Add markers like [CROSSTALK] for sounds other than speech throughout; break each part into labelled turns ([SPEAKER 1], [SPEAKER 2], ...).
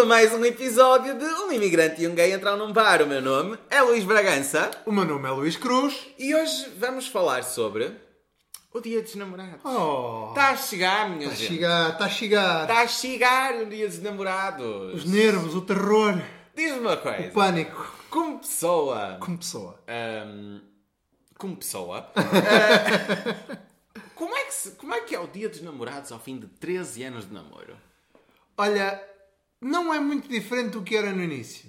[SPEAKER 1] a mais um episódio de Um Imigrante e um Gay Entrar num Bar. O meu nome é Luís Bragança
[SPEAKER 2] O meu nome é Luís Cruz.
[SPEAKER 1] e hoje vamos falar sobre o Dia dos Namorados.
[SPEAKER 2] Oh,
[SPEAKER 1] Está a chegar, minha
[SPEAKER 2] tá a
[SPEAKER 1] gente.
[SPEAKER 2] chegar, está a chegar. Tá
[SPEAKER 1] Está a chegar o Dia dos
[SPEAKER 2] Os
[SPEAKER 1] Namorados.
[SPEAKER 2] nervos, o terror,
[SPEAKER 1] Diz-me uma
[SPEAKER 2] o
[SPEAKER 1] coisa.
[SPEAKER 2] pânico.
[SPEAKER 1] Como pessoa.
[SPEAKER 2] Como pessoa.
[SPEAKER 1] ahm, como
[SPEAKER 2] [LAUGHS]
[SPEAKER 1] pessoa. ah, como, é que se- como é que é o Dia dos Namorados ao fim de 13 anos de namoro?
[SPEAKER 2] Olha, não é muito diferente do que era no início.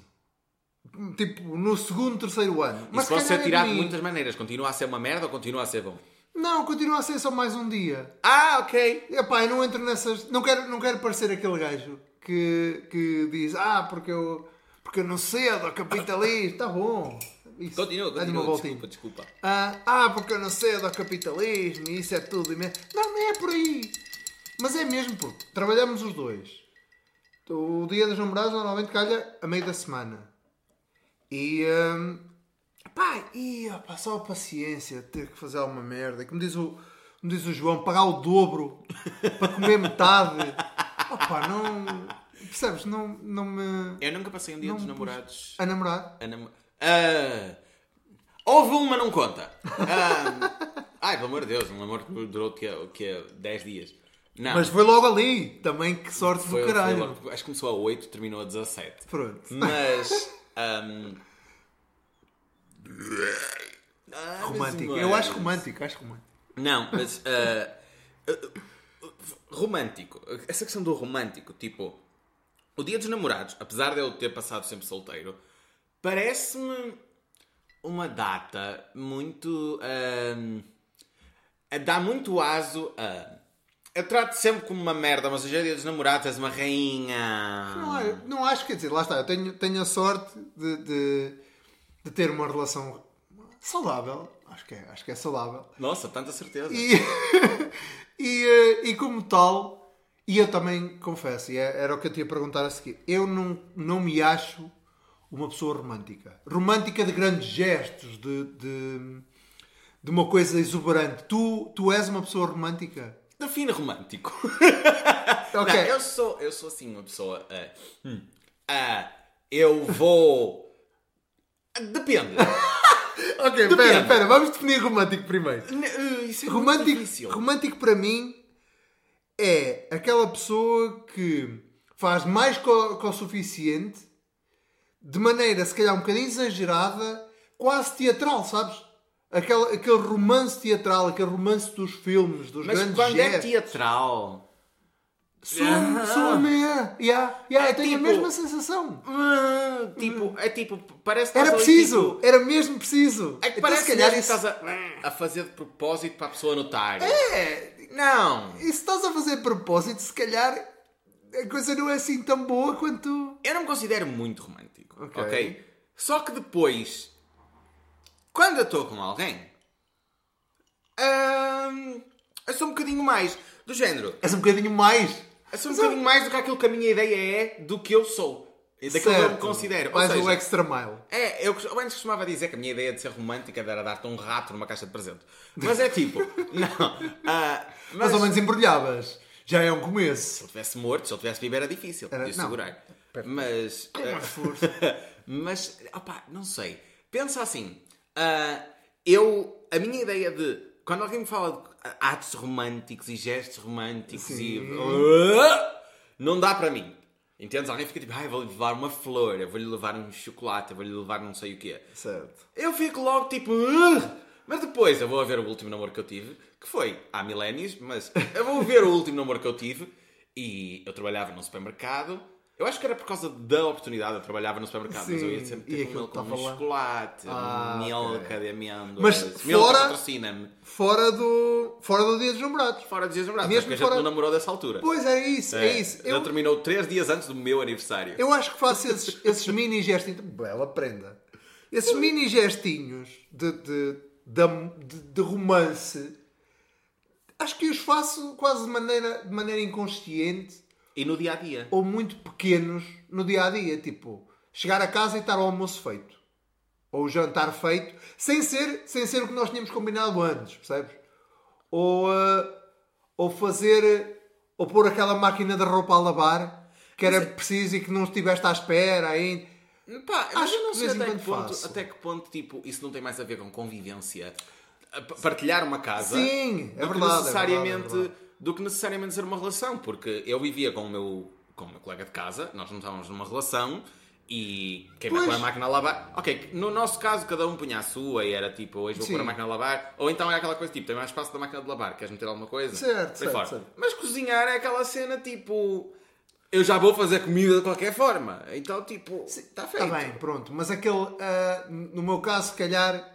[SPEAKER 2] Tipo, no segundo, terceiro ano.
[SPEAKER 1] Mas
[SPEAKER 2] se
[SPEAKER 1] pode ser
[SPEAKER 2] calhar é
[SPEAKER 1] tirado de
[SPEAKER 2] bonito.
[SPEAKER 1] muitas maneiras. Continua a ser uma merda ou continua a ser bom?
[SPEAKER 2] Não, continua a ser só mais um dia.
[SPEAKER 1] Ah, ok.
[SPEAKER 2] Epá, eu não entro nessas. Não quero, não quero parecer aquele gajo que, que diz, ah, porque eu, porque eu não cedo ao capitalismo. Está bom. Isso.
[SPEAKER 1] Continua,
[SPEAKER 2] Dá-lhe uma
[SPEAKER 1] continua.
[SPEAKER 2] voltinha.
[SPEAKER 1] Desculpa, desculpa.
[SPEAKER 2] Ah, ah, porque eu não cedo ao capitalismo e isso é tudo. imen- Não, não é por aí. Mas é mesmo, pô. Trabalhamos os dois. O dia dos namorados normalmente calha a meio da semana. E. hum, pá, e opa, só a paciência de ter que fazer alguma merda. Como diz o, como diz o João, pagar o dobro [LAUGHS] para comer metade. Opa, não. Percebes? Não, não me.
[SPEAKER 1] Eu nunca passei um dia
[SPEAKER 2] Não
[SPEAKER 1] dos
[SPEAKER 2] me pus-
[SPEAKER 1] namorados.
[SPEAKER 2] A namorar.
[SPEAKER 1] A namo- Ah, houve uma, não conta. Ah, ai, pelo amor de Deus, um amor que durou que, que 10 dias. Não,
[SPEAKER 2] Mas foi logo ali. Também que sorte
[SPEAKER 1] foi-
[SPEAKER 2] do
[SPEAKER 1] foi
[SPEAKER 2] caralho.
[SPEAKER 1] logo- acho que começou a 8, terminou a 17.
[SPEAKER 2] Pronto. [LAUGHS]
[SPEAKER 1] Mas. hum, ahm, ah,
[SPEAKER 2] Romântico.
[SPEAKER 1] mas-
[SPEAKER 2] Eu acho romântico, acho romântico.
[SPEAKER 1] Não, mas. ah, ah, romântico. Essa questão do romântico, tipo. O Dia dos Namorados, apesar de eu ter passado sempre solteiro, parece-me uma data muito. ahm, a dar muito aso a. Eu trato sempre como uma merda, mas hoje é Dia dos Namorados, és uma rainha.
[SPEAKER 2] Não, é- não acho, quer dizer, lá está, eu tenho, tenho a sorte de, de, de ter uma relação saudável, acho que é, acho que é saudável.
[SPEAKER 1] Nossa, tanta certeza.
[SPEAKER 2] E, [LAUGHS] e, eh, e como tal, e eu também confesso, e é- era o que eu te ia perguntar a seguir, eu não, não me acho uma pessoa romântica. Romântica de grandes gestos, de, de, de uma coisa exuberante. Tu, tu és uma pessoa romântica?
[SPEAKER 1] Define romântico.
[SPEAKER 2] Ok.
[SPEAKER 1] Não, eu sou, eu sou assim uma pessoa. ah, hum, ah, eu vou. Depende.
[SPEAKER 2] [LAUGHS] Ok, espera, espera, vamos definir romântico primeiro.
[SPEAKER 1] N- ah, Isso é muito
[SPEAKER 2] Romântico,
[SPEAKER 1] difícil.
[SPEAKER 2] romântico para mim é aquela pessoa que faz mais que o que o suficiente, de maneira se calhar um bocadinho exagerada, quase teatral, sabes? Aquela, aquele romance teatral, aquele romance dos filmes, dos
[SPEAKER 1] Mas
[SPEAKER 2] grandes
[SPEAKER 1] quando é
[SPEAKER 2] gestos.
[SPEAKER 1] teatral.
[SPEAKER 2] Sua-
[SPEAKER 1] Ah.
[SPEAKER 2] Sua-me é. Yeah, yeah,
[SPEAKER 1] É
[SPEAKER 2] eu tenho
[SPEAKER 1] tipo-
[SPEAKER 2] a mesma sensação.
[SPEAKER 1] ah, Tipo, é tipo, parece que
[SPEAKER 2] Hum.
[SPEAKER 1] estás
[SPEAKER 2] Era
[SPEAKER 1] ali,
[SPEAKER 2] preciso,
[SPEAKER 1] tipo,
[SPEAKER 2] era mesmo preciso.
[SPEAKER 1] é que
[SPEAKER 2] Então,
[SPEAKER 1] parece
[SPEAKER 2] se calhar
[SPEAKER 1] mesmo
[SPEAKER 2] isso,
[SPEAKER 1] que estás a, a fazer de propósito para a pessoa notar. É! Não!
[SPEAKER 2] E se estás a fazer a propósito, se calhar a coisa não é assim tão boa quanto.
[SPEAKER 1] Eu não me considero muito romântico, ok?
[SPEAKER 2] Ok.
[SPEAKER 1] Só que depois, quando eu estou com alguém, hum, eu sou um bocadinho mais do género.
[SPEAKER 2] És um bocadinho mais.
[SPEAKER 1] Eu sou um bocadinho mais do que aquilo que a minha ideia é do que eu sou. E daquilo que eu me
[SPEAKER 2] Certo.
[SPEAKER 1] considero. Ou
[SPEAKER 2] Mais
[SPEAKER 1] seja,
[SPEAKER 2] um extra mile.
[SPEAKER 1] é, eu, cos- eu antes costumava dizer que a minha ideia de ser romântica era dar-te um rato numa caixa de presente. Mas é tipo, [LAUGHS] não. ah,
[SPEAKER 2] Mais ou menos embrulhavas. Já é um começo.
[SPEAKER 1] se eu tivesse morto, se eu tivesse vivo era difícil
[SPEAKER 2] Era-
[SPEAKER 1] de
[SPEAKER 2] não.
[SPEAKER 1] segurar. Mas.
[SPEAKER 2] mais
[SPEAKER 1] [LAUGHS] eh,
[SPEAKER 2] força.
[SPEAKER 1] mas, opá, não sei. Pensa assim. ah, eu. A minha ideia de. Quando alguém me fala de eh, atos românticos e gestos românticos e. Ah! [LAUGHS] Não dá para mim. Entendes? Alguém fica tipo, ai, vou-lhe levar uma flor, eu vou-lhe levar um chocolate, eu vou-lhe levar não sei o quê.
[SPEAKER 2] Certo.
[SPEAKER 1] Eu fico logo tipo. "Ugh!" Mas depois eu vou a ver o último namoro que eu tive, que foi há milénios, mas eu vou ver o último namoro que eu tive e eu trabalhava num supermercado. Eu acho que era por causa da oportunidade, eu trabalhava no supermercado, mas eu ia
[SPEAKER 2] Sim,
[SPEAKER 1] sempre
[SPEAKER 2] e
[SPEAKER 1] ter com
[SPEAKER 2] aquilo
[SPEAKER 1] ele com
[SPEAKER 2] que estava
[SPEAKER 1] um
[SPEAKER 2] lá.
[SPEAKER 1] chocolate,
[SPEAKER 2] Ah,
[SPEAKER 1] um milka
[SPEAKER 2] ok.
[SPEAKER 1] de amêndoas.
[SPEAKER 2] Mas
[SPEAKER 1] milka
[SPEAKER 2] fora-
[SPEAKER 1] patrocina-me.
[SPEAKER 2] Fora do, fora do dia dos namorados.
[SPEAKER 1] Fora dos dias namorados,
[SPEAKER 2] Mesmo
[SPEAKER 1] porque a gente
[SPEAKER 2] fora-
[SPEAKER 1] não namorou dessa altura.
[SPEAKER 2] Pois é isso, é, isso.
[SPEAKER 1] Ele
[SPEAKER 2] Eu,
[SPEAKER 1] terminou três dias antes do meu aniversário.
[SPEAKER 2] eu acho que faço esses, esses mini gestinhos. Bela prenda. Esses mini gestinhos de, de, de, de- de romance. Acho que os faço quase de maneira, de maneira inconsciente.
[SPEAKER 1] E no dia a dia.
[SPEAKER 2] ou muito pequenos no dia a dia, tipo chegar a casa e estar o almoço feito ou o jantar feito, sem ser, sem ser o que nós tínhamos combinado antes, percebes? eh, Ou, ah, ou fazer ou pôr aquela máquina de roupa a lavar que era preciso e que não estiveste à espera ainda.
[SPEAKER 1] Pá, mas
[SPEAKER 2] Acho
[SPEAKER 1] eu não
[SPEAKER 2] que de
[SPEAKER 1] sei
[SPEAKER 2] vez em
[SPEAKER 1] até que,
[SPEAKER 2] quando
[SPEAKER 1] ponto,
[SPEAKER 2] faço.
[SPEAKER 1] até que ponto, tipo, isso não tem mais a ver com convivência. A p- Partilhar uma casa.
[SPEAKER 2] Sim, é
[SPEAKER 1] do que
[SPEAKER 2] verdade, é
[SPEAKER 1] necessariamente,
[SPEAKER 2] verdade, é verdade.
[SPEAKER 1] Do que necessariamente ser uma relação. Porque eu vivia com o meu, com o meu colega de casa, nós não estávamos numa relação e quem vai
[SPEAKER 2] Pois.
[SPEAKER 1] pôr a máquina a lavar. Ok, no nosso caso cada um punha a sua e era tipo, hoje vou
[SPEAKER 2] Sim.
[SPEAKER 1] pôr a máquina a lavar. Ou então é aquela coisa tipo, tem mais espaço da máquina de lavar, queres meter alguma coisa?
[SPEAKER 2] Certo,
[SPEAKER 1] Por aí
[SPEAKER 2] certo,
[SPEAKER 1] fora.
[SPEAKER 2] certo.
[SPEAKER 1] Mas cozinhar é aquela cena tipo. Eu já vou fazer comida de qualquer forma. Então, tipo, está feito.
[SPEAKER 2] Está tá bem, pronto. Mas aquele, ah, no meu caso, se calhar,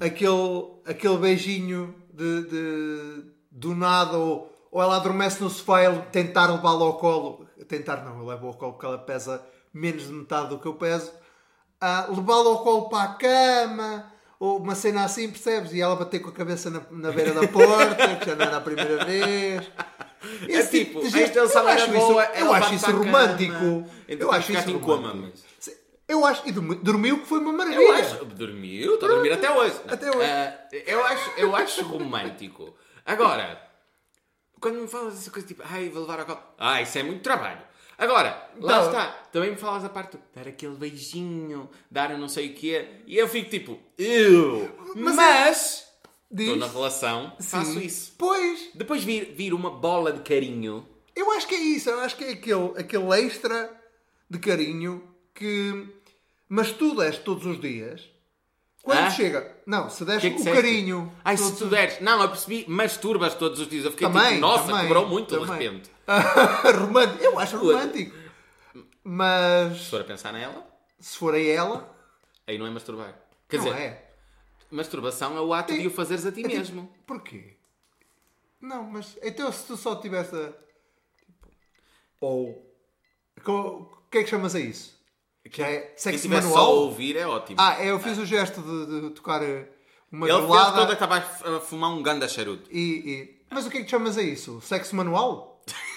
[SPEAKER 2] aquele, aquele beijinho de, de- do nada, ou, ou ela adormece no sofá e ele tentar levá-la ao colo. Tentar não, eu levo ao colo porque ela pesa menos de metade do que eu peso. Ah, levá-la ao colo para a cama, ou uma cena assim, percebes? E ela bater com a cabeça na, na beira da porta, que já não era a primeira vez. Esse
[SPEAKER 1] tipo,
[SPEAKER 2] de
[SPEAKER 1] a
[SPEAKER 2] gesto,
[SPEAKER 1] intenção
[SPEAKER 2] eu
[SPEAKER 1] era
[SPEAKER 2] acho
[SPEAKER 1] boa,
[SPEAKER 2] isso,
[SPEAKER 1] ela
[SPEAKER 2] eu acho
[SPEAKER 1] bate
[SPEAKER 2] isso
[SPEAKER 1] para a
[SPEAKER 2] romântico.
[SPEAKER 1] cama. Então
[SPEAKER 2] Eu
[SPEAKER 1] tem
[SPEAKER 2] acho
[SPEAKER 1] que ficar
[SPEAKER 2] isso
[SPEAKER 1] em coma,
[SPEAKER 2] romântico.
[SPEAKER 1] mas-
[SPEAKER 2] Sim, Eu acho. E dormi- dormiu, que foi uma maravilha.
[SPEAKER 1] Eu acho. Dormiu, está a dormir até hoje. Não.
[SPEAKER 2] Até hoje.
[SPEAKER 1] Ah, eu, acho, eu acho romântico. Agora, quando me falas essa coisa tipo, ai, vou levar ao colo. Ah, isso é muito trabalho. Agora, lá
[SPEAKER 2] Não.
[SPEAKER 1] está. Também me falas a parte do dar aquele beijinho, dar eu não sei o quê. E eu fico tipo, eu.
[SPEAKER 2] Mas
[SPEAKER 1] Mas.
[SPEAKER 2] Diz.
[SPEAKER 1] Estou na relação, faço
[SPEAKER 2] Sim.
[SPEAKER 1] isso.
[SPEAKER 2] Pois,
[SPEAKER 1] Depois vir, vir uma bola de carinho.
[SPEAKER 2] eu acho que é isso. Eu acho que é aquele, aquele extra de carinho que. Mas tu deste todos os dias. Quando
[SPEAKER 1] Hã?
[SPEAKER 2] chega. Não, se
[SPEAKER 1] que
[SPEAKER 2] deste
[SPEAKER 1] é que
[SPEAKER 2] o
[SPEAKER 1] disseste?
[SPEAKER 2] carinho.
[SPEAKER 1] Ai,
[SPEAKER 2] todos
[SPEAKER 1] se tu deres. Não, eu percebi, masturbas todos os dias. Eu fiquei tipo, nossa, cobrou muito de repente.
[SPEAKER 2] [LAUGHS] romântico. Eu acho romântico.
[SPEAKER 1] Se
[SPEAKER 2] Mas
[SPEAKER 1] for a pensar nela,
[SPEAKER 2] se for a ela,
[SPEAKER 1] aí não é masturbar. Quer
[SPEAKER 2] não
[SPEAKER 1] dizer,
[SPEAKER 2] é.
[SPEAKER 1] masturbação é o ato de o fazeres a ti
[SPEAKER 2] tipo,
[SPEAKER 1] mesmo.
[SPEAKER 2] Porquê? Não, mas então se tu só tivesse a. tipo, Ou. O que é que chamas a isso? Já é
[SPEAKER 1] Quem
[SPEAKER 2] sexo
[SPEAKER 1] estiver só a
[SPEAKER 2] manual?
[SPEAKER 1] ouvir é ótimo.
[SPEAKER 2] Ah, é, eu fiz o gesto de, de tocar eh, uma
[SPEAKER 1] ele fez toda que
[SPEAKER 2] gelada
[SPEAKER 1] estava a f- a fumar um ganda charuto.
[SPEAKER 2] e, e- Mas o que é que chamas a isso? Sexo manual? [LAUGHS]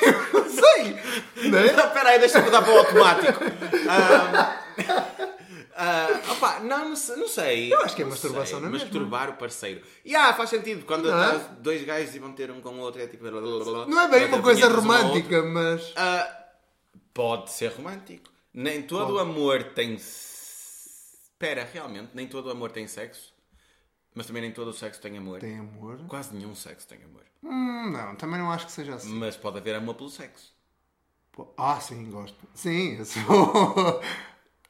[SPEAKER 2] Eu não sei! Não é?
[SPEAKER 1] Espera aí, deixa-me dar para o automático. Ah, [LAUGHS] ah, opá, não, não sei- não sei. Eu
[SPEAKER 2] acho que é masturbação, não é mesmo?
[SPEAKER 1] Masturbar o parceiro. E ah, faz sentido. Quando
[SPEAKER 2] Não é?
[SPEAKER 1] estás dois gajos e vão ter um com o outro, é tipo.
[SPEAKER 2] Não é bem uma
[SPEAKER 1] Punhetas
[SPEAKER 2] coisa
[SPEAKER 1] um ao outro.
[SPEAKER 2] romântica, mas.
[SPEAKER 1] Ah, pode ser romântico. Nem todo amor tem. se- Espera, realmente, nem todo amor tem sexo. Mas também nem todo o sexo tem amor.
[SPEAKER 2] Tem amor?
[SPEAKER 1] Quase nenhum sexo tem amor.
[SPEAKER 2] Hum, não, também não acho que seja assim.
[SPEAKER 1] Mas pode haver amor pelo sexo.
[SPEAKER 2] Pô, Ah, sim, gosto. Sim, eu sou. [LAUGHS]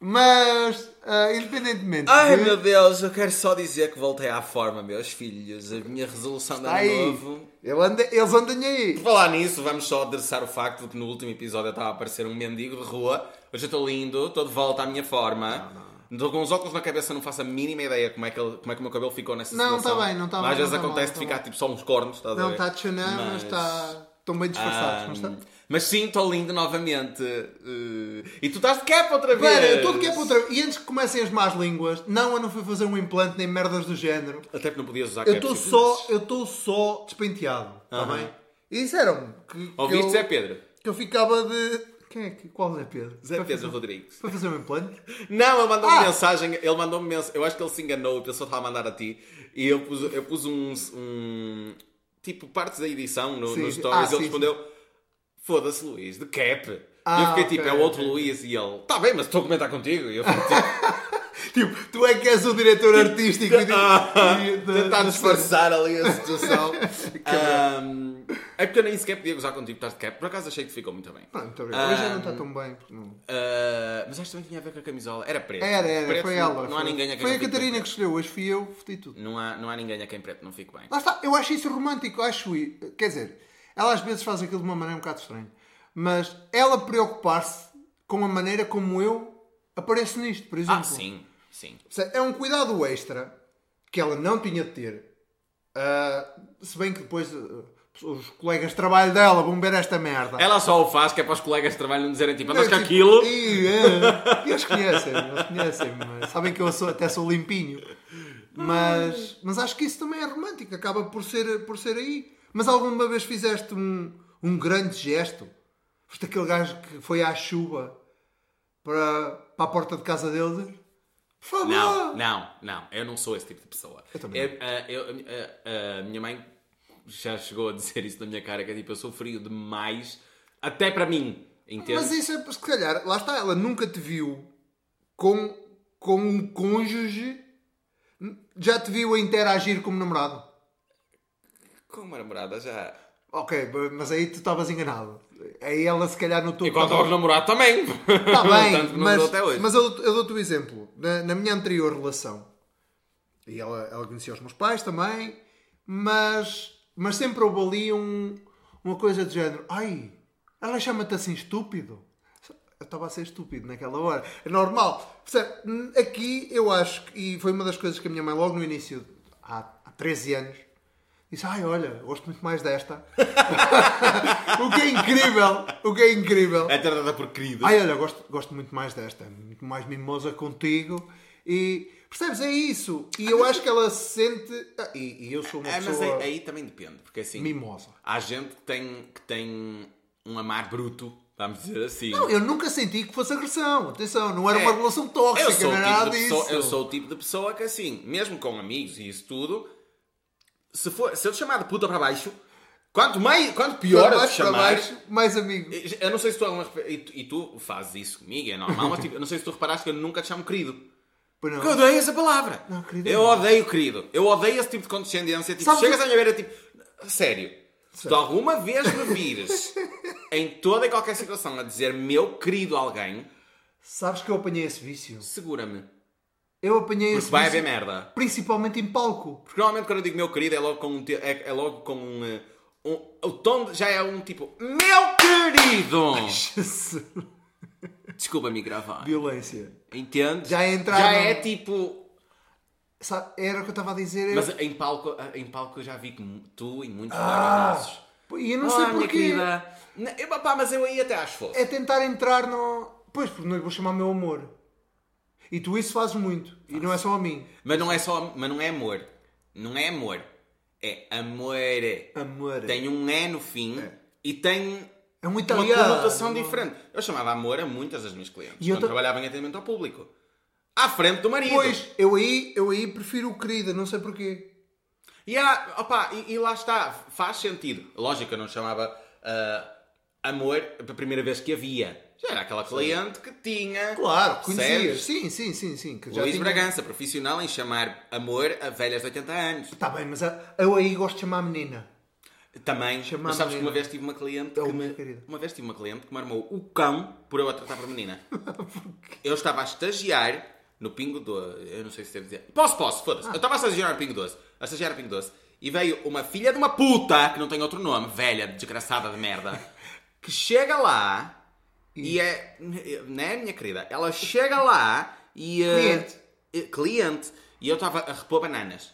[SPEAKER 2] Mas, ah, independentemente.
[SPEAKER 1] Ai
[SPEAKER 2] de-
[SPEAKER 1] meu Deus, eu quero só dizer que voltei à forma, meus filhos. A minha resolução de
[SPEAKER 2] Ai,
[SPEAKER 1] ano é novo.
[SPEAKER 2] ele anda- eles andam
[SPEAKER 1] Por
[SPEAKER 2] aí.
[SPEAKER 1] falar nisso, vamos só adressar o facto de que no último episódio eu estava a parecer um mendigo de rua. Hoje eu estou lindo, estou de volta à minha forma. Estou com os óculos na cabeça, não faço a mínima ideia como é que, ele- como é que o meu cabelo ficou nessa
[SPEAKER 2] Não,
[SPEAKER 1] situação.
[SPEAKER 2] tá bem, não tá
[SPEAKER 1] Às
[SPEAKER 2] mal,
[SPEAKER 1] vezes
[SPEAKER 2] não tá
[SPEAKER 1] acontece
[SPEAKER 2] mal,
[SPEAKER 1] de
[SPEAKER 2] tá
[SPEAKER 1] ficar tipo só uns cornos, estás a
[SPEAKER 2] Não
[SPEAKER 1] ver?
[SPEAKER 2] está de chanã, mas tá está. Estão bem disfarçados, não
[SPEAKER 1] Ahm,
[SPEAKER 2] está?
[SPEAKER 1] mas sim, estou lindo novamente. Eh, e tu estás de cap outra vez!
[SPEAKER 2] Espera, eu estou de que é para outra. E antes que comecem as más línguas, não, eu não fui fazer um implante nem merdas do género.
[SPEAKER 1] Até que não podias usar
[SPEAKER 2] Eu
[SPEAKER 1] cap
[SPEAKER 2] estou
[SPEAKER 1] se
[SPEAKER 2] só,
[SPEAKER 1] quisesses.
[SPEAKER 2] eu estou só despenteado, está
[SPEAKER 1] tipo Aham.
[SPEAKER 2] bem? E disseram-me que, que
[SPEAKER 1] Ouviste,
[SPEAKER 2] eu,
[SPEAKER 1] Zé Pedro?
[SPEAKER 2] que eu ficava de. Quem é que. Qual Zé Pedro?
[SPEAKER 1] Zé
[SPEAKER 2] Para
[SPEAKER 1] Pedro
[SPEAKER 2] fazer-
[SPEAKER 1] Rodrigues.
[SPEAKER 2] Para fazer um implante?
[SPEAKER 1] Não, ele mandou-me
[SPEAKER 2] Ah!
[SPEAKER 1] mensagem, ele mandou-me mensagem, eu acho que ele se enganou, e pensou que estava a mandar a ti, e eu pus, eu pus um, um- tipo, partes da edição no,
[SPEAKER 2] Sim,
[SPEAKER 1] nos
[SPEAKER 2] sim.
[SPEAKER 1] stories,
[SPEAKER 2] Ah,
[SPEAKER 1] ele
[SPEAKER 2] sim,
[SPEAKER 1] respondeu, foda-se Luís, de cap. E eu
[SPEAKER 2] Ah,
[SPEAKER 1] fiquei
[SPEAKER 2] ok,
[SPEAKER 1] tipo, é o outro
[SPEAKER 2] ok.
[SPEAKER 1] Luís, e ele, tá bem, mas estou a comentar contigo, e eu
[SPEAKER 2] [LAUGHS]
[SPEAKER 1] fiquei tipo,
[SPEAKER 2] Tipo, tu é que és o diretor artístico
[SPEAKER 1] [LAUGHS]
[SPEAKER 2] e,
[SPEAKER 1] ah,
[SPEAKER 2] de, e tá de-
[SPEAKER 1] tentar
[SPEAKER 2] da-
[SPEAKER 1] disfarçar ali a situação. [LAUGHS] Ahm, é porque eu nem sequer podia gozar contigo, estás de cap, por acaso achei que ficou muito bem.
[SPEAKER 2] Pronto, Ah, muito obrigado. Hoje já não está tão bem. porque não-
[SPEAKER 1] Ah, mas acho que também tinha a ver com a camisola, era preto.
[SPEAKER 2] Era, era,
[SPEAKER 1] Preto
[SPEAKER 2] foi
[SPEAKER 1] não-
[SPEAKER 2] ela.
[SPEAKER 1] Não há
[SPEAKER 2] foi-
[SPEAKER 1] ninguém a quem
[SPEAKER 2] Foi
[SPEAKER 1] não
[SPEAKER 2] a
[SPEAKER 1] fique bem
[SPEAKER 2] Catarina
[SPEAKER 1] preto.
[SPEAKER 2] que escolheu, hoje fui eu, fodi tudo.
[SPEAKER 1] Não há, não há ninguém a quem preto não fique bem.
[SPEAKER 2] Lá está, eu acho isso romântico, acho. i- Quer dizer, ela às vezes faz aquilo de uma maneira um bocado estranha, mas ela preocupar-se com a maneira como eu apareço nisto, por exemplo.
[SPEAKER 1] Ah, sim, sim.
[SPEAKER 2] Se- É um cuidado extra que ela não tinha de ter. Ah, se bem que depois ah, os colegas de trabalho dela vão ver esta merda.
[SPEAKER 1] Ela só o faz que é para os colegas de trabalho não dizerem tipo, andas com
[SPEAKER 2] Tipo,
[SPEAKER 1] aquilo.
[SPEAKER 2] E, é, eles conhecem, eles conhecem, mas sabem que eu sou, até sou limpinho. Mas, mas acho que isso também é romântico, acaba por ser, por ser aí. Mas alguma vez fizeste um, um grande gesto? Foste aquele gajo que foi à chuva para, para a porta de casa dele? dizer, Por favor!
[SPEAKER 1] Não, não, não. Eu não sou esse tipo de pessoa.
[SPEAKER 2] Eu também
[SPEAKER 1] Eu- ah, eu- ah, ah, minha mãe já chegou a dizer isso na minha cara, que é tipo, eu sou frio demais, até para mim. Em termos...
[SPEAKER 2] Mas isso é, se calhar, lá está, ela nunca te viu com, com um cônjuge, já te viu a interagir como namorado.
[SPEAKER 1] Com uma namorada já.
[SPEAKER 2] Ok, b- mas aí tu estavas enganado. Aí ela, se calhar, no topo.
[SPEAKER 1] Igual estava namorado também. [LAUGHS]
[SPEAKER 2] Está Tá bem,
[SPEAKER 1] Tanto que não
[SPEAKER 2] mas,
[SPEAKER 1] durou até hoje.
[SPEAKER 2] mas eu, eu dou-te o exemplo. Na, na minha anterior relação, e ela, ela conhecia os meus pais também, mas, mas sempre houve ali um, uma coisa do género: ai, ela chama-te assim estúpido. Eu estava a ser estúpido naquela hora. É normal. Percebe? Hum, Aqui eu acho, que, e foi uma das coisas que a minha mãe, logo no início, há, há 13 anos, disse: ai, olha, gosto muito mais desta. [LAUGHS] o que é incrível! O que é incrível!
[SPEAKER 1] É tratada por querido.
[SPEAKER 2] Ai, olha, gosto, gosto muito mais desta, muito mais mimosa contigo. E percebes? É isso. E eu acho que ela se sente. ah, E, e eu sou uma
[SPEAKER 1] É, mas
[SPEAKER 2] pessoa
[SPEAKER 1] aí, aí também depende, porque assim.
[SPEAKER 2] mimosa.
[SPEAKER 1] Há gente que tem, que tem um amar bruto, vamos dizer assim.
[SPEAKER 2] Não, eu nunca senti que fosse agressão. Atenção, não era
[SPEAKER 1] É.
[SPEAKER 2] uma relação tóxica,
[SPEAKER 1] Eu sou,
[SPEAKER 2] não
[SPEAKER 1] o
[SPEAKER 2] era
[SPEAKER 1] tipo
[SPEAKER 2] nada
[SPEAKER 1] de
[SPEAKER 2] disso.
[SPEAKER 1] pessoa, eu sou o tipo de pessoa que, assim, mesmo com amigos e isso tudo, se, for, se eu te chamar de puta para baixo, quanto, mais, quanto pior
[SPEAKER 2] Para
[SPEAKER 1] eu te
[SPEAKER 2] baixo, para
[SPEAKER 1] chamar.
[SPEAKER 2] baixo, mais amigo.
[SPEAKER 1] Eu não sei se tu alguma vez- e, tu- e tu fazes isso comigo, é normal, mas tipo, eu não sei se tu reparaste que eu nunca te chamo querido.
[SPEAKER 2] Pois
[SPEAKER 1] Porque eu
[SPEAKER 2] não.
[SPEAKER 1] odeio essa palavra.
[SPEAKER 2] Não, querido,
[SPEAKER 1] eu
[SPEAKER 2] não.
[SPEAKER 1] odeio querido. Eu odeio esse tipo de condescendência. Tipo,
[SPEAKER 2] Sabes
[SPEAKER 1] chegas
[SPEAKER 2] o-
[SPEAKER 1] à minha beira tipo. Sério. Se tu alguma vez me vires em toda e qualquer situação a dizer meu querido a alguém,
[SPEAKER 2] Sabes que eu apanhei esse vício?
[SPEAKER 1] segura-me.
[SPEAKER 2] Eu apanhei
[SPEAKER 1] Porque
[SPEAKER 2] esse
[SPEAKER 1] vai
[SPEAKER 2] vício
[SPEAKER 1] haver merda.
[SPEAKER 2] principalmente em palco. [LAUGHS]
[SPEAKER 1] Porque normalmente quando eu digo meu querido é logo com um. te- É, é logo com um, eh, um- O tom de- já é um tipo. Meu querido! Desculpa-me gravar.
[SPEAKER 2] Violência.
[SPEAKER 1] Entende?
[SPEAKER 2] Já é entrar
[SPEAKER 1] Já
[SPEAKER 2] no-
[SPEAKER 1] é tipo.
[SPEAKER 2] Sabe, era o que eu estava a dizer.
[SPEAKER 1] Mas em palco, eh, em palco eu já vi que mu- tu e muitos
[SPEAKER 2] Ah!
[SPEAKER 1] colegas nossos-
[SPEAKER 2] E eu não
[SPEAKER 1] Não
[SPEAKER 2] sei
[SPEAKER 1] sei minha
[SPEAKER 2] porquê.
[SPEAKER 1] querida. Não, eu, pá, mas eu aí até acho fofo.
[SPEAKER 2] é tentar entrar no. Pois, porque não lhe vou chamar meu amor. E tu isso fazes muito. E não é só a mim.
[SPEAKER 1] Mas não é só. Mas não é amor. Não é amor. É amor.
[SPEAKER 2] Amor.
[SPEAKER 1] Tem um E no fim e tem
[SPEAKER 2] É um
[SPEAKER 1] uma
[SPEAKER 2] italiano.
[SPEAKER 1] conotação diferente. Eu chamava amor a muitas das minhas clientes.
[SPEAKER 2] E eu
[SPEAKER 1] quando
[SPEAKER 2] ta-
[SPEAKER 1] trabalhava em atendimento ao público. À frente do marido.
[SPEAKER 2] Pois, eu aí, eu aí prefiro o querida, não sei porquê.
[SPEAKER 1] E, há, opa, e, e lá está, faz sentido. Lógico, eu não chamava ah, amor a primeira vez que havia. Já era aquela cliente que tinha.
[SPEAKER 2] Claro,
[SPEAKER 1] percebes?
[SPEAKER 2] conhecias. Sim, sim, sim, sim. Que já
[SPEAKER 1] Luís
[SPEAKER 2] tinha-
[SPEAKER 1] Bragança, profissional em chamar amor a velhas de 80 anos.
[SPEAKER 2] Tá bem, mas a- eu aí gosto de chamar a menina.
[SPEAKER 1] Também,
[SPEAKER 2] Chamar
[SPEAKER 1] mas sabes que
[SPEAKER 2] menina.
[SPEAKER 1] uma vez tive uma cliente
[SPEAKER 2] Oh,
[SPEAKER 1] que me,
[SPEAKER 2] querida.
[SPEAKER 1] uma vez tive uma cliente que me armou o cão por eu a tratar por menina. eu estava a estagiar no Pingo Doce, eu não sei se devo dizer. Posso, posso, foda-se. Eu estava a estagiar no Pingo Doce, a estagiar no Pingo Doce, e veio uma filha de uma puta, que não tem outro nome, velha, desgraçada de merda, que chega lá e é, né, minha querida, ela chega lá e eh,
[SPEAKER 2] Cliente.
[SPEAKER 1] eh, cliente, e eu estava a repor bananas.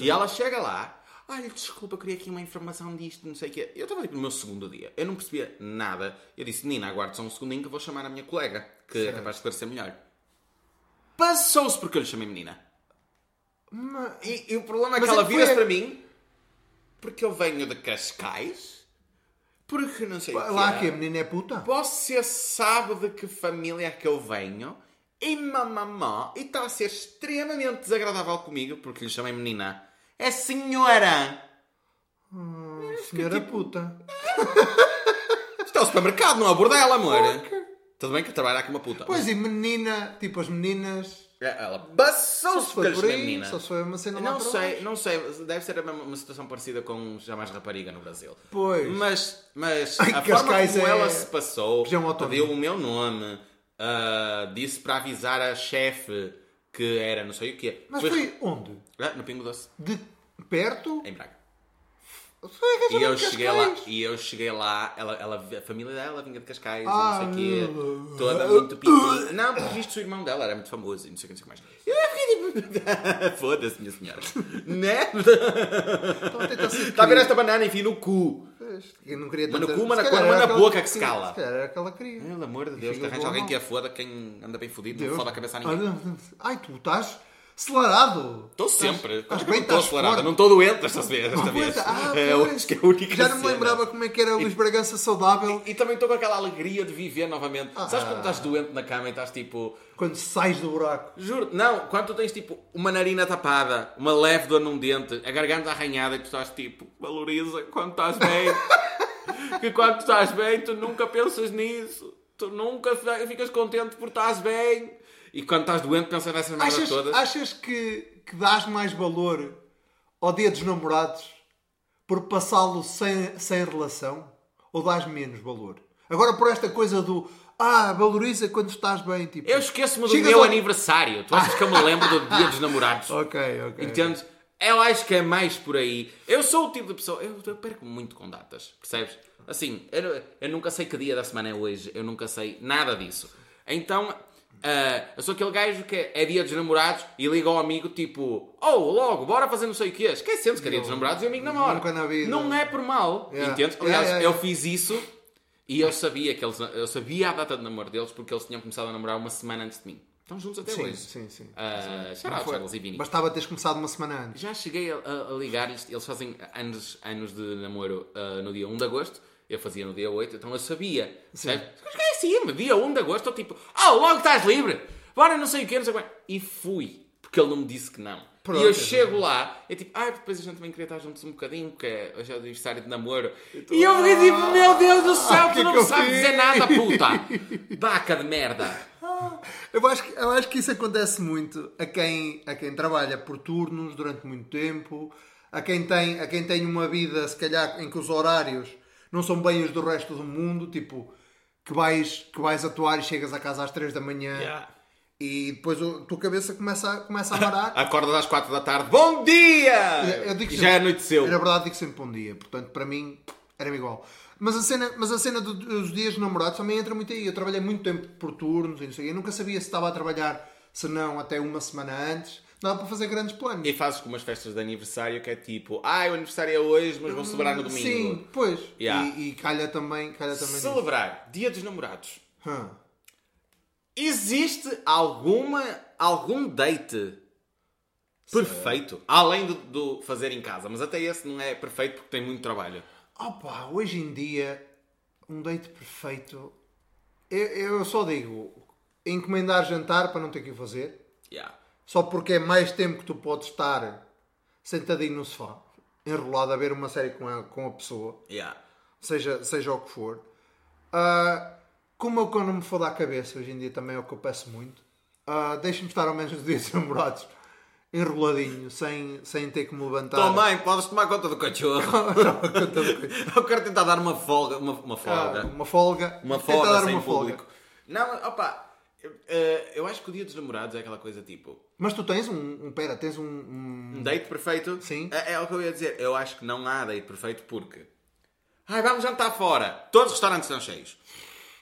[SPEAKER 1] E ela chega lá, olha, desculpa, eu queria aqui uma informação disto, não sei o quê. Eu estava tipo no meu segundo dia, eu não percebia nada. Eu disse, Nina, aguarde só um segundinho que eu vou chamar a minha colega, que é capaz de esclarecer melhor. Passou-se porque eu lhe chamei menina.
[SPEAKER 2] Mas-
[SPEAKER 1] E, e o problema é
[SPEAKER 2] Mas
[SPEAKER 1] que ela
[SPEAKER 2] é que
[SPEAKER 1] vira-se
[SPEAKER 2] foi-
[SPEAKER 1] para mim, porque eu venho de Cascais, porque não sei o que
[SPEAKER 2] Lá que a menina é puta.
[SPEAKER 1] você sabe de que família é que eu venho? E mamamã, e está a ser extremamente desagradável comigo, porque lhe chamei menina. É senhora! é,
[SPEAKER 2] Hum, Senhora
[SPEAKER 1] tipo-
[SPEAKER 2] puta.
[SPEAKER 1] Isto é o supermercado, não é o bordel, amor! Tudo bem que eu trabalho aqui uma puta. é,
[SPEAKER 2] Pois e menina, tipo as meninas.
[SPEAKER 1] Ela
[SPEAKER 2] Só
[SPEAKER 1] passou-se porque
[SPEAKER 2] se foi
[SPEAKER 1] lhe
[SPEAKER 2] por
[SPEAKER 1] chamei
[SPEAKER 2] aí,
[SPEAKER 1] menina.
[SPEAKER 2] só se foi uma cena lá
[SPEAKER 1] Não
[SPEAKER 2] para
[SPEAKER 1] sei, não sei, deve ser a mesma- uma situação parecida com jamais rapariga no Brasil.
[SPEAKER 2] Pois.
[SPEAKER 1] Mas, mas
[SPEAKER 2] Ai,
[SPEAKER 1] a forma
[SPEAKER 2] Cascais
[SPEAKER 1] como
[SPEAKER 2] é-
[SPEAKER 1] ela se passou,
[SPEAKER 2] Região autónoma.
[SPEAKER 1] deu o meu nome, ah, disse para avisar a chefe que era não sei o quê.
[SPEAKER 2] Mas foi onde?
[SPEAKER 1] Ah, no Pingo Doce,
[SPEAKER 2] De perto?
[SPEAKER 1] em Braga.
[SPEAKER 2] Foi é que
[SPEAKER 1] E eu cheguei lá, e eu cheguei lá, ela, ela- a família dela vinha de Cascais, e não sei o quê,
[SPEAKER 2] Ah,
[SPEAKER 1] toda muito pipi. Não, porque visto o irmão dela era muito famoso e não sei o que, não sei o que mais. Eu fiquei tipo, [LAUGHS] foda-se, minha senhora. né?
[SPEAKER 2] Estão a tentar ser
[SPEAKER 1] Está Tá a ver esta banana, enfim, no cu.
[SPEAKER 2] queridas. Eu não queria
[SPEAKER 1] Mas no
[SPEAKER 2] tanta-
[SPEAKER 1] cu, mas
[SPEAKER 2] se
[SPEAKER 1] na-
[SPEAKER 2] calhar
[SPEAKER 1] mas
[SPEAKER 2] era
[SPEAKER 1] na
[SPEAKER 2] aquela
[SPEAKER 1] boca que se
[SPEAKER 2] queria.
[SPEAKER 1] cala.
[SPEAKER 2] Se calhar era aquela que queria.
[SPEAKER 1] Pelo amor de
[SPEAKER 2] Deus,
[SPEAKER 1] Deus,
[SPEAKER 2] fica
[SPEAKER 1] arranja
[SPEAKER 2] bom,
[SPEAKER 1] alguém
[SPEAKER 2] não.
[SPEAKER 1] que a foda, quem anda bem fodido,
[SPEAKER 2] Deus. Ah,
[SPEAKER 1] não foda a cabeça a ninguém.
[SPEAKER 2] Ai, tu estás acelerado.
[SPEAKER 1] Estou sempre.
[SPEAKER 2] Estás
[SPEAKER 1] Estás
[SPEAKER 2] bem,
[SPEAKER 1] bem, estou
[SPEAKER 2] estás
[SPEAKER 1] acelerada.
[SPEAKER 2] forte.
[SPEAKER 1] Não estou doente desta vez. Desta
[SPEAKER 2] Pois,
[SPEAKER 1] vez.
[SPEAKER 2] ah,
[SPEAKER 1] [LAUGHS] é,
[SPEAKER 2] pois.
[SPEAKER 1] acho que é a única
[SPEAKER 2] Já não me
[SPEAKER 1] cena.
[SPEAKER 2] lembrava como é que era o Luís Bragança saudável
[SPEAKER 1] E também estou com aquela alegria de viver novamente.
[SPEAKER 2] Ah.
[SPEAKER 1] Sabes quando estás doente na cama e estás tipo.
[SPEAKER 2] quando sais do buraco.
[SPEAKER 1] Juro, não, quando tu tens tipo uma narina tapada, uma leve
[SPEAKER 2] [LAUGHS]
[SPEAKER 1] dor num dente, a garganta arranhada e tu estás tipo, valoriza quando estás bem. que quando tu estás bem, tu nunca pensas nisso. Tu nunca fi- ficas contente por estás bem. E quando estás doente, pensas nessas merdas
[SPEAKER 2] Achas,
[SPEAKER 1] todas.
[SPEAKER 2] achas que, que dás mais valor ao dia dos namorados por passá-lo sem, sem relação? Ou dás menos valor? Agora por esta coisa do ah, valoriza quando estás bem. Tipo,
[SPEAKER 1] Eu esqueço-me do
[SPEAKER 2] chegas
[SPEAKER 1] meu
[SPEAKER 2] ao-
[SPEAKER 1] aniversário. Tu achas que eu me lembro do dia dos
[SPEAKER 2] [LAUGHS]
[SPEAKER 1] namorados?
[SPEAKER 2] Ok, ok.
[SPEAKER 1] É. Entendes? Eu acho que é mais por aí. Eu sou o tipo de pessoa. Eu, eu perco muito com datas, percebes? Assim, eu, eu nunca sei que dia da semana é hoje, eu nunca sei nada disso. Então, ah, eu sou aquele gajo que é dia dos namorados e liga ao amigo tipo: Oh, logo, bora fazer não sei o quê. Esquecendo que é dia dos namorados e o amigo namora.
[SPEAKER 2] Nunca na vida.
[SPEAKER 1] Não é por mal,
[SPEAKER 2] Yeah.
[SPEAKER 1] entendes?
[SPEAKER 2] Yeah,
[SPEAKER 1] Aliás,
[SPEAKER 2] yeah,
[SPEAKER 1] eu
[SPEAKER 2] yeah.
[SPEAKER 1] fiz isso e eu sabia que eles. Eu sabia a data de namoro deles porque eles tinham começado a namorar uma semana antes de mim. Estão juntos até
[SPEAKER 2] Sim,
[SPEAKER 1] hoje.
[SPEAKER 2] sim, sim.
[SPEAKER 1] Ah, shout
[SPEAKER 2] Não
[SPEAKER 1] out,
[SPEAKER 2] foi.
[SPEAKER 1] Charles e Vini.
[SPEAKER 2] Bastava teres começado uma semana antes.
[SPEAKER 1] Já cheguei a, a- a ligar-lhes, eles fazem anos, anos de namoro ah, no dia 1 de agosto, eu fazia no dia 8, então eu sabia. Sabe? Mas é assim, dia 1 de agosto, eu tipo, ah, logo estás livre, bora não sei o quê, não sei o quê. E fui, porque ele não me disse que não.
[SPEAKER 2] Pronto,
[SPEAKER 1] e eu
[SPEAKER 2] é
[SPEAKER 1] chego lá, é tipo, ah, depois a gente também queria estar juntos um bocadinho, porque é- hoje é o aniversário de namoro. E eu fiquei tipo, meu Deus do céu,
[SPEAKER 2] Ah,
[SPEAKER 1] tu
[SPEAKER 2] que
[SPEAKER 1] não
[SPEAKER 2] que eu
[SPEAKER 1] sabes
[SPEAKER 2] fiz?
[SPEAKER 1] dizer nada,
[SPEAKER 2] [LAUGHS]
[SPEAKER 1] puta! Baca de merda!
[SPEAKER 2] Eu acho, que, eu acho que isso acontece muito a quem, a quem trabalha por turnos durante muito tempo, a quem, tem, a quem tem uma vida, se calhar, em que os horários não são bem os do resto do mundo, tipo, que vais, que vais atuar e chegas a casa às 3 da manhã
[SPEAKER 1] Yeah.
[SPEAKER 2] e depois o- a tua cabeça começa a, começa a parar.
[SPEAKER 1] Acordas às 4 da tarde, bom dia!
[SPEAKER 2] Eu digo
[SPEAKER 1] e
[SPEAKER 2] sempre-
[SPEAKER 1] Ah, já é anoiteceu.
[SPEAKER 2] Na verdade, digo sempre bom dia. Portanto, para mim, era-me igual. Mas a cena, mas a cena do- dos dias de namorados também entra muito aí. Eu trabalhei muito tempo por turnos e não sei. Eu nunca sabia se estava a trabalhar, se não, até uma semana antes. Não dá para fazer grandes planos.
[SPEAKER 1] E fazes com umas festas de aniversário que é tipo, ah, o aniversário é hoje, mas vão celebrar no domingo.
[SPEAKER 2] Hum, Sim, pois.
[SPEAKER 1] Yeah.
[SPEAKER 2] E, e calha também, calha também nisso.
[SPEAKER 1] Celebrar Dia dos Namorados.
[SPEAKER 2] Hã.
[SPEAKER 1] Existe alguma algum date perfeito além do, do fazer em casa, mas até esse não é perfeito porque tem muito trabalho.
[SPEAKER 2] Opa, hoje em dia, um date perfeito... Eu, eu só digo, encomendar jantar para não ter que o fazer.
[SPEAKER 1] Yeah.
[SPEAKER 2] só porque é mais tempo que tu podes estar sentadinho no sofá, enrolado a ver uma série com a, com a pessoa,
[SPEAKER 1] Yeah.
[SPEAKER 2] seja, seja o que for. Ah, como eu quando me for da cabeça, hoje em dia também é o que eu peço muito, ah, deixa-me estar ao menos os dias [LAUGHS] dos namorados, enroladinho, sem, sem ter que me levantar.
[SPEAKER 1] Tua mãe, podes tomar conta do
[SPEAKER 2] [LAUGHS]
[SPEAKER 1] cachorro. Eu quero tentar dar uma folga. Uma, uma folga.
[SPEAKER 2] Ah, uma folga.
[SPEAKER 1] Uma
[SPEAKER 2] Tentar
[SPEAKER 1] folga
[SPEAKER 2] dar
[SPEAKER 1] sem
[SPEAKER 2] uma folga.
[SPEAKER 1] público. Não, opa, eu, eh, eu acho que o Dia dos Namorados é aquela coisa tipo,
[SPEAKER 2] Mas tu tens um, um pera, tens um, um-
[SPEAKER 1] Um date perfeito?
[SPEAKER 2] Sim.
[SPEAKER 1] É, é o que eu ia dizer. Eu acho que não há date perfeito porque. Ai, vamos jantar fora. Todos os restaurantes estão cheios.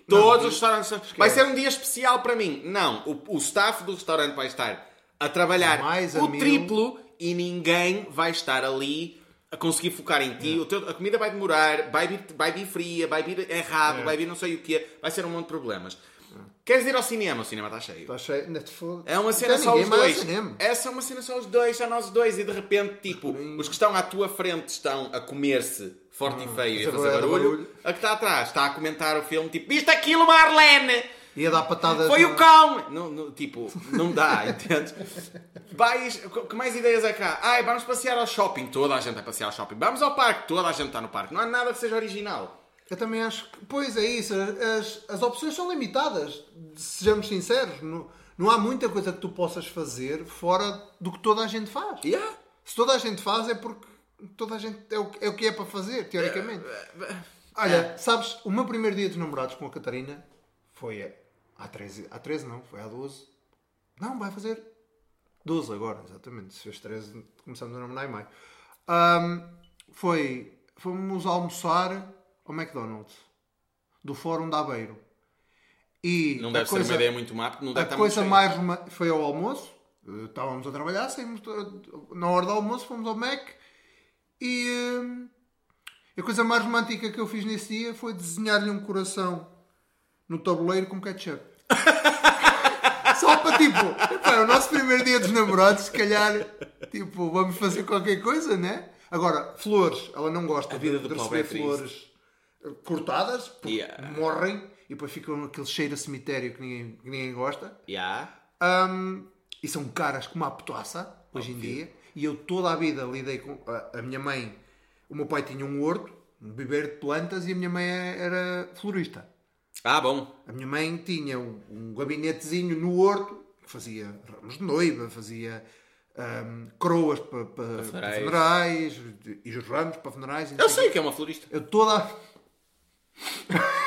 [SPEAKER 1] Todos os restaurantes estão Vai ser um dia especial para mim. Não, o, o staff do restaurante vai estar a trabalhar
[SPEAKER 2] Mais a
[SPEAKER 1] o
[SPEAKER 2] mil.
[SPEAKER 1] triplo e ninguém vai estar ali a conseguir focar em
[SPEAKER 2] É.
[SPEAKER 1] ti. O teu- a comida vai demorar, vai vir, vai vir fria, vai vir errado,
[SPEAKER 2] É.
[SPEAKER 1] vai vir não sei o quê. Vai ser um monte de problemas. Queres ir ao cinema? O cinema está cheio.
[SPEAKER 2] Tá cheio. Não te foda.
[SPEAKER 1] É uma cena
[SPEAKER 2] Então
[SPEAKER 1] só
[SPEAKER 2] ninguém
[SPEAKER 1] os
[SPEAKER 2] vai ao
[SPEAKER 1] dois.
[SPEAKER 2] cinema.
[SPEAKER 1] Essa é uma cena só os dois, só nós dois. E de repente, tipo, os que estão à tua frente estão a comer-se forte
[SPEAKER 2] Hum,
[SPEAKER 1] e feio e a
[SPEAKER 2] fazer
[SPEAKER 1] fazer barulho.
[SPEAKER 2] é barulho.
[SPEAKER 1] A que está atrás está a comentar o filme, tipo, viste aquilo, Marlene?
[SPEAKER 2] Ia dar patadas.
[SPEAKER 1] Foi
[SPEAKER 2] na-
[SPEAKER 1] o cão! Não, não, tipo, não dá, [LAUGHS] entendes? Vais, que mais ideias é cá? Ai, vamos passear ao shopping. Toda a gente vai passear ao shopping. Vamos ao parque. Toda a gente está no parque. Não há nada que seja original.
[SPEAKER 2] Eu também acho que, pois é isso, as, as opções são limitadas, sejamos sinceros, não, não há muita coisa que tu possas fazer fora do que toda a gente faz.
[SPEAKER 1] Yeah.
[SPEAKER 2] Se toda a gente faz é porque toda a gente é o, que- é o que é para fazer, teoricamente.
[SPEAKER 1] É.
[SPEAKER 2] Olha, sabes, o meu primeiro dia de namorados com a Catarina foi eh, há 13, há 13 não, foi há 12. Não, vai fazer 12 agora, exatamente. Se fez 13, começamos a namorar em maio. Ahm, foi, fomos almoçar ao McDonald's, do Fórum da Aveiro. E
[SPEAKER 1] Não
[SPEAKER 2] a
[SPEAKER 1] deve ser
[SPEAKER 2] coisa-
[SPEAKER 1] uma ideia muito má, porque não deve
[SPEAKER 2] a
[SPEAKER 1] estar
[SPEAKER 2] coisa
[SPEAKER 1] muito cheio.
[SPEAKER 2] mais roma- foi ao almoço. Eh, Estávamos a trabalhar, saímos to- na hora do almoço, fomos ao Mac e hum, a coisa mais romântica que eu fiz nesse dia foi desenhar-lhe um coração no tabuleiro com ketchup. [LAUGHS] Só para tipo, epá, é o nosso primeiro dia dos namorados, se calhar, tipo, vamos fazer qualquer coisa, né? Agora, flores, ela não gosta
[SPEAKER 1] A vida do
[SPEAKER 2] de
[SPEAKER 1] pobre é
[SPEAKER 2] receber
[SPEAKER 1] triste.
[SPEAKER 2] flores eh, cortadas, porque
[SPEAKER 1] Yeah.
[SPEAKER 2] morrem e depois ficam aquele cheiro a cemitério que ninguém, que ninguém gosta.
[SPEAKER 1] Yeah.
[SPEAKER 2] Ahm, e são caras como a potoaça, hoje em dia. E eu toda a vida lidei com. A, a minha mãe, o meu pai tinha um horto, um viveiro de plantas e a minha mãe era florista.
[SPEAKER 1] Ah, bom.
[SPEAKER 2] A minha mãe tinha um, um gabinetezinho no horto, que fazia ramos de noiva, fazia ahm, croas para pa, para
[SPEAKER 1] funerais.
[SPEAKER 2] funerais, e os ramos para funerais. e não
[SPEAKER 1] Eu
[SPEAKER 2] sei
[SPEAKER 1] sei que é uma florista.
[SPEAKER 2] eu toda [LAUGHS] a.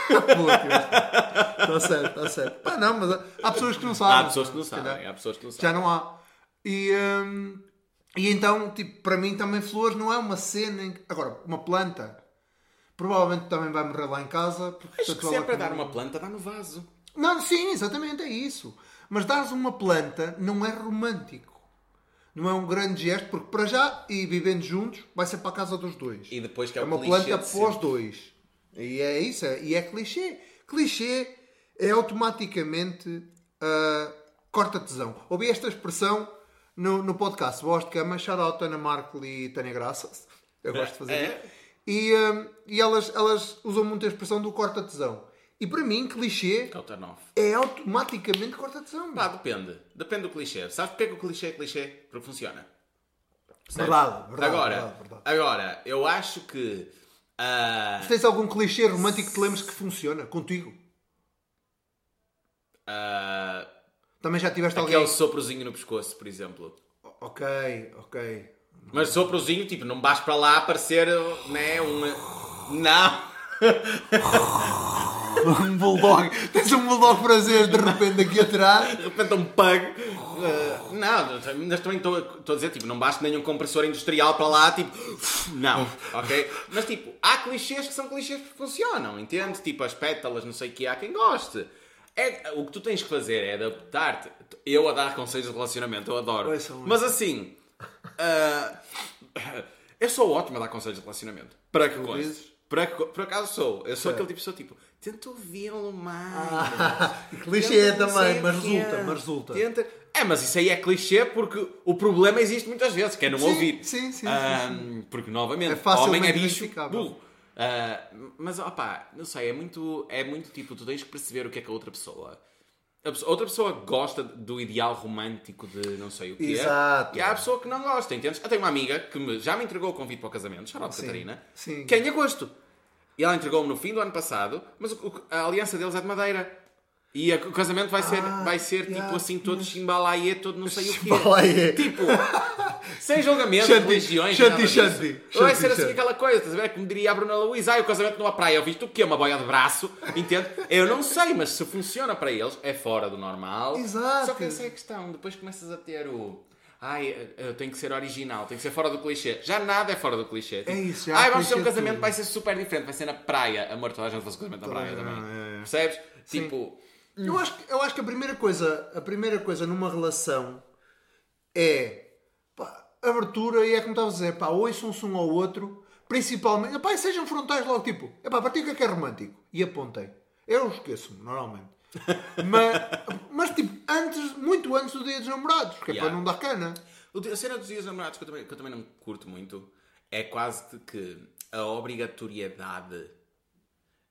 [SPEAKER 2] Está Tá certo, está certo. Pá, não, mas há- há pessoas que não sabem.
[SPEAKER 1] Há pessoas que não
[SPEAKER 2] Se calhar.
[SPEAKER 1] sabem. Há pessoas que não sabem.
[SPEAKER 2] Já não há. E, hum, e então, tipo, para mim também flores não é uma cena. Em... que- Agora, uma planta. Provavelmente também vai morrer lá em casa. Porque
[SPEAKER 1] Acho que
[SPEAKER 2] tatuá-la
[SPEAKER 1] se é para
[SPEAKER 2] com-
[SPEAKER 1] dar uma planta, dá no vaso.
[SPEAKER 2] Não, sim, exatamente, é isso. Mas dares uma planta não é romântico. Não é um grande gesto, porque para já, e vivendo juntos, vai ser para a casa dos dois.
[SPEAKER 1] E depois que é,
[SPEAKER 2] É
[SPEAKER 1] o
[SPEAKER 2] uma
[SPEAKER 1] clichê
[SPEAKER 2] planta
[SPEAKER 1] de
[SPEAKER 2] para os
[SPEAKER 1] sempre.
[SPEAKER 2] dois. E é isso. é- E é clichê. Clichê é automaticamente ah, corta tesão. Ouvi esta expressão no, no podcast Voz de Cama. Shout out Ana Marco e Tânia Graças. Eu gosto de fazer
[SPEAKER 1] É.
[SPEAKER 2] isso. E, ah, e elas, elas usam muito a expressão do corta tesão. E para mim, clichê
[SPEAKER 1] É o turn off.
[SPEAKER 2] é automaticamente corta tesão.
[SPEAKER 1] Pá, depende. Depende do clichê. Sabes porque é que o clichê é clichê? Porque funciona. Percebes?
[SPEAKER 2] Verdade, verdade,
[SPEAKER 1] agora,
[SPEAKER 2] verdade, verdade.
[SPEAKER 1] agora, eu acho que. ah,
[SPEAKER 2] Tens algum clichê romântico que te lembres que funciona contigo?
[SPEAKER 1] ah,
[SPEAKER 2] Também já tiveste
[SPEAKER 1] que é o
[SPEAKER 2] alguém.
[SPEAKER 1] soprozinho no pescoço, por exemplo.
[SPEAKER 2] Ok, ok.
[SPEAKER 1] Mas soprozinho, tipo, não vais para lá aparecer, né? Um. Não!
[SPEAKER 2] [LAUGHS] um bulldog. Tens um bulldog francês de repente aqui atrás.
[SPEAKER 1] De repente um pug. Ah, não, mas também estou a- estou a dizer, tipo, não basta nenhum compressor industrial para lá, tipo, não, ok? Mas tipo, há clichês que são clichês que funcionam, entende? Tipo, as pétalas, não sei o que, há quem goste. É, o que tu tens que fazer é adaptar-te. Eu a dar conselhos de relacionamento, eu adoro.
[SPEAKER 2] Pois são.
[SPEAKER 1] Mas assim, ah, eu sou ótimo a dar conselhos de relacionamento. Para que
[SPEAKER 2] dizes?
[SPEAKER 1] coisas? Para que, co- por acaso sou. Eu sou aquele tipo de pessoa, tipo, tento ouvi-lo mais.
[SPEAKER 2] Ah, [LAUGHS] Clichê
[SPEAKER 1] Tenta, não
[SPEAKER 2] também,
[SPEAKER 1] sei
[SPEAKER 2] mas
[SPEAKER 1] o quê.
[SPEAKER 2] resulta, mas resulta.
[SPEAKER 1] Tenta. É, mas isso aí é clichê porque o problema existe muitas vezes, que é não
[SPEAKER 2] Sim,
[SPEAKER 1] ouvir.
[SPEAKER 2] sim, sim,
[SPEAKER 1] Ahm, Porque, novamente,
[SPEAKER 2] É facilmente
[SPEAKER 1] homem é bicho
[SPEAKER 2] identificável.
[SPEAKER 1] burro. Ah, mas, opá, não sei, é muito, é muito tipo, tu tens que perceber o que é que a outra pessoa... a pessoa- outra pessoa gosta do ideal romântico de não sei o que
[SPEAKER 2] Exato.
[SPEAKER 1] é. E há a pessoa que não gosta, entendes? Eu tenho uma amiga que me- já me entregou o convite para o casamento, Charlotte
[SPEAKER 2] Sim,
[SPEAKER 1] Catarina,
[SPEAKER 2] sim.
[SPEAKER 1] que é em agosto. E ela entregou-me no fim do ano passado, mas o- o- a aliança deles é de madeira. E a- o casamento vai ser,
[SPEAKER 2] Ah,
[SPEAKER 1] vai ser
[SPEAKER 2] yeah,
[SPEAKER 1] tipo assim, todo chimbalaie, todo não sei o quê.
[SPEAKER 2] Chimbalaie.
[SPEAKER 1] Tipo, [LAUGHS] sem julgamento,
[SPEAKER 2] Shanti,
[SPEAKER 1] religiões,
[SPEAKER 2] shanti,
[SPEAKER 1] nada disso.
[SPEAKER 2] shanti,
[SPEAKER 1] Vai
[SPEAKER 2] shanti,
[SPEAKER 1] ser assim
[SPEAKER 2] shanti.
[SPEAKER 1] aquela coisa, estás a ver? Como diria a Bruna Luiz, ai, o casamento não há praia, eu visto o quê? Uma boia de braço, entende? Eu não sei, mas se funciona para eles, é fora do normal.
[SPEAKER 2] Exato.
[SPEAKER 1] Só que essa é a questão, depois começas a ter o... Ai, eu tenho que ser original, tem que ser fora do clichê. Já nada é fora do clichê.
[SPEAKER 2] É isso, já
[SPEAKER 1] Ai,
[SPEAKER 2] há
[SPEAKER 1] vamos ter um
[SPEAKER 2] clichê de
[SPEAKER 1] casamento,
[SPEAKER 2] tudo.
[SPEAKER 1] vai ser super diferente, vai ser na praia. Amor, toda a gente faz o casamento na praia
[SPEAKER 2] Toda-
[SPEAKER 1] também.
[SPEAKER 2] é, é.
[SPEAKER 1] Percebes? Tipo,
[SPEAKER 2] Eu acho, que- eu acho que a primeira coisa, a primeira coisa numa relação é pá, abertura e é como estava a dizer, pá, ouçam-se um ao outro, principalmente, pá, e sejam frontais logo, tipo, é pá, partiu o que é que é romântico? E apontem. Eu esqueço-me, normalmente.
[SPEAKER 1] [LAUGHS]
[SPEAKER 2] mas, mas, tipo, antes, muito antes do dia dos namorados, que é
[SPEAKER 1] Yeah.
[SPEAKER 2] para não dar cana.
[SPEAKER 1] O di- A cena dos dias dos namorados, que eu, também, que eu também não curto muito, é quase de que a obrigatoriedade.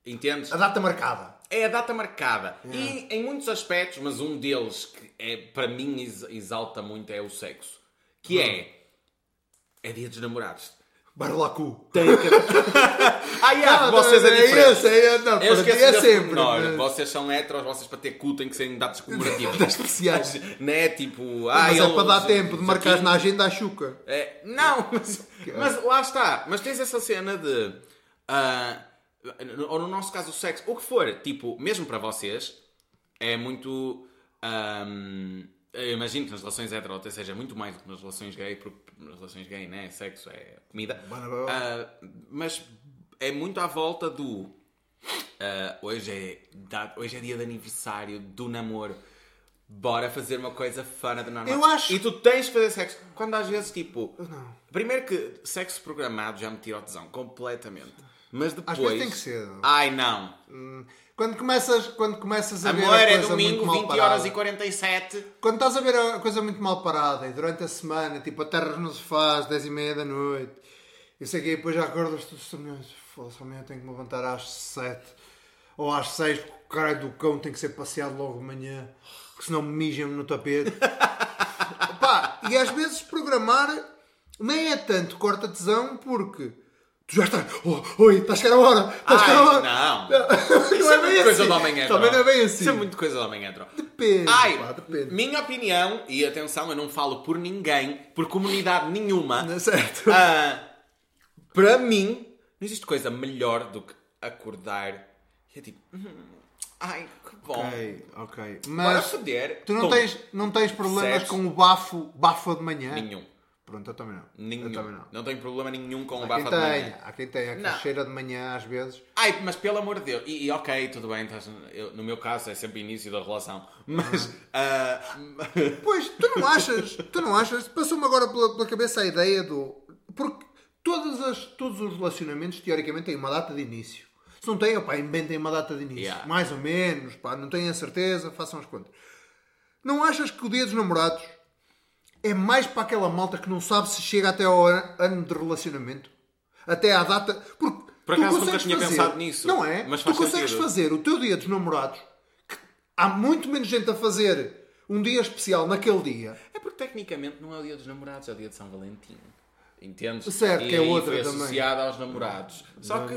[SPEAKER 1] Entendes?
[SPEAKER 2] A data marcada.
[SPEAKER 1] É a data marcada. E em muitos aspectos, mas um deles que é, para mim ex- exalta muito é o sexo. Que
[SPEAKER 2] Ah.
[SPEAKER 1] é. É dia dos namorados.
[SPEAKER 2] Bora lá cu.
[SPEAKER 1] Tem que.
[SPEAKER 2] [LAUGHS]
[SPEAKER 1] Ai, ah,
[SPEAKER 2] Ah,
[SPEAKER 1] vocês é
[SPEAKER 2] é
[SPEAKER 1] diferente.
[SPEAKER 2] esse, é- não, para ti é
[SPEAKER 1] de
[SPEAKER 2] sempre,
[SPEAKER 1] menor.
[SPEAKER 2] mas-
[SPEAKER 1] Vocês são heteros, vocês para ter cu têm que ser em datas
[SPEAKER 2] [LAUGHS] Das
[SPEAKER 1] comemorativas.
[SPEAKER 2] especiais.
[SPEAKER 1] né? Tipo. ai,
[SPEAKER 2] Mas é para dar
[SPEAKER 1] eles-
[SPEAKER 2] tempo de
[SPEAKER 1] isso
[SPEAKER 2] marcar
[SPEAKER 1] aqui-
[SPEAKER 2] na agenda a chuca.
[SPEAKER 1] é,
[SPEAKER 2] [LAUGHS]
[SPEAKER 1] não, mas, mas lá está. Mas tens essa cena de. ah, ou no nosso caso, o sexo. O que for, tipo, mesmo para vocês, é muito. ahm, eu imagino que nas relações hetero até seja muito mais do que nas relações gay, porque nas relações gay, né? Sexo é comida.
[SPEAKER 2] Bora, bora, bora.
[SPEAKER 1] Ah, mas é muito à volta do. ah, hoje, é, da- hoje é dia de aniversário do namoro. Bora fazer uma coisa fora do normal.
[SPEAKER 2] Eu acho-
[SPEAKER 1] E tu tens que fazer sexo. Quando às vezes, tipo.
[SPEAKER 2] não.
[SPEAKER 1] Primeiro que sexo programado já me tira o tesão completamente. Mas depois.
[SPEAKER 2] Às vezes tem que ser.
[SPEAKER 1] Ai não.
[SPEAKER 2] Quando começas, quando começas a ver
[SPEAKER 1] Amor,
[SPEAKER 2] a
[SPEAKER 1] é
[SPEAKER 2] Tá coisa
[SPEAKER 1] domingo,
[SPEAKER 2] muito mal
[SPEAKER 1] 20 horas
[SPEAKER 2] parada.
[SPEAKER 1] e 47.
[SPEAKER 2] Quando estás a ver a coisa muito mal parada e durante a semana, tipo, aterras no sofá às 10 e meia da noite, e sei que depois já acordas todos sonhos, foda-se, amanhã eu tenho que me levantar às 7 ou às 6, porque o caralho do cão tem que ser passeado logo de manhã, porque senão me mijam-me no tapete. [LAUGHS] Pá, e às vezes programar nem é tanto corta tesão, porque tu Tu já estás. Oh, oi, está a chegar a hora! Está a chegar a
[SPEAKER 1] Ai,
[SPEAKER 2] hora!
[SPEAKER 1] não.
[SPEAKER 2] Tá Não
[SPEAKER 1] Isso é muito coisa
[SPEAKER 2] assim.
[SPEAKER 1] do homem hétero.
[SPEAKER 2] Também não é bem assim.
[SPEAKER 1] Isso é muito coisa do homem hétero.
[SPEAKER 2] Depende.
[SPEAKER 1] Ai,
[SPEAKER 2] pá, depende.
[SPEAKER 1] minha opinião, e atenção, eu não falo por ninguém, por comunidade nenhuma.
[SPEAKER 2] Não é certo?
[SPEAKER 1] Ah, para mim, não existe coisa melhor do que acordar e é tipo, "Hum, ai, que bom.
[SPEAKER 2] Ok, ok.
[SPEAKER 1] Bora
[SPEAKER 2] Mas
[SPEAKER 1] foder.
[SPEAKER 2] tu não
[SPEAKER 1] Pum.
[SPEAKER 2] tens, não tens problemas
[SPEAKER 1] Sexo.
[SPEAKER 2] com o bafo, bafa de manhã?
[SPEAKER 1] Nenhum.
[SPEAKER 2] Pronto, eu também não.
[SPEAKER 1] Nenhum.
[SPEAKER 2] Eu também não.
[SPEAKER 1] tenho problema nenhum com o
[SPEAKER 2] Há quem
[SPEAKER 1] bafa de
[SPEAKER 2] tenha,
[SPEAKER 1] manhã.
[SPEAKER 2] há quem tenha, há quem
[SPEAKER 1] Não.
[SPEAKER 2] cheira de manhã às vezes.
[SPEAKER 1] Ai, mas pelo amor de Deus. E, e ok, tudo bem, estás- eu- no meu caso é sempre início da relação. Mas.
[SPEAKER 2] Uhum.
[SPEAKER 1] ah, [LAUGHS]
[SPEAKER 2] Pois, tu não achas, [LAUGHS] tu não achas, passou-me agora pela, pela cabeça a ideia do... Porque todas as, todos os relacionamentos, teoricamente, têm uma data de início. Se não têm, opá, inventem uma data de início.
[SPEAKER 1] Yeah.
[SPEAKER 2] Mais ou menos, pá, não tenho a certeza, façam as contas. Não achas que o dia dos namorados é mais para aquela malta que não sabe se chega até ao an- ano de relacionamento? Até à data... Porque
[SPEAKER 1] Por
[SPEAKER 2] tu
[SPEAKER 1] acaso nunca
[SPEAKER 2] consegues
[SPEAKER 1] tinha
[SPEAKER 2] fazer-
[SPEAKER 1] pensado nisso,
[SPEAKER 2] Não é?
[SPEAKER 1] mas
[SPEAKER 2] tu
[SPEAKER 1] faz
[SPEAKER 2] consegues
[SPEAKER 1] sentido.
[SPEAKER 2] fazer o teu dia dos namorados há muito menos gente a fazer um dia especial naquele dia.
[SPEAKER 1] é porque tecnicamente não é o dia dos namorados, é o dia de São Valentim. Entendes?
[SPEAKER 2] Certo,
[SPEAKER 1] e
[SPEAKER 2] que é
[SPEAKER 1] aí
[SPEAKER 2] outra
[SPEAKER 1] foi
[SPEAKER 2] também.
[SPEAKER 1] associada aos namorados. Só que.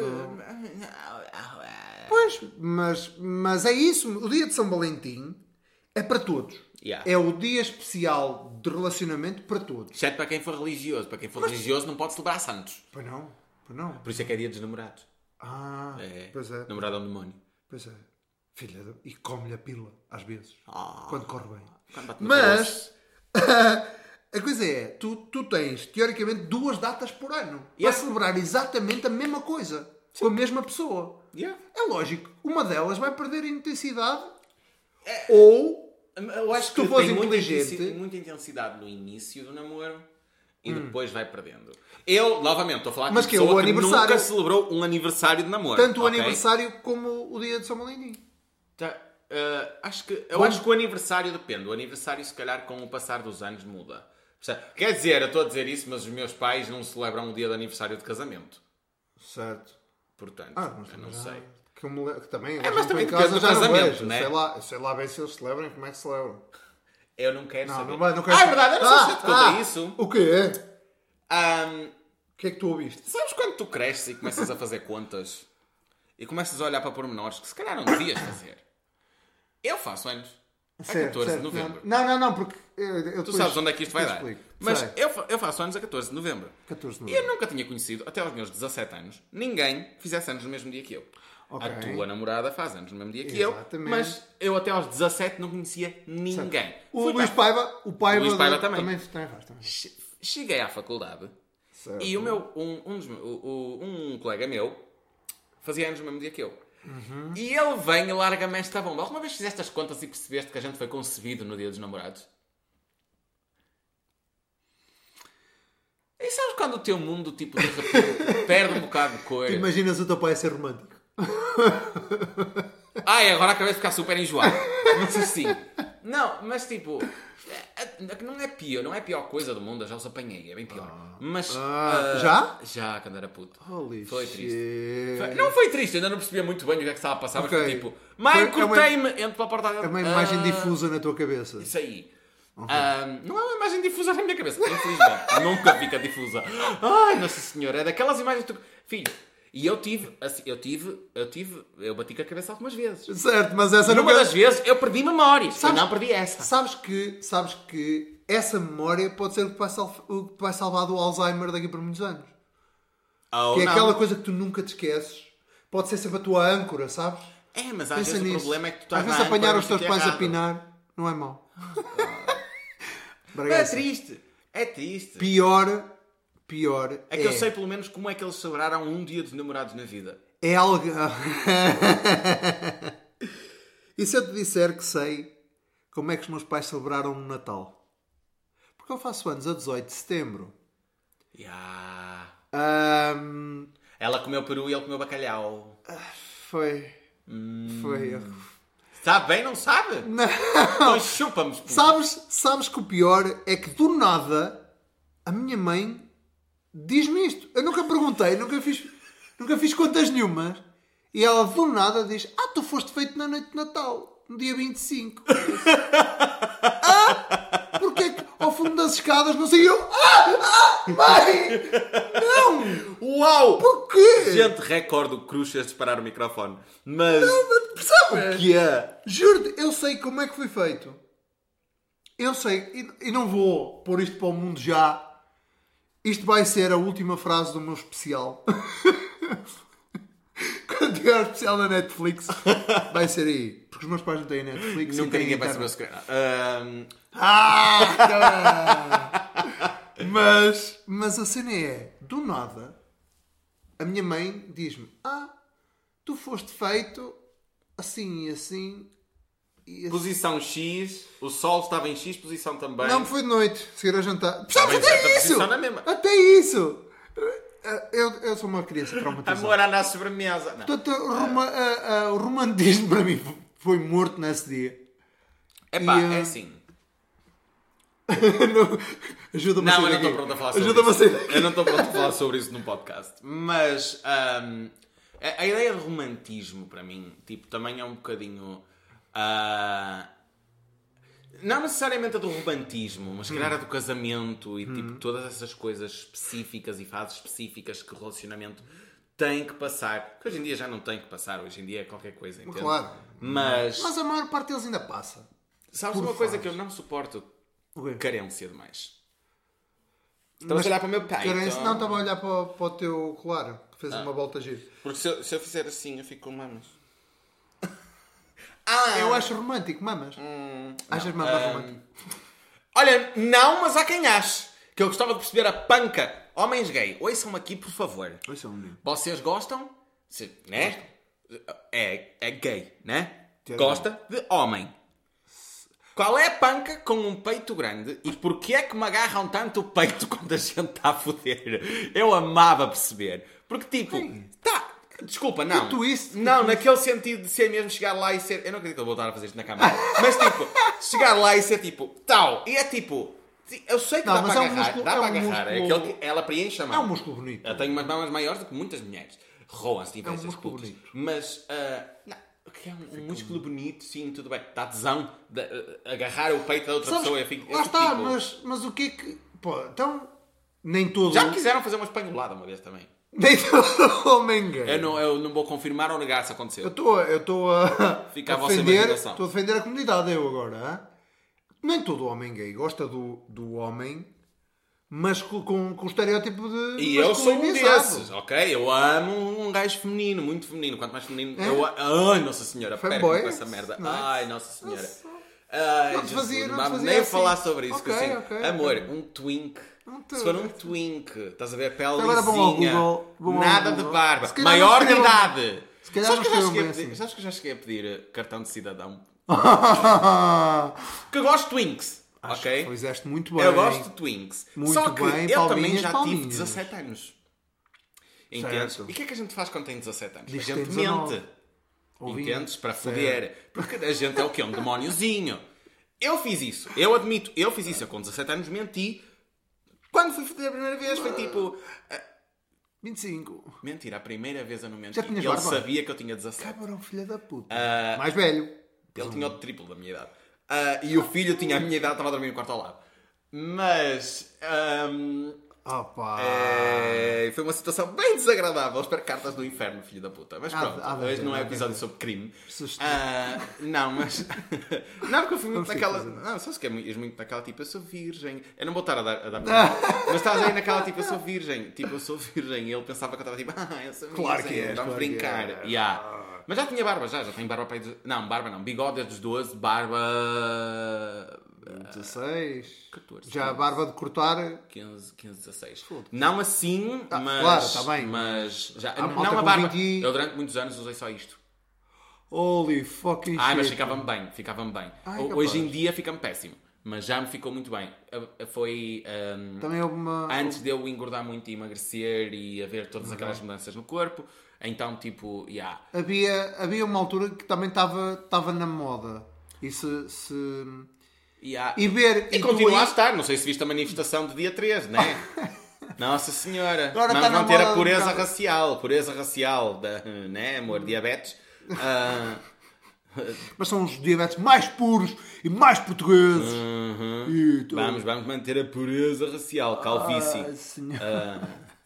[SPEAKER 2] Pois, mas, mas é isso. O dia de São Valentim é para todos.
[SPEAKER 1] Yeah.
[SPEAKER 2] É o dia especial de relacionamento para todos.
[SPEAKER 1] Exceto para quem for religioso. Para quem for religioso não pode celebrar santos.
[SPEAKER 2] Pois não? Pois não?
[SPEAKER 1] Por isso é que é dia dos namorados.
[SPEAKER 2] Ah,
[SPEAKER 1] É.
[SPEAKER 2] pois é.
[SPEAKER 1] Namorado é um demónio.
[SPEAKER 2] Pois é. Filha, de- e come-lhe a pila, às vezes.
[SPEAKER 1] Ah.
[SPEAKER 2] Quando corre bem.
[SPEAKER 1] Quando bate no caroço.
[SPEAKER 2] Mas, a coisa é, tu, tu tens, teoricamente, duas datas por ano para
[SPEAKER 1] Yeah.
[SPEAKER 2] celebrar exatamente a mesma coisa. Com a mesma pessoa.
[SPEAKER 1] Yeah.
[SPEAKER 2] É lógico, uma delas vai perder a intensidade
[SPEAKER 1] É-
[SPEAKER 2] ou
[SPEAKER 1] Eu acho
[SPEAKER 2] Se
[SPEAKER 1] que
[SPEAKER 2] tu fores
[SPEAKER 1] tem muita,
[SPEAKER 2] inteligente-
[SPEAKER 1] intensi- muita intensidade no início do namoro e depois vai perdendo. Eu, novamente, estou a falar de
[SPEAKER 2] Hum. Mas
[SPEAKER 1] uma
[SPEAKER 2] que é o
[SPEAKER 1] pessoa
[SPEAKER 2] aniversário.
[SPEAKER 1] nunca celebrou um aniversário de namoro.
[SPEAKER 2] tanto o
[SPEAKER 1] ok?
[SPEAKER 2] aniversário como o dia de São Valentim.
[SPEAKER 1] Tá, eh, acho que, eu
[SPEAKER 2] Bom.
[SPEAKER 1] acho que o aniversário depende. O aniversário, se calhar, com o passar dos anos muda. Percebe? Quer dizer, eu estou a dizer isso, mas os meus pais não celebram o dia de aniversário de casamento.
[SPEAKER 2] Certo.
[SPEAKER 1] Portanto,
[SPEAKER 2] Ah, não sei.
[SPEAKER 1] eu não sei. É,
[SPEAKER 2] Que, eu me le- que também,
[SPEAKER 1] mas
[SPEAKER 2] mas
[SPEAKER 1] também
[SPEAKER 2] também em
[SPEAKER 1] depende
[SPEAKER 2] casa
[SPEAKER 1] do
[SPEAKER 2] já não
[SPEAKER 1] casamento,
[SPEAKER 2] vejo.
[SPEAKER 1] né?
[SPEAKER 2] Sei lá, sei lá bem se eles celebram e como é que celebram.
[SPEAKER 1] Eu não quero
[SPEAKER 2] Não,
[SPEAKER 1] saber.
[SPEAKER 2] não, vai- não quero
[SPEAKER 1] Ah, é verdade, eu não sei
[SPEAKER 2] Ah,
[SPEAKER 1] se te contei
[SPEAKER 2] ah,
[SPEAKER 1] isso.
[SPEAKER 2] O quê?
[SPEAKER 1] Ahm,
[SPEAKER 2] O que é que tu ouviste?
[SPEAKER 1] Sabes quando tu cresces e começas a fazer contas e começas a olhar para pormenores que se calhar não devias fazer? Eu faço anos. A 14 de novembro.
[SPEAKER 2] Não, não, não, porque eh, eu
[SPEAKER 1] Tu
[SPEAKER 2] depois-
[SPEAKER 1] sabes onde é que isto vai
[SPEAKER 2] eu
[SPEAKER 1] dar.
[SPEAKER 2] explico.
[SPEAKER 1] Mas
[SPEAKER 2] Sei.
[SPEAKER 1] eu, fa- eu faço anos a 14 de novembro.
[SPEAKER 2] 14 de
[SPEAKER 1] E
[SPEAKER 2] novembro.
[SPEAKER 1] eu nunca tinha conhecido, até aos meus 17 anos, ninguém fizesse anos no mesmo dia que eu.
[SPEAKER 2] Ok.
[SPEAKER 1] A tua namorada faz anos no mesmo dia que
[SPEAKER 2] Exatamente.
[SPEAKER 1] eu, mas eu até aos 17 não conhecia ninguém.
[SPEAKER 2] O
[SPEAKER 1] Fui
[SPEAKER 2] Luís
[SPEAKER 1] para-
[SPEAKER 2] Paiva, o Paiva,
[SPEAKER 1] é- Luís Paiva
[SPEAKER 2] da-
[SPEAKER 1] também.
[SPEAKER 2] também faz. Também.
[SPEAKER 1] Che- Cheguei à faculdade
[SPEAKER 2] Certo.
[SPEAKER 1] E o meu, um, um, dos me- o- o- um colega meu fazia anos no mesmo dia que eu. E ele vem e larga-me esta bomba. Alguma vez fizeste as contas e percebeste que a gente foi concebido no dia dos namorados? E sabes quando o teu mundo, tipo, de repente [LAUGHS] perde um bocado de cor?
[SPEAKER 2] Imaginas o teu pai a ser romântico.
[SPEAKER 1] Ai, agora acabei de ficar super enjoado. Mas assim. Não, mas tipo. é- é- Não é pior, não é a pior coisa do mundo, eu já os apanhei, é bem pior. Mas.
[SPEAKER 2] Ah,
[SPEAKER 1] ah,
[SPEAKER 2] já?
[SPEAKER 1] Já, quando era puto.
[SPEAKER 2] Holy
[SPEAKER 1] Foi
[SPEAKER 2] shit.
[SPEAKER 1] triste. Foi- Não foi triste, ainda não percebia muito bem o que é que estava a passar,
[SPEAKER 2] Ok.
[SPEAKER 1] mas foi tipo, mãe,
[SPEAKER 2] Foi- é uma-
[SPEAKER 1] cortei-me, entro para a porta
[SPEAKER 2] É uma
[SPEAKER 1] Ah.
[SPEAKER 2] imagem difusa na tua cabeça.
[SPEAKER 1] Isso aí. Ah, não é uma imagem difusa na minha cabeça, infelizmente. [LAUGHS] Nunca fica difusa. Ai, Nossa Senhora, é daquelas imagens que tu. Filho, e eu tive, assim, eu tive, eu tive, eu bati com a cabeça algumas vezes.
[SPEAKER 2] Certo, mas essa
[SPEAKER 1] Numa
[SPEAKER 2] nunca...
[SPEAKER 1] das vezes eu perdi memórias.
[SPEAKER 2] Sabes-
[SPEAKER 1] Eu não perdi essa.
[SPEAKER 2] Sabes que, sabes que essa memória pode ser o que vai, sal- o que vai salvar do Alzheimer daqui por muitos anos.
[SPEAKER 1] Ah, Ou
[SPEAKER 2] Que é
[SPEAKER 1] não.
[SPEAKER 2] aquela coisa que tu nunca te esqueces. Pode ser sempre a tua âncora, sabes?
[SPEAKER 1] É, mas às vezes o problema é que tu estás
[SPEAKER 2] Às vezes
[SPEAKER 1] na âncora
[SPEAKER 2] apanhar
[SPEAKER 1] no
[SPEAKER 2] os teus
[SPEAKER 1] sítio
[SPEAKER 2] pais a
[SPEAKER 1] errado.
[SPEAKER 2] pinar não
[SPEAKER 1] [LAUGHS]
[SPEAKER 2] é mau.
[SPEAKER 1] É
[SPEAKER 2] Bragança.
[SPEAKER 1] triste. É triste.
[SPEAKER 2] pior, pior
[SPEAKER 1] É
[SPEAKER 2] é,
[SPEAKER 1] que eu sei pelo menos como é que eles celebraram um dia dos namorados na vida.
[SPEAKER 2] é algo... [LAUGHS] e se eu te disser que sei como é que os meus pais celebraram o Natal? Porque eu faço anos a 18 de setembro.
[SPEAKER 1] Ya.
[SPEAKER 2] Ahm,
[SPEAKER 1] Ela comeu peru e ele comeu bacalhau.
[SPEAKER 2] Foi.
[SPEAKER 1] Hum.
[SPEAKER 2] Foi.
[SPEAKER 1] Sabe bem, não sabe?
[SPEAKER 2] [LAUGHS] Não.
[SPEAKER 1] Então chupa-me. puto.
[SPEAKER 2] Sabes, sabes que o pior é que do nada a minha mãe diz-me isto. Eu nunca perguntei, nunca fiz, nunca fiz contas nenhumas. E ela do nada diz: Ah, tu foste feito na noite de Natal, no dia 25. [LAUGHS] ah, porque é que. Ou pulo-me das escadas, não sei eu. Ah! Ah! Mãe! Não!
[SPEAKER 1] Uau!
[SPEAKER 2] Porquê?
[SPEAKER 1] Gente, recorde o Cruxas disparar o microfone. Mas.
[SPEAKER 2] Percebes?
[SPEAKER 1] O que é?
[SPEAKER 2] Juro-te, eu sei como é que foi feito. Eu sei, e, e não vou pôr isto para o mundo já. Isto vai ser a última frase do meu especial. [LAUGHS] Quando tiver o especial da Netflix, vai ser aí. Porque os meus pais não têm Netflix. e
[SPEAKER 1] Nunca
[SPEAKER 2] têm
[SPEAKER 1] ninguém vai saber
[SPEAKER 2] internet.
[SPEAKER 1] se. Ahm,
[SPEAKER 2] Ah, caralho. mas, mas a cena é, do nada, a minha mãe diz-me: Ah, tu foste feito assim e assim. E assim.
[SPEAKER 1] posição X, o sol estava em X posição também.
[SPEAKER 2] Não, foi de noite, seguir a jantar. Percebes?
[SPEAKER 1] Mas
[SPEAKER 2] Até
[SPEAKER 1] essa
[SPEAKER 2] isso!
[SPEAKER 1] posição não é mesmo.
[SPEAKER 2] Até isso! Eu, eu sou uma criança traumatizada.
[SPEAKER 1] Amor à na sobremesa. Não.
[SPEAKER 2] Portanto, o roma- a- a- o romantismo para mim foi morto nesse dia. [LAUGHS]
[SPEAKER 1] Epá,
[SPEAKER 2] e, ah,
[SPEAKER 1] é assim.
[SPEAKER 2] Não- Ajuda-me a
[SPEAKER 1] Não, eu não
[SPEAKER 2] sair daqui.
[SPEAKER 1] estou pronto a falar sobre
[SPEAKER 2] Ajuda-me a
[SPEAKER 1] isso.
[SPEAKER 2] sair daqui.
[SPEAKER 1] Eu não estou pronto a falar sobre isso num podcast. Mas ahm, a, a ideia de romantismo, para mim, tipo, também é um bocadinho. ah, não necessariamente a do romantismo, mas se calhar a do casamento e
[SPEAKER 2] Uhum.
[SPEAKER 1] tipo todas essas coisas específicas e fases específicas que o relacionamento tem que passar. Que hoje em dia já não tem que passar, hoje em dia é qualquer coisa, entende?
[SPEAKER 2] Claro.
[SPEAKER 1] Mas,
[SPEAKER 2] Mas a maior parte deles ainda passa.
[SPEAKER 1] sabes
[SPEAKER 2] por
[SPEAKER 1] uma coisa
[SPEAKER 2] fases.
[SPEAKER 1] que eu não suporto?
[SPEAKER 2] O quê?
[SPEAKER 1] Carência demais. Estava a olhar para o meu pai.
[SPEAKER 2] Carência,
[SPEAKER 1] então- Ah.
[SPEAKER 2] não, estava a olhar para, o- para o teu colar, que fez uma volta gira.
[SPEAKER 1] Porque se eu, se eu fizer assim, eu fico com mamas. [LAUGHS] Ah, Hum,
[SPEAKER 2] Eu acho romântico, mamas. Achas mamas romântico?
[SPEAKER 1] Olha, não, mas há quem ache. Que eu gostava de perceber a panca. Homens gay, ouçam aqui, por favor.
[SPEAKER 2] Isso é um menino.
[SPEAKER 1] Vocês gostam? Se, né? É, é gay, né?
[SPEAKER 2] Ter
[SPEAKER 1] Gosta de homem. Qual é a panca com um peito grande e porquê é que me agarram tanto o peito [LAUGHS] quando a gente está a foder? Eu amava perceber. Porque, tipo, tá. Desculpa, não.
[SPEAKER 2] Que twist, que
[SPEAKER 1] não, naquele sentido de ser mesmo chegar lá e ser. Eu não acredito que eu vou voltar a fazer isto na câmara.
[SPEAKER 2] [LAUGHS]
[SPEAKER 1] mas, tipo, chegar lá e ser tipo, tal. E é tipo. Eu sei que
[SPEAKER 2] Não,
[SPEAKER 1] dá
[SPEAKER 2] mas
[SPEAKER 1] para
[SPEAKER 2] é um
[SPEAKER 1] agarrar.
[SPEAKER 2] músculo-
[SPEAKER 1] dá
[SPEAKER 2] é
[SPEAKER 1] para
[SPEAKER 2] um
[SPEAKER 1] agarrar. É
[SPEAKER 2] músculo-
[SPEAKER 1] aquele que ela preenche a
[SPEAKER 2] É
[SPEAKER 1] mão.
[SPEAKER 2] um músculo bonito.
[SPEAKER 1] Eu tenho umas mamas maiores do que muitas mulheres. Roam-se de
[SPEAKER 2] É um
[SPEAKER 1] invejas,
[SPEAKER 2] músculo
[SPEAKER 1] putos.
[SPEAKER 2] bonito.
[SPEAKER 1] Mas, ah, não, o que é um, um músculo bonito, sim, tudo bem. Dá tesão de, ah, agarrar o peito da outra
[SPEAKER 2] Sabes,
[SPEAKER 1] pessoa. Eu fico, eu
[SPEAKER 2] lá
[SPEAKER 1] fico
[SPEAKER 2] está,
[SPEAKER 1] tipo-
[SPEAKER 2] mas, mas o que é que. Pô, então. Nem todo.
[SPEAKER 1] Já quiseram fazer uma espanholada uma vez também.
[SPEAKER 2] Nem [LAUGHS] todo homem gay.
[SPEAKER 1] Eu não, eu não vou confirmar ou negar se aconteceu.
[SPEAKER 2] Eu estou eu estou a,
[SPEAKER 1] Fica
[SPEAKER 2] a
[SPEAKER 1] à vossa
[SPEAKER 2] defender,
[SPEAKER 1] imaginação.
[SPEAKER 2] estou a defender a comunidade eu agora. hã? Nem todo homem gay gosta do, do homem, mas co- com, com o estereótipo de
[SPEAKER 1] E eu sou um
[SPEAKER 2] masculinizado. [LAUGHS]
[SPEAKER 1] desses, ok? Eu amo um gajo feminino, muito feminino. Quanto mais feminino,
[SPEAKER 2] É?
[SPEAKER 1] eu a- Ai, Nossa Senhora,
[SPEAKER 2] Foi
[SPEAKER 1] perco
[SPEAKER 2] boy?
[SPEAKER 1] com essa merda.
[SPEAKER 2] Não é?
[SPEAKER 1] Ai, Nossa Senhora.
[SPEAKER 2] Nossa.
[SPEAKER 1] Ai,
[SPEAKER 2] Não te
[SPEAKER 1] Jesus,
[SPEAKER 2] fazia- não
[SPEAKER 1] vá-
[SPEAKER 2] te fazia
[SPEAKER 1] nem
[SPEAKER 2] assim.
[SPEAKER 1] falar sobre isso, que
[SPEAKER 2] Ok,
[SPEAKER 1] assim,
[SPEAKER 2] ok,
[SPEAKER 1] amor,
[SPEAKER 2] ok.
[SPEAKER 1] um twink.
[SPEAKER 2] Um
[SPEAKER 1] Se for um
[SPEAKER 2] twink.
[SPEAKER 1] twink, estás a ver, pele
[SPEAKER 2] Agora vão ao
[SPEAKER 1] lisinha,
[SPEAKER 2] Google, vão ao
[SPEAKER 1] nada de
[SPEAKER 2] Google.
[SPEAKER 1] barba,
[SPEAKER 2] Se calhar não
[SPEAKER 1] maior de
[SPEAKER 2] escrevam-
[SPEAKER 1] idade.
[SPEAKER 2] se
[SPEAKER 1] Sabes
[SPEAKER 2] calhar não
[SPEAKER 1] que, eu já
[SPEAKER 2] escrevam
[SPEAKER 1] cheguei a
[SPEAKER 2] bem
[SPEAKER 1] pedir,
[SPEAKER 2] assim.
[SPEAKER 1] sabes que eu já cheguei a pedir eh, cartão de cidadão? Que eu gosto de twinks,
[SPEAKER 2] Acho
[SPEAKER 1] ok?
[SPEAKER 2] que fizeste muito bem.
[SPEAKER 1] Eu gosto de Twinks.
[SPEAKER 2] Muito
[SPEAKER 1] Só que
[SPEAKER 2] bem,
[SPEAKER 1] eu também
[SPEAKER 2] palminhas,
[SPEAKER 1] já tive
[SPEAKER 2] palminhas.
[SPEAKER 1] 17 anos. Entendes? E
[SPEAKER 2] Certo.
[SPEAKER 1] o que é que a gente faz quando tem 17 anos?
[SPEAKER 2] Diz que
[SPEAKER 1] a gente
[SPEAKER 2] tem 19.
[SPEAKER 1] mente.
[SPEAKER 2] Ouvinho.
[SPEAKER 1] Entendes? Para
[SPEAKER 2] Certo.
[SPEAKER 1] foder. Porque a gente é o quê? Um demóniozinho. Eu fiz isso. Eu admito. Eu fiz isso. Eu com 17 anos menti. Quando fui foder a primeira vez foi tipo... ah,
[SPEAKER 2] 25.
[SPEAKER 1] Mentira, a primeira vez eu não menti.
[SPEAKER 2] Já tinhas
[SPEAKER 1] Ele
[SPEAKER 2] barba?
[SPEAKER 1] sabia que eu tinha 17.
[SPEAKER 2] Cabrão, filha um da puta.
[SPEAKER 1] Ah.
[SPEAKER 2] Mais velho.
[SPEAKER 1] Ele tinha o triplo da minha idade. Ah, e o filho tinha a minha idade, estava a dormir no quarto ao lado. Mas... ahm,
[SPEAKER 2] Ah pá.
[SPEAKER 1] É, foi uma situação bem desagradável. Espero cartas do inferno, filho da puta. Mas
[SPEAKER 2] Ah,
[SPEAKER 1] pronto,
[SPEAKER 2] ah,
[SPEAKER 1] hoje
[SPEAKER 2] ah,
[SPEAKER 1] não é
[SPEAKER 2] ah,
[SPEAKER 1] episódio sobre crime.
[SPEAKER 2] Susto.
[SPEAKER 1] Ah, não, mas. [LAUGHS] não, porque eu fui muito
[SPEAKER 2] Vamos ter
[SPEAKER 1] naquela.
[SPEAKER 2] que fazer.
[SPEAKER 1] Não, sabes que é muito, és muito naquela tipo, eu sou virgem. Eu não vou estar a dar. A
[SPEAKER 2] [LAUGHS]
[SPEAKER 1] dar para- mas estás aí naquela tipo, eu sou virgem. Tipo, eu sou virgem. E ele pensava que eu estava tipo, [LAUGHS] ah, eu sou virgem.
[SPEAKER 2] Claro que és,
[SPEAKER 1] Vamos
[SPEAKER 2] claro que
[SPEAKER 1] brincar.
[SPEAKER 2] és.
[SPEAKER 1] Yeah. Mas já tinha barba, já, já tenho barba para aí. dos- Não, barba não. Bigode desde os 12, barba.
[SPEAKER 2] 16.
[SPEAKER 1] 14.
[SPEAKER 2] Já a barba de cortar.
[SPEAKER 1] 15, 15 16. Não assim,
[SPEAKER 2] Ah,
[SPEAKER 1] mas.
[SPEAKER 2] claro, tá bem.
[SPEAKER 1] Mas. Já,
[SPEAKER 2] Há
[SPEAKER 1] não
[SPEAKER 2] malta
[SPEAKER 1] a
[SPEAKER 2] com
[SPEAKER 1] barba.
[SPEAKER 2] 20.
[SPEAKER 1] Eu durante muitos anos usei só isto.
[SPEAKER 2] Holy fucking
[SPEAKER 1] Ai, mas
[SPEAKER 2] shit.
[SPEAKER 1] ficava-me bem, ficava-me bem.
[SPEAKER 2] Ai,
[SPEAKER 1] Ho-
[SPEAKER 2] capaz.
[SPEAKER 1] Hoje em dia fica-me péssimo, mas já me ficou muito bem. A- a- Foi. ahm,
[SPEAKER 2] Também houve uma.
[SPEAKER 1] antes de eu engordar muito e emagrecer e haver
[SPEAKER 2] Uhum.
[SPEAKER 1] todas aquelas mudanças no corpo, então tipo, yeah.
[SPEAKER 2] Havia, havia uma altura que também estava estava na moda. E se. se-
[SPEAKER 1] yeah.
[SPEAKER 2] E ver.
[SPEAKER 1] E
[SPEAKER 2] tu
[SPEAKER 1] continua a
[SPEAKER 2] aí-
[SPEAKER 1] estar, não sei se viste a manifestação do dia 3,
[SPEAKER 2] [LAUGHS]
[SPEAKER 1] não é? Nossa Senhora,
[SPEAKER 2] Agora
[SPEAKER 1] vamos
[SPEAKER 2] tá na
[SPEAKER 1] manter
[SPEAKER 2] moda
[SPEAKER 1] a
[SPEAKER 2] um
[SPEAKER 1] pureza
[SPEAKER 2] bocado. Uhum.
[SPEAKER 1] racial, pureza racial, da, né amor, diabetes. Ah,
[SPEAKER 2] Mas são os diabetes mais puros e mais portugueses.
[SPEAKER 1] Uhum.
[SPEAKER 2] E tu-
[SPEAKER 1] Vamos, vamos manter a pureza racial, calvície.
[SPEAKER 2] Ah, senhor.
[SPEAKER 1] Ah,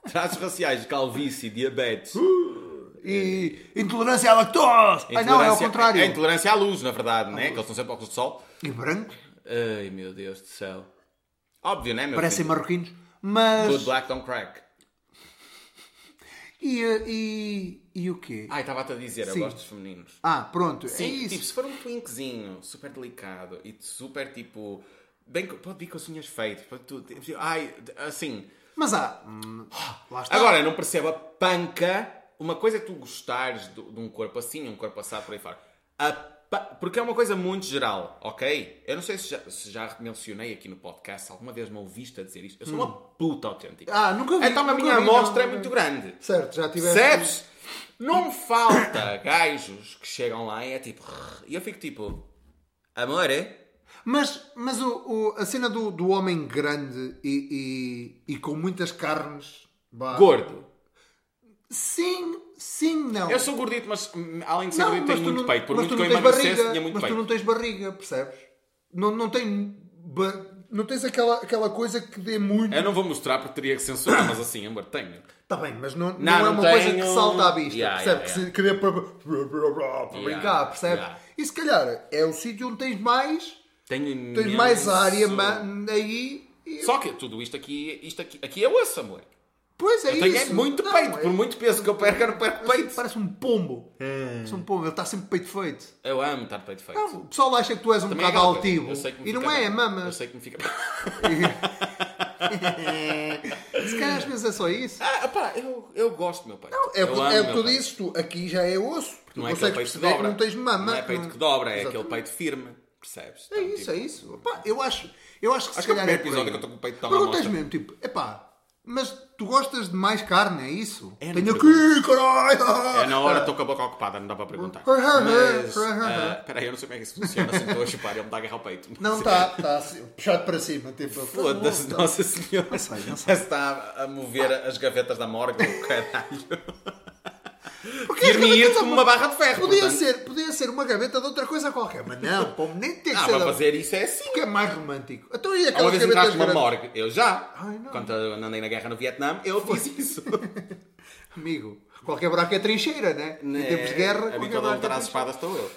[SPEAKER 1] traços raciais, calvície, diabetes.
[SPEAKER 2] E intolerância à lactose. Ai não, é ao
[SPEAKER 1] é. intolerância-
[SPEAKER 2] contrário.
[SPEAKER 1] É intolerância à luz, na verdade, né? Que eles estão sempre óculos de sol.
[SPEAKER 2] E brancos,
[SPEAKER 1] Ai, meu Deus do céu. Óbvio, né, meu
[SPEAKER 2] parecem
[SPEAKER 1] filho?
[SPEAKER 2] marroquinos. Mas...
[SPEAKER 1] Good black don't crack.
[SPEAKER 2] E, e, e o quê?
[SPEAKER 1] Ai, estava-te a dizer,
[SPEAKER 2] Sim.
[SPEAKER 1] eu gosto dos femininos.
[SPEAKER 2] Ah, pronto, é
[SPEAKER 1] Sim,
[SPEAKER 2] isso.
[SPEAKER 1] tipo, se for um twinkzinho super delicado e super, tipo... Bem, co- pode vir com as unhas feitas, pode tudo. tipo, Ai, assim...
[SPEAKER 2] Mas há... hum, Lá está.
[SPEAKER 1] Agora, eu não percebo a panca. Uma coisa é tu gostares de, de um corpo assim, um corpo assado por aí fora. A pa- Porque é uma coisa muito geral, ok? Eu não sei se já, se já mencionei aqui no podcast, se alguma vez me ouviste a dizer isto. Eu sou uma puta autêntica.
[SPEAKER 2] Hum. Ah, nunca vi.
[SPEAKER 1] então a
[SPEAKER 2] nunca
[SPEAKER 1] minha
[SPEAKER 2] vi,
[SPEAKER 1] amostra é
[SPEAKER 2] não,
[SPEAKER 1] muito
[SPEAKER 2] nunca
[SPEAKER 1] grande.
[SPEAKER 2] vi. Certo, já tiveste...
[SPEAKER 1] Percebes? Não me falta gajos que chegam lá e é tipo. E eu fico tipo. Amor, é?
[SPEAKER 2] Ah. Mas, mas o, o- a cena do, do homem grande e, e, e com muitas carnes... vá.
[SPEAKER 1] Gordo.
[SPEAKER 2] Sim, sim, não.
[SPEAKER 1] Eu sou gordito, mas hum, além de ser
[SPEAKER 2] Não,
[SPEAKER 1] gordito,
[SPEAKER 2] mas
[SPEAKER 1] tenho
[SPEAKER 2] tu
[SPEAKER 1] muito
[SPEAKER 2] não-
[SPEAKER 1] peito. Por
[SPEAKER 2] mas
[SPEAKER 1] muito
[SPEAKER 2] tu
[SPEAKER 1] que eu
[SPEAKER 2] não tens
[SPEAKER 1] emagrecesse,
[SPEAKER 2] barriga,
[SPEAKER 1] tinha muito
[SPEAKER 2] Mas tu
[SPEAKER 1] peito.
[SPEAKER 2] não tens barriga, percebes? Não, não tem... ba- Não tens aquela, aquela coisa que dê muito...
[SPEAKER 1] Eu não vou mostrar porque teria que censurar, mas assim, amor, tenho.
[SPEAKER 2] Está bem, mas não, não,
[SPEAKER 1] Não,
[SPEAKER 2] é
[SPEAKER 1] não
[SPEAKER 2] uma coisa que
[SPEAKER 1] tenho-
[SPEAKER 2] salta à vista.
[SPEAKER 1] Yeah,
[SPEAKER 2] percebe?
[SPEAKER 1] yeah,
[SPEAKER 2] que se querer para, para- para brincar, percebe?
[SPEAKER 1] yeah.
[SPEAKER 2] E se calhar é o sítio onde tens mais,
[SPEAKER 1] Tenho
[SPEAKER 2] tens
[SPEAKER 1] imenso-
[SPEAKER 2] mais área ma- aí. E,
[SPEAKER 1] Só que tudo isto aqui, isto aqui, aqui é osso, amor.
[SPEAKER 2] pois é
[SPEAKER 1] Eu tenho é
[SPEAKER 2] isso.
[SPEAKER 1] muito
[SPEAKER 2] Não,
[SPEAKER 1] peito,
[SPEAKER 2] é-
[SPEAKER 1] por muito peso que eu perco, eu não perco
[SPEAKER 2] parece-
[SPEAKER 1] peito.
[SPEAKER 2] Parece um pombo. Parece um pombo, ele está sempre peito feito.
[SPEAKER 1] Eu amo estar de peito feito.
[SPEAKER 2] Não, o pessoal acha que tu és um
[SPEAKER 1] Também é
[SPEAKER 2] bocado
[SPEAKER 1] aquela coisa,
[SPEAKER 2] altivo.
[SPEAKER 1] eu sei que me
[SPEAKER 2] E não
[SPEAKER 1] fica
[SPEAKER 2] é,
[SPEAKER 1] bem.
[SPEAKER 2] mama.
[SPEAKER 1] Eu sei que me fica.
[SPEAKER 2] [LAUGHS] se calhar às vezes é só isso.
[SPEAKER 1] Ah, pá, eu, eu gosto do meu peito.
[SPEAKER 2] Não, é,
[SPEAKER 1] eu
[SPEAKER 2] o
[SPEAKER 1] amo
[SPEAKER 2] que- é o que
[SPEAKER 1] meu
[SPEAKER 2] tu
[SPEAKER 1] peito.
[SPEAKER 2] dizes, tu aqui já é osso. Tu
[SPEAKER 1] Não é aquele
[SPEAKER 2] consegues
[SPEAKER 1] peito que
[SPEAKER 2] perceber que
[SPEAKER 1] dobra.
[SPEAKER 2] não tens mama.
[SPEAKER 1] Não é peito
[SPEAKER 2] não-
[SPEAKER 1] que dobra, é aquele
[SPEAKER 2] Exatamente.
[SPEAKER 1] peito firme. Percebes? Então, tipo,
[SPEAKER 2] É isso, é isso. Epá, eu acho, eu acho que se
[SPEAKER 1] Acho que é o
[SPEAKER 2] calhar
[SPEAKER 1] primeiro
[SPEAKER 2] por
[SPEAKER 1] episódio
[SPEAKER 2] aí.
[SPEAKER 1] que eu tô com o peito tão à
[SPEAKER 2] Perguntas
[SPEAKER 1] mostra.
[SPEAKER 2] mesmo, tipo, epá, mas tu gostas de mais carne, é isso?
[SPEAKER 1] É,
[SPEAKER 2] Tenho
[SPEAKER 1] não
[SPEAKER 2] aqui, caralho!
[SPEAKER 1] É na hora estou com a boca ocupada, não dá para perguntar.
[SPEAKER 2] Hum,
[SPEAKER 1] Mas. ah, Peraí, eu não sei como é que isso funciona, se me estou a chupar, ele me dá a agarrar o peito.
[SPEAKER 2] Não, está, está puxado para cima, tipo,
[SPEAKER 1] Foda-se,
[SPEAKER 2] tá bom,
[SPEAKER 1] Nossa Senhora.
[SPEAKER 2] Não sei, não
[SPEAKER 1] Parece
[SPEAKER 2] sei.
[SPEAKER 1] que Está a mover as gavetas da morgue, o caralho.
[SPEAKER 2] tá. Porque as
[SPEAKER 1] Dir-me
[SPEAKER 2] gavetas
[SPEAKER 1] ir
[SPEAKER 2] da
[SPEAKER 1] como uma
[SPEAKER 2] mor-
[SPEAKER 1] barra de ferro.
[SPEAKER 2] Podia
[SPEAKER 1] portanto.
[SPEAKER 2] ser, podia ser uma gaveta de outra coisa qualquer,
[SPEAKER 1] [LAUGHS]
[SPEAKER 2] mas não, pô, nem tem que
[SPEAKER 1] Ah,
[SPEAKER 2] ser
[SPEAKER 1] para
[SPEAKER 2] da-
[SPEAKER 1] fazer isso é assim.
[SPEAKER 2] porque é mais romântico. Então e
[SPEAKER 1] é Uma
[SPEAKER 2] aquelas
[SPEAKER 1] vez
[SPEAKER 2] gavetas
[SPEAKER 1] entraste numa
[SPEAKER 2] grandes?
[SPEAKER 1] morgue. Eu já.
[SPEAKER 2] Ai, não.
[SPEAKER 1] Quando eu andei na guerra no Vietnã, eu fiz isso.
[SPEAKER 2] Amigo, qualquer buraco é trincheira, né? Em tempos de
[SPEAKER 1] A
[SPEAKER 2] guerra,
[SPEAKER 1] mim,
[SPEAKER 2] qualquer
[SPEAKER 1] quando
[SPEAKER 2] buraco é
[SPEAKER 1] eu as
[SPEAKER 2] trincheira.
[SPEAKER 1] espadas, estou eu.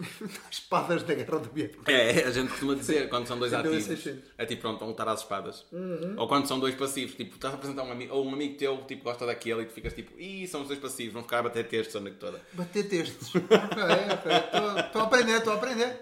[SPEAKER 2] [LAUGHS] Espadas da guerra do Vietnã.
[SPEAKER 1] É, a gente costuma dizer, quando são dois
[SPEAKER 2] Então,
[SPEAKER 1] ativos,
[SPEAKER 2] isso é gente.
[SPEAKER 1] é tipo, pronto, vão lutar às espadas.
[SPEAKER 2] Uhum.
[SPEAKER 1] Ou quando são dois passivos, tipo, estás a apresentar um amigo, ou um amigo teu, tipo, gosta daquele e tu ficas tipo, ih, são os dois passivos, vão ficar a bater textos a noite toda.
[SPEAKER 2] Bater textos. [LAUGHS] ok, ok. Estou a aprender, estou a aprender.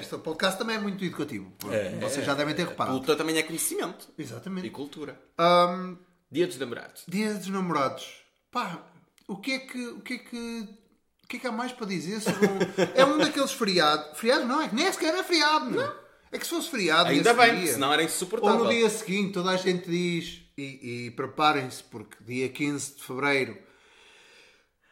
[SPEAKER 2] Este podcast também é muito educativo.
[SPEAKER 1] É.
[SPEAKER 2] Vocês já devem ter reparado.
[SPEAKER 1] Cultura também é conhecimento. E
[SPEAKER 2] Exatamente.
[SPEAKER 1] cultura.
[SPEAKER 2] Ahm,
[SPEAKER 1] Dia dos namorados.
[SPEAKER 2] dia dos namorados. Pá, o que é que. O que é que. O que é que há mais para dizer sobre
[SPEAKER 1] [LAUGHS]
[SPEAKER 2] um... É um daqueles feriados. Feriado não, é que nem sequer é feriado, não. É que se fosse feriado,
[SPEAKER 1] Ainda
[SPEAKER 2] nesse
[SPEAKER 1] bem,
[SPEAKER 2] dia,
[SPEAKER 1] senão era
[SPEAKER 2] Ou
[SPEAKER 1] insuportável.
[SPEAKER 2] no dia seguinte, toda a gente diz. E, e preparem-se, porque dia 15 de fevereiro.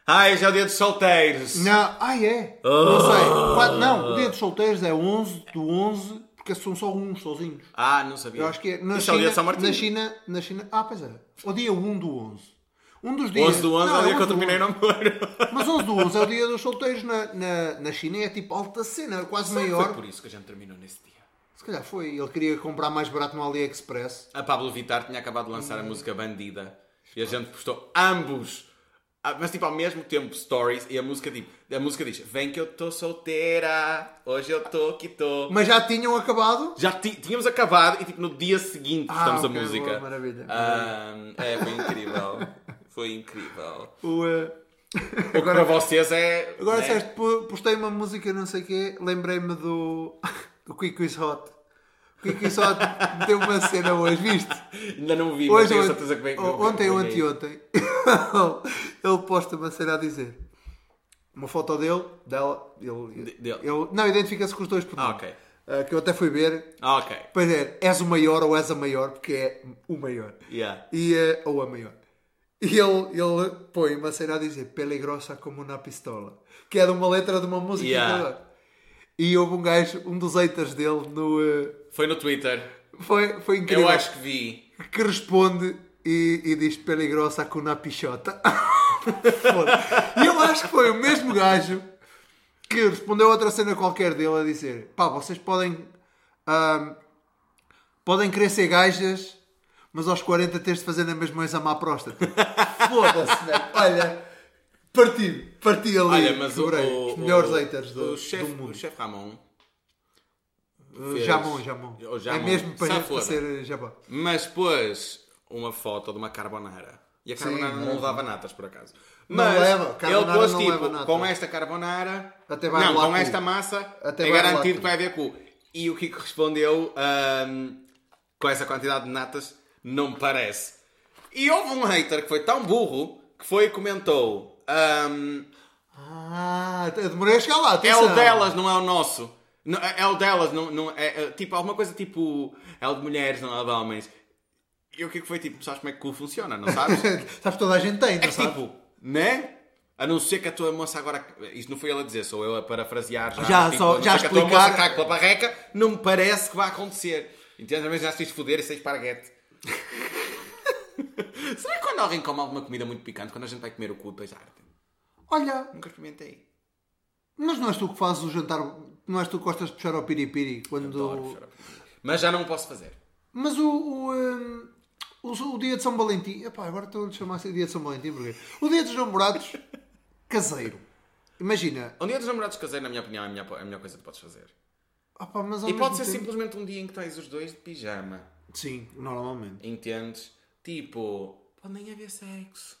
[SPEAKER 1] Ai, já é o dia dos solteiros.
[SPEAKER 2] Não, ah é? Não sei. Quatro- não, o dia dos solteiros é 11 do 11, porque são só uns sozinhos.
[SPEAKER 1] Ah, não sabia.
[SPEAKER 2] Eu acho que é. Na
[SPEAKER 1] Isso é o dia de São
[SPEAKER 2] China,
[SPEAKER 1] Martinho.
[SPEAKER 2] na China, na China. Ah, pois é. O dia 1 do 11. Um dos dias.
[SPEAKER 1] 11 do 11 é o dia que eu
[SPEAKER 2] 11 do
[SPEAKER 1] terminei o
[SPEAKER 2] 11.
[SPEAKER 1] namoro.
[SPEAKER 2] Mas 11 do 11 é o dia dos solteiros na, na, na China e é tipo alta cena,
[SPEAKER 1] [LAUGHS]
[SPEAKER 2] quase
[SPEAKER 1] Foi
[SPEAKER 2] maior.
[SPEAKER 1] por isso que a gente terminou nesse dia.
[SPEAKER 2] Se calhar foi. Ele queria comprar mais barato no AliExpress.
[SPEAKER 1] A Pablo Vittar tinha acabado de
[SPEAKER 2] Hum.
[SPEAKER 1] lançar a música Bandida e a gente postou ambos, ah, mas tipo ao mesmo tempo, stories e a música tipo, a música diz: Vem que eu tô solteira, hoje eu tô que tô.
[SPEAKER 2] Mas já tinham acabado.
[SPEAKER 1] Já ti- tínhamos acabado e tipo no dia seguinte
[SPEAKER 2] Ah,
[SPEAKER 1] postamos
[SPEAKER 2] ok,
[SPEAKER 1] a música.
[SPEAKER 2] boa, maravilha,
[SPEAKER 1] Ah, é, foi incrível. foi incrível.
[SPEAKER 2] O, eh,
[SPEAKER 1] O que para vocês é.
[SPEAKER 2] Agora
[SPEAKER 1] né?
[SPEAKER 2] disseste, po- postei uma música não sei o quê, lembrei-me do, [LAUGHS] do Quick Is Hot. O Quick Is Hot deu uma cena hoje, viste?
[SPEAKER 1] Ainda não vi, mas
[SPEAKER 2] Hoje,
[SPEAKER 1] tenho
[SPEAKER 2] ontem,
[SPEAKER 1] certeza que vem. que vem-
[SPEAKER 2] ontem
[SPEAKER 1] vem
[SPEAKER 2] ou
[SPEAKER 1] aí.
[SPEAKER 2] anteontem, [LAUGHS] ele posta uma cena a dizer. Uma foto dele, dela, ele,
[SPEAKER 1] De- dele.
[SPEAKER 2] ele não identifica-se com os dois por
[SPEAKER 1] Ah,
[SPEAKER 2] nome.
[SPEAKER 1] ok.
[SPEAKER 2] Ah, que eu até fui ver.
[SPEAKER 1] Ah, ok.
[SPEAKER 2] Pois é, és o maior ou és a maior, porque é o maior.
[SPEAKER 1] Yeah.
[SPEAKER 2] E, eh, ou a maior. E ele, ele põe uma cena a dizer peligrosa como uma pistola, que é de uma letra de uma música.
[SPEAKER 1] Yeah.
[SPEAKER 2] E houve um gajo, um dos haters dele, no, eh,
[SPEAKER 1] Foi no Twitter.
[SPEAKER 2] foi, foi incrível,
[SPEAKER 1] Eu acho que vi.
[SPEAKER 2] que responde e, e diz peligrosa [LAUGHS] com uma pichota. Foda. e eu acho que foi o mesmo gajo que respondeu a outra cena qualquer dele a dizer: pá, vocês podem. ahm, podem querer ser gajas, mas aos 40 tens de fazer na mesma exame
[SPEAKER 1] [LAUGHS]
[SPEAKER 2] à próstata. Foda-se, velho. Olha, parti, parti ali.
[SPEAKER 1] Olha, mas o,
[SPEAKER 2] quebrei.
[SPEAKER 1] o,
[SPEAKER 2] Os melhores
[SPEAKER 1] o,
[SPEAKER 2] haters do,
[SPEAKER 1] o chefe,
[SPEAKER 2] do mundo.
[SPEAKER 1] O chefe Ramon.
[SPEAKER 2] Uh, Jamon, Jamon.
[SPEAKER 1] O Jamon.
[SPEAKER 2] É mesmo para,
[SPEAKER 1] Safora.
[SPEAKER 2] para ser uh, Jamon.
[SPEAKER 1] Mas pôs uma foto de uma carbonara. E a carbonara não
[SPEAKER 2] leva.
[SPEAKER 1] levava natas, por acaso.
[SPEAKER 2] Não
[SPEAKER 1] Mas
[SPEAKER 2] leva,
[SPEAKER 1] ele
[SPEAKER 2] carbonara
[SPEAKER 1] pôs
[SPEAKER 2] não
[SPEAKER 1] tipo,
[SPEAKER 2] leva nata.
[SPEAKER 1] com esta carbonara...
[SPEAKER 2] Até vai
[SPEAKER 1] não,
[SPEAKER 2] rolar
[SPEAKER 1] com
[SPEAKER 2] cu.
[SPEAKER 1] esta massa
[SPEAKER 2] Até
[SPEAKER 1] é
[SPEAKER 2] vai rolar
[SPEAKER 1] garantido que
[SPEAKER 2] cu.
[SPEAKER 1] vai haver cu. E o Kiko respondeu ahm, com essa quantidade de natas, não me parece. E houve um hater que foi tão burro que foi e comentou ahm,
[SPEAKER 2] Ah, eu demorei a chegar lá.
[SPEAKER 1] é
[SPEAKER 2] Atenção.
[SPEAKER 1] o delas, não é o nosso. Não, é é o delas, não, não é, é, Tipo, alguma coisa tipo. É o de mulheres, não é o de homens. E o que é que foi tipo? Sabes como é que cu funciona, não [LAUGHS] sabes? é
[SPEAKER 2] [LAUGHS] Sabes, toda a gente tem, não
[SPEAKER 1] que,
[SPEAKER 2] sabes?
[SPEAKER 1] tipo, né? A não ser que a tua moça agora. Isto não foi ele a dizer, sou eu a parafrasear já.
[SPEAKER 2] Já,
[SPEAKER 1] tipo,
[SPEAKER 2] só-
[SPEAKER 1] a não
[SPEAKER 2] já
[SPEAKER 1] ser que a tua
[SPEAKER 2] explicar.
[SPEAKER 1] moça cague pela barreca, não me parece que vai acontecer. Entende? Às vezes já se diz foder e sei esparguete. [LAUGHS] Será que quando alguém come alguma comida muito picante, quando a gente vai comer o cu, depois arde?
[SPEAKER 2] Olha,
[SPEAKER 1] Nunca experimentei.
[SPEAKER 2] mas não és tu que fazes o jantar, não és tu que gostas de puxar ao piripiri
[SPEAKER 1] Adoro
[SPEAKER 2] quando.
[SPEAKER 1] puxar a pila. Mas já não posso fazer.
[SPEAKER 2] Mas o. o, hum, o- o dia de São Valentim. Epá, agora estou a chamar assim dia de São Valentim porque. O dia
[SPEAKER 1] [LAUGHS]
[SPEAKER 2] dos namorados caseiro. Imagina.
[SPEAKER 1] Um dia dos namorados caseiros, na minha opinião, é a melhor, é a melhor coisa que podes fazer.
[SPEAKER 2] Opá, mas ao
[SPEAKER 1] E
[SPEAKER 2] mesmo
[SPEAKER 1] pode ser
[SPEAKER 2] tempo-
[SPEAKER 1] simplesmente um dia em que estás os dois de pijama.
[SPEAKER 2] Sim, normalmente.
[SPEAKER 1] Entendes? Tipo, pode nem haver sexo.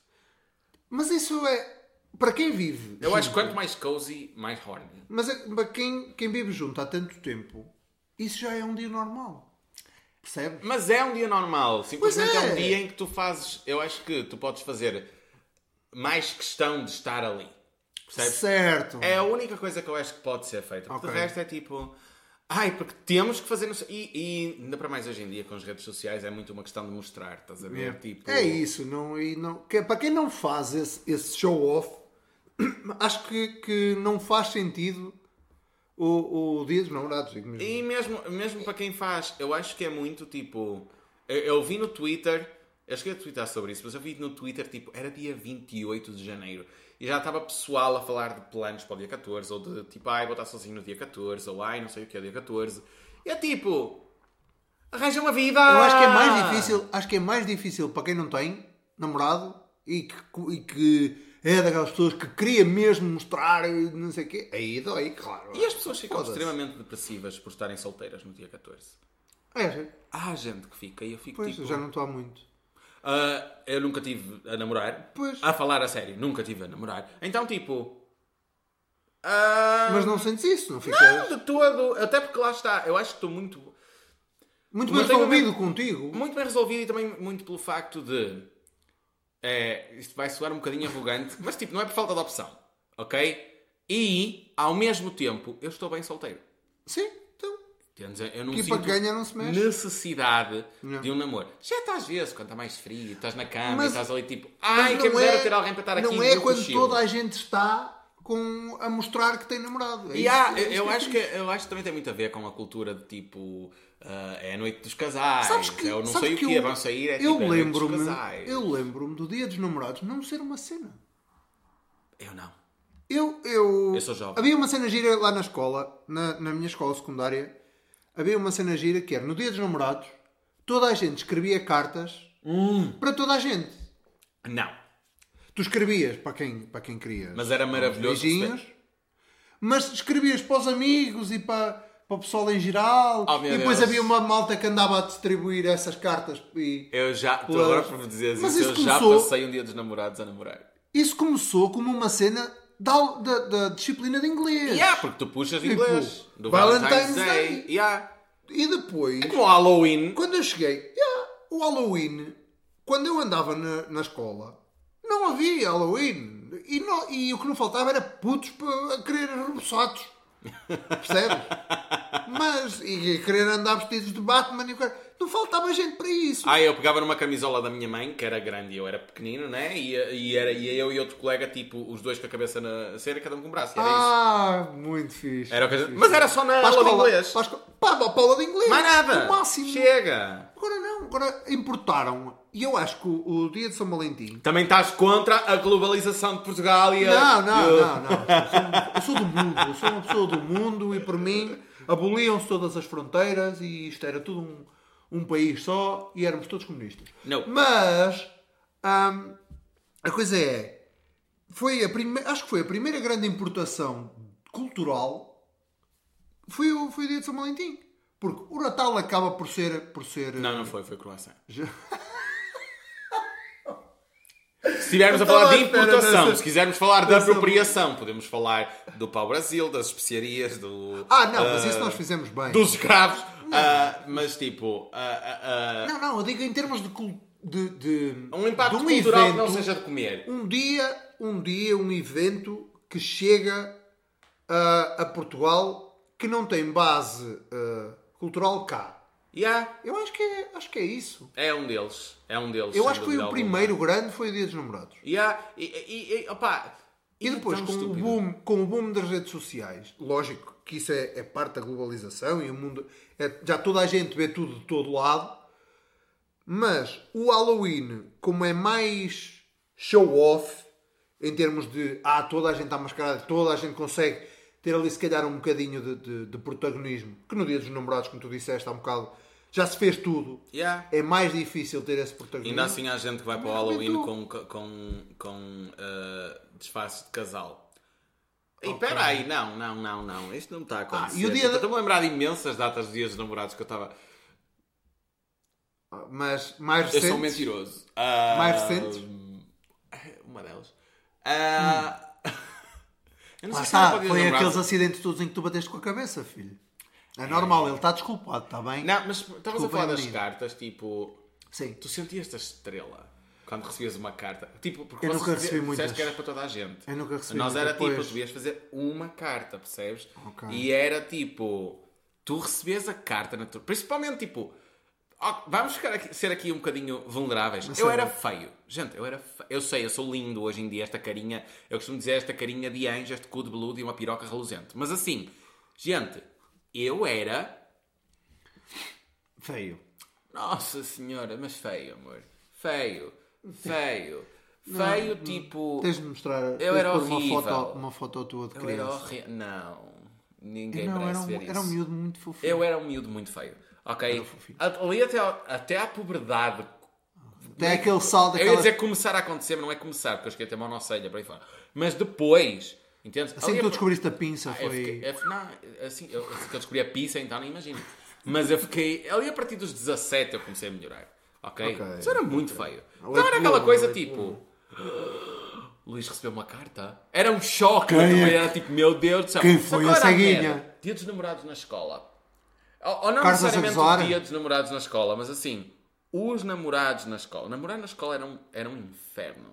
[SPEAKER 2] Mas isso é. Para quem vive.
[SPEAKER 1] Eu acho que
[SPEAKER 2] junto-
[SPEAKER 1] quanto mais cozy, mais horny.
[SPEAKER 2] Mas é- para quem, quem vive junto há tanto tempo, isso já é um dia normal. Percebes?
[SPEAKER 1] Mas é um dia normal. Simplesmente é.
[SPEAKER 2] Pois é.
[SPEAKER 1] um dia em que tu fazes. Eu acho que tu podes fazer mais questão de estar ali. Percebes?
[SPEAKER 2] Certo.
[SPEAKER 1] É a única coisa que eu acho que pode ser feita. Porque
[SPEAKER 2] Ok.
[SPEAKER 1] o resto é tipo. Ai, porque temos que fazer. não sei- E, e ainda para mais hoje em dia, com as redes sociais, é muito uma questão de mostrar, estás a ver?
[SPEAKER 2] É,
[SPEAKER 1] Tipo,
[SPEAKER 2] é isso, não, e não, que- é, para quem não faz esse, esse show-off, [CLEARS THROAT] acho que, que não faz sentido o, o dia dos namorados. digo mesmo.
[SPEAKER 1] E mesmo, mesmo para quem faz, eu acho que é muito tipo. Eu, eu vi no Twitter, eu cheguei a twittar sobre isso, mas eu vi no Twitter, tipo, era dia 28 de janeiro e já estava pessoal a falar de planos para o dia 14, ou de tipo, ai, vou estar sozinho no dia 14, ou ai, não sei o que é o dia 14. E é tipo. Arranja uma vida!
[SPEAKER 2] Eu acho que é mais
[SPEAKER 1] Ah!
[SPEAKER 2] difícil, acho que é mais difícil para quem não tem namorado e que, e que é daquelas pessoas que queria mesmo mostrar e não sei o quê. Aí dói, claro.
[SPEAKER 1] E as pessoas ficam
[SPEAKER 2] Foda-se.
[SPEAKER 1] extremamente depressivas por estarem solteiras no dia 14.
[SPEAKER 2] É,
[SPEAKER 1] Há gente que fica e eu fico
[SPEAKER 2] pois,
[SPEAKER 1] tipo.
[SPEAKER 2] eu já não estou há muito.
[SPEAKER 1] "Ah, eu nunca tive a namorar.
[SPEAKER 2] Pois.
[SPEAKER 1] A falar a sério, nunca tive a namorar. Então, tipo. ah,
[SPEAKER 2] Mas não sentes isso, não ficas?
[SPEAKER 1] não, de todo. Até porque lá está. Eu acho que estou muito,
[SPEAKER 2] Muito
[SPEAKER 1] Mas
[SPEAKER 2] bem
[SPEAKER 1] tenho um
[SPEAKER 2] resolvido contigo.
[SPEAKER 1] muito bem resolvido e também muito pelo facto de. é, isto vai soar um bocadinho arrogante, mas tipo, não é por falta de opção. Ok? E, ao mesmo tempo, eu estou bem solteiro.
[SPEAKER 2] Sim, então.
[SPEAKER 1] um Entendes? Eu não
[SPEAKER 2] Que
[SPEAKER 1] sinto
[SPEAKER 2] para ganha não se mexe.
[SPEAKER 1] necessidade
[SPEAKER 2] Não.
[SPEAKER 1] de um namoro. Já está às vezes, quando está mais frio, estás na cama
[SPEAKER 2] Mas-
[SPEAKER 1] e estás ali tipo,
[SPEAKER 2] Mas
[SPEAKER 1] ai,
[SPEAKER 2] não
[SPEAKER 1] quem me dera
[SPEAKER 2] é-
[SPEAKER 1] ter alguém para estar aqui
[SPEAKER 2] Não
[SPEAKER 1] e
[SPEAKER 2] é
[SPEAKER 1] eu
[SPEAKER 2] quando
[SPEAKER 1] cochilo."
[SPEAKER 2] toda a gente está com, a mostrar que tem namorado. É
[SPEAKER 1] E
[SPEAKER 2] isso
[SPEAKER 1] há,
[SPEAKER 2] que-
[SPEAKER 1] eu,
[SPEAKER 2] é
[SPEAKER 1] eu
[SPEAKER 2] isso
[SPEAKER 1] acho que, eu acho que também tem muito a ver com a cultura de tipo. ah, é a noite dos casais,
[SPEAKER 2] Sabes que,
[SPEAKER 1] é o não
[SPEAKER 2] sabes
[SPEAKER 1] sei
[SPEAKER 2] que
[SPEAKER 1] o quê,
[SPEAKER 2] eu,
[SPEAKER 1] vão sair, é
[SPEAKER 2] eu
[SPEAKER 1] tipo, é a noite dos
[SPEAKER 2] lembro-me,
[SPEAKER 1] casais.
[SPEAKER 2] eu lembro-me do Dia dos Namorados não ser uma cena.
[SPEAKER 1] Eu não.
[SPEAKER 2] Eu, eu,
[SPEAKER 1] Eu sou jovem.
[SPEAKER 2] Havia uma cena gira lá na escola, na, na minha escola secundária, havia uma cena gira que era no Dia dos Namorados, toda a gente escrevia cartas para toda a gente.
[SPEAKER 1] Não.
[SPEAKER 2] Tu escrevias para quem, para quem querias.
[SPEAKER 1] Mas era maravilhoso
[SPEAKER 2] Beijinhos. Mas escrevias para os amigos e para, para o pessoal em geral.
[SPEAKER 1] Oh, meu
[SPEAKER 2] e depois
[SPEAKER 1] Deus.
[SPEAKER 2] havia uma malta que andava a distribuir essas cartas. E
[SPEAKER 1] Eu já. Tu
[SPEAKER 2] Pois.
[SPEAKER 1] agora por dizeres
[SPEAKER 2] Mas
[SPEAKER 1] isso, eu
[SPEAKER 2] isso
[SPEAKER 1] já
[SPEAKER 2] começou-
[SPEAKER 1] passei um dia dos namorados a namorar.
[SPEAKER 2] isso começou como uma cena da, au- da, da disciplina de inglês.
[SPEAKER 1] Yeah, porque tu puxas inglês. Do
[SPEAKER 2] Tipo, Valentine's
[SPEAKER 1] Valentine's
[SPEAKER 2] Day.
[SPEAKER 1] Day. Yeah.
[SPEAKER 2] E depois,
[SPEAKER 1] Como o Halloween.
[SPEAKER 2] quando eu cheguei, yeah, o Halloween, quando eu andava na, na escola, não havia Halloween. E, não- e o que não faltava era putos para a querer reboçados.
[SPEAKER 1] [LAUGHS]
[SPEAKER 2] Percebes? Mas, e a querer andar vestidos de Batman e o cara. Não faltava gente para isso.
[SPEAKER 1] Ah, eu pegava numa camisola da minha mãe, que era grande e eu era pequenino, né? E, e era e eu e outro colega, tipo, os dois com a cabeça na cera, cada um com um braço. E era isso.
[SPEAKER 2] Ah, muito fixe.
[SPEAKER 1] Era o que a
[SPEAKER 2] muito
[SPEAKER 1] gente-
[SPEAKER 2] fixe.
[SPEAKER 1] Mas era só na
[SPEAKER 2] Para a
[SPEAKER 1] aula de
[SPEAKER 2] escola,
[SPEAKER 1] inglês.
[SPEAKER 2] para a esco- Pá, para a aula de inglês.
[SPEAKER 1] Mais nada.
[SPEAKER 2] O máximo.
[SPEAKER 1] Chega.
[SPEAKER 2] Agora não, agora importaram E eu acho que o, o dia de São Valentim.
[SPEAKER 1] Também estás contra a globalização de Portugal e a...
[SPEAKER 2] Não, não,
[SPEAKER 1] e a-
[SPEAKER 2] não, não. Eu sou, eu sou do mundo, eu sou uma pessoa do mundo e por mim aboliam-se todas as fronteiras e isto era tudo um, um país só e éramos todos comunistas.
[SPEAKER 1] Não.
[SPEAKER 2] Mas hum, a coisa é, foi a prime... acho que foi a primeira grande importação cultural foi o, foi o dia de São Valentim. Porque o Natal acaba por ser. Por ser
[SPEAKER 1] Não, não foi, foi croissant.
[SPEAKER 2] Já-
[SPEAKER 1] Se estivermos a
[SPEAKER 2] Eu tava
[SPEAKER 1] falar de
[SPEAKER 2] à espera
[SPEAKER 1] importação,
[SPEAKER 2] dessa-
[SPEAKER 1] se quisermos falar de
[SPEAKER 2] dessa-
[SPEAKER 1] apropriação, podemos falar do pau-brasil, das especiarias, do...
[SPEAKER 2] Ah, não, mas
[SPEAKER 1] ah,
[SPEAKER 2] isso nós fizemos bem.
[SPEAKER 1] Dos escravos. Ah, mas tipo, ah, ah,
[SPEAKER 2] Não, não, eu digo em termos de. cul- de, de
[SPEAKER 1] ah, um impacto
[SPEAKER 2] de
[SPEAKER 1] cultural que não
[SPEAKER 2] evento.
[SPEAKER 1] seja de comer.
[SPEAKER 2] um dia, um dia, um evento que chega a, a Portugal que não tem base eh, cultural cá.
[SPEAKER 1] Yeah,
[SPEAKER 2] Eu acho que é, acho que é isso.
[SPEAKER 1] é um deles. É um deles.
[SPEAKER 2] Eu
[SPEAKER 1] sem
[SPEAKER 2] acho que foi
[SPEAKER 1] dúvida
[SPEAKER 2] o
[SPEAKER 1] alguma.
[SPEAKER 2] primeiro grande foi o Dia dos Namorados.
[SPEAKER 1] Yeah, e, e, e, opa,
[SPEAKER 2] E depois,
[SPEAKER 1] É tão
[SPEAKER 2] com o,
[SPEAKER 1] estúpido.
[SPEAKER 2] boom, com o boom das redes sociais, lógico que isso é, é parte da globalização e o mundo. é- já toda a gente vê tudo de todo lado, mas o Halloween, como é mais show-off, em termos de ah, toda a gente está mascarada, toda a gente consegue ter ali se calhar um bocadinho de, de- de protagonismo, que no dia dos namorados, como tu disseste há um bocado, já se fez tudo.
[SPEAKER 1] Yeah.
[SPEAKER 2] É mais difícil ter esse
[SPEAKER 1] Ainda
[SPEAKER 2] protagonismo.
[SPEAKER 1] assim há gente que vai para o
[SPEAKER 2] Não,
[SPEAKER 1] Halloween
[SPEAKER 2] aumentou.
[SPEAKER 1] com, com, com ah, disfarce de casal. E espera aí, não, não, não, não. Isto não está a acontecer.
[SPEAKER 2] e o dia
[SPEAKER 1] Tipo,
[SPEAKER 2] da-
[SPEAKER 1] Estou-me a lembrar de imensas datas de dias dos namorados que eu estava...
[SPEAKER 2] Mas mais
[SPEAKER 1] Eu
[SPEAKER 2] recente.
[SPEAKER 1] sou um mentiroso. Ah,
[SPEAKER 2] Mais recentes?
[SPEAKER 1] Uma delas. Ah, [LAUGHS] eu não sei se
[SPEAKER 2] Lá está,
[SPEAKER 1] era para dias
[SPEAKER 2] foi
[SPEAKER 1] namorados.
[SPEAKER 2] aqueles acidentes todos em que tu bateste com a cabeça, filho. É normal, ele está desculpado, está bem?
[SPEAKER 1] Não, mas estavas a
[SPEAKER 2] Desculpa,
[SPEAKER 1] falar das
[SPEAKER 2] menino.
[SPEAKER 1] cartas, tipo...
[SPEAKER 2] Sim.
[SPEAKER 1] Tu sentias esta estrela quando recebias uma carta? Tipo, porque
[SPEAKER 2] Eu
[SPEAKER 1] vocês
[SPEAKER 2] nunca
[SPEAKER 1] dize-
[SPEAKER 2] recebi
[SPEAKER 1] disseste
[SPEAKER 2] muitas.
[SPEAKER 1] que era para toda a gente.
[SPEAKER 2] Eu nunca recebi
[SPEAKER 1] Nós era
[SPEAKER 2] muitas, pois.
[SPEAKER 1] tipo, tu devias fazer uma carta, percebes?
[SPEAKER 2] Ok.
[SPEAKER 1] E era tipo, tu recebias a carta na tua... Principalmente tipo, ó, vamos ficar aqui- ser aqui um bocadinho vulneráveis.
[SPEAKER 2] Mas
[SPEAKER 1] eu
[SPEAKER 2] sério.
[SPEAKER 1] era feio. Gente, eu era feio. Eu sei, eu sou lindo hoje em dia, esta carinha. Eu costumo dizer esta carinha de anjo, este cu de beludo e uma piroca reluzente. Mas assim, gente, eu era
[SPEAKER 2] Feio.
[SPEAKER 1] nossa senhora, mas feio, amor. Feio. Feio. Feio, tipo.
[SPEAKER 2] Tens de mostrar tens
[SPEAKER 1] Eu
[SPEAKER 2] de
[SPEAKER 1] era
[SPEAKER 2] pôr
[SPEAKER 1] horrível.
[SPEAKER 2] uma foto, uma foto tua de
[SPEAKER 1] eu era
[SPEAKER 2] criança.
[SPEAKER 1] horri- Não. Ninguém
[SPEAKER 2] não, era
[SPEAKER 1] merece
[SPEAKER 2] um,
[SPEAKER 1] ver isso.
[SPEAKER 2] era um miúdo muito fofinho.
[SPEAKER 1] Eu era um miúdo muito feio. Ok?
[SPEAKER 2] fofinho.
[SPEAKER 1] Ali até, ao- até à puberdade.
[SPEAKER 2] Até aquele salto,
[SPEAKER 1] Eu ia
[SPEAKER 2] daquela...
[SPEAKER 1] dizer começar a acontecer, mas não é começar, porque eu cheguei até mal na para aí fora. Mas depois. Entendes?
[SPEAKER 2] assim
[SPEAKER 1] Ali
[SPEAKER 2] que tu
[SPEAKER 1] a-
[SPEAKER 2] descobriste a pinça,
[SPEAKER 1] É, Eu
[SPEAKER 2] foi...
[SPEAKER 1] fiquei, eu fi- não, assim, eu, assim que eu descobri a pizza, então nem imagino. Mas eu fiquei. Ali a partir dos 17 eu comecei a melhorar. Ok?
[SPEAKER 2] Ok. é
[SPEAKER 1] Isso era muito feio. Então
[SPEAKER 2] Leite
[SPEAKER 1] era aquela
[SPEAKER 2] bom,
[SPEAKER 1] coisa
[SPEAKER 2] leite
[SPEAKER 1] tipo. [GASPS] Luís recebeu uma carta. Era um choque.
[SPEAKER 2] Quem é
[SPEAKER 1] também
[SPEAKER 2] que-
[SPEAKER 1] Era tipo, meu Deus do céu.
[SPEAKER 2] Quem
[SPEAKER 1] Sabe
[SPEAKER 2] foi
[SPEAKER 1] qual
[SPEAKER 2] a
[SPEAKER 1] era
[SPEAKER 2] ceguinha?
[SPEAKER 1] merda? Dia dos namorados na escola. Ou, ou não
[SPEAKER 2] Cartas a
[SPEAKER 1] necessariamente
[SPEAKER 2] gozar?
[SPEAKER 1] o dia dos namorados na escola, mas assim, os namorados na escola. Namorar na escola era um, era um inferno.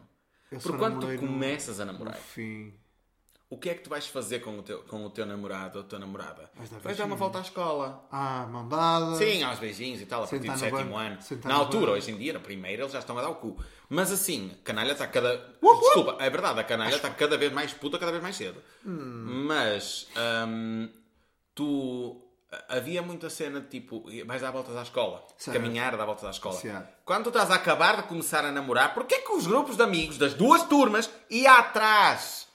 [SPEAKER 2] Eu só
[SPEAKER 1] Por quando
[SPEAKER 2] namorei
[SPEAKER 1] tu
[SPEAKER 2] no-
[SPEAKER 1] começas a namorar,
[SPEAKER 2] Enfim...
[SPEAKER 1] o que é que tu vais fazer com o teu, com o teu namorado ou a tua namorada? Vais
[SPEAKER 2] dar
[SPEAKER 1] dar, uma volta à escola.
[SPEAKER 2] Ah, mão dada.
[SPEAKER 1] Sim, aos beijinhos e tal, a partir
[SPEAKER 2] Sentar
[SPEAKER 1] do
[SPEAKER 2] no
[SPEAKER 1] sétimo
[SPEAKER 2] banco.
[SPEAKER 1] ano.
[SPEAKER 2] Sentar
[SPEAKER 1] Na
[SPEAKER 2] no
[SPEAKER 1] altura,
[SPEAKER 2] banco.
[SPEAKER 1] hoje em dia, na primeira, eles já estão a dar o cu. Mas assim, canalha está cada.
[SPEAKER 2] Uop, uop.
[SPEAKER 1] Desculpa, é verdade, a canalha está cada vez mais puta, cada vez mais cedo. Mas. hum, tu. Havia muita cena de tipo, vais dar voltas à escola,
[SPEAKER 2] Certo.
[SPEAKER 1] caminhar, dar voltas à escola.
[SPEAKER 2] Certo.
[SPEAKER 1] Quando tu estás a acabar de começar a namorar, porquê que os grupos de amigos das duas turmas iam atrás?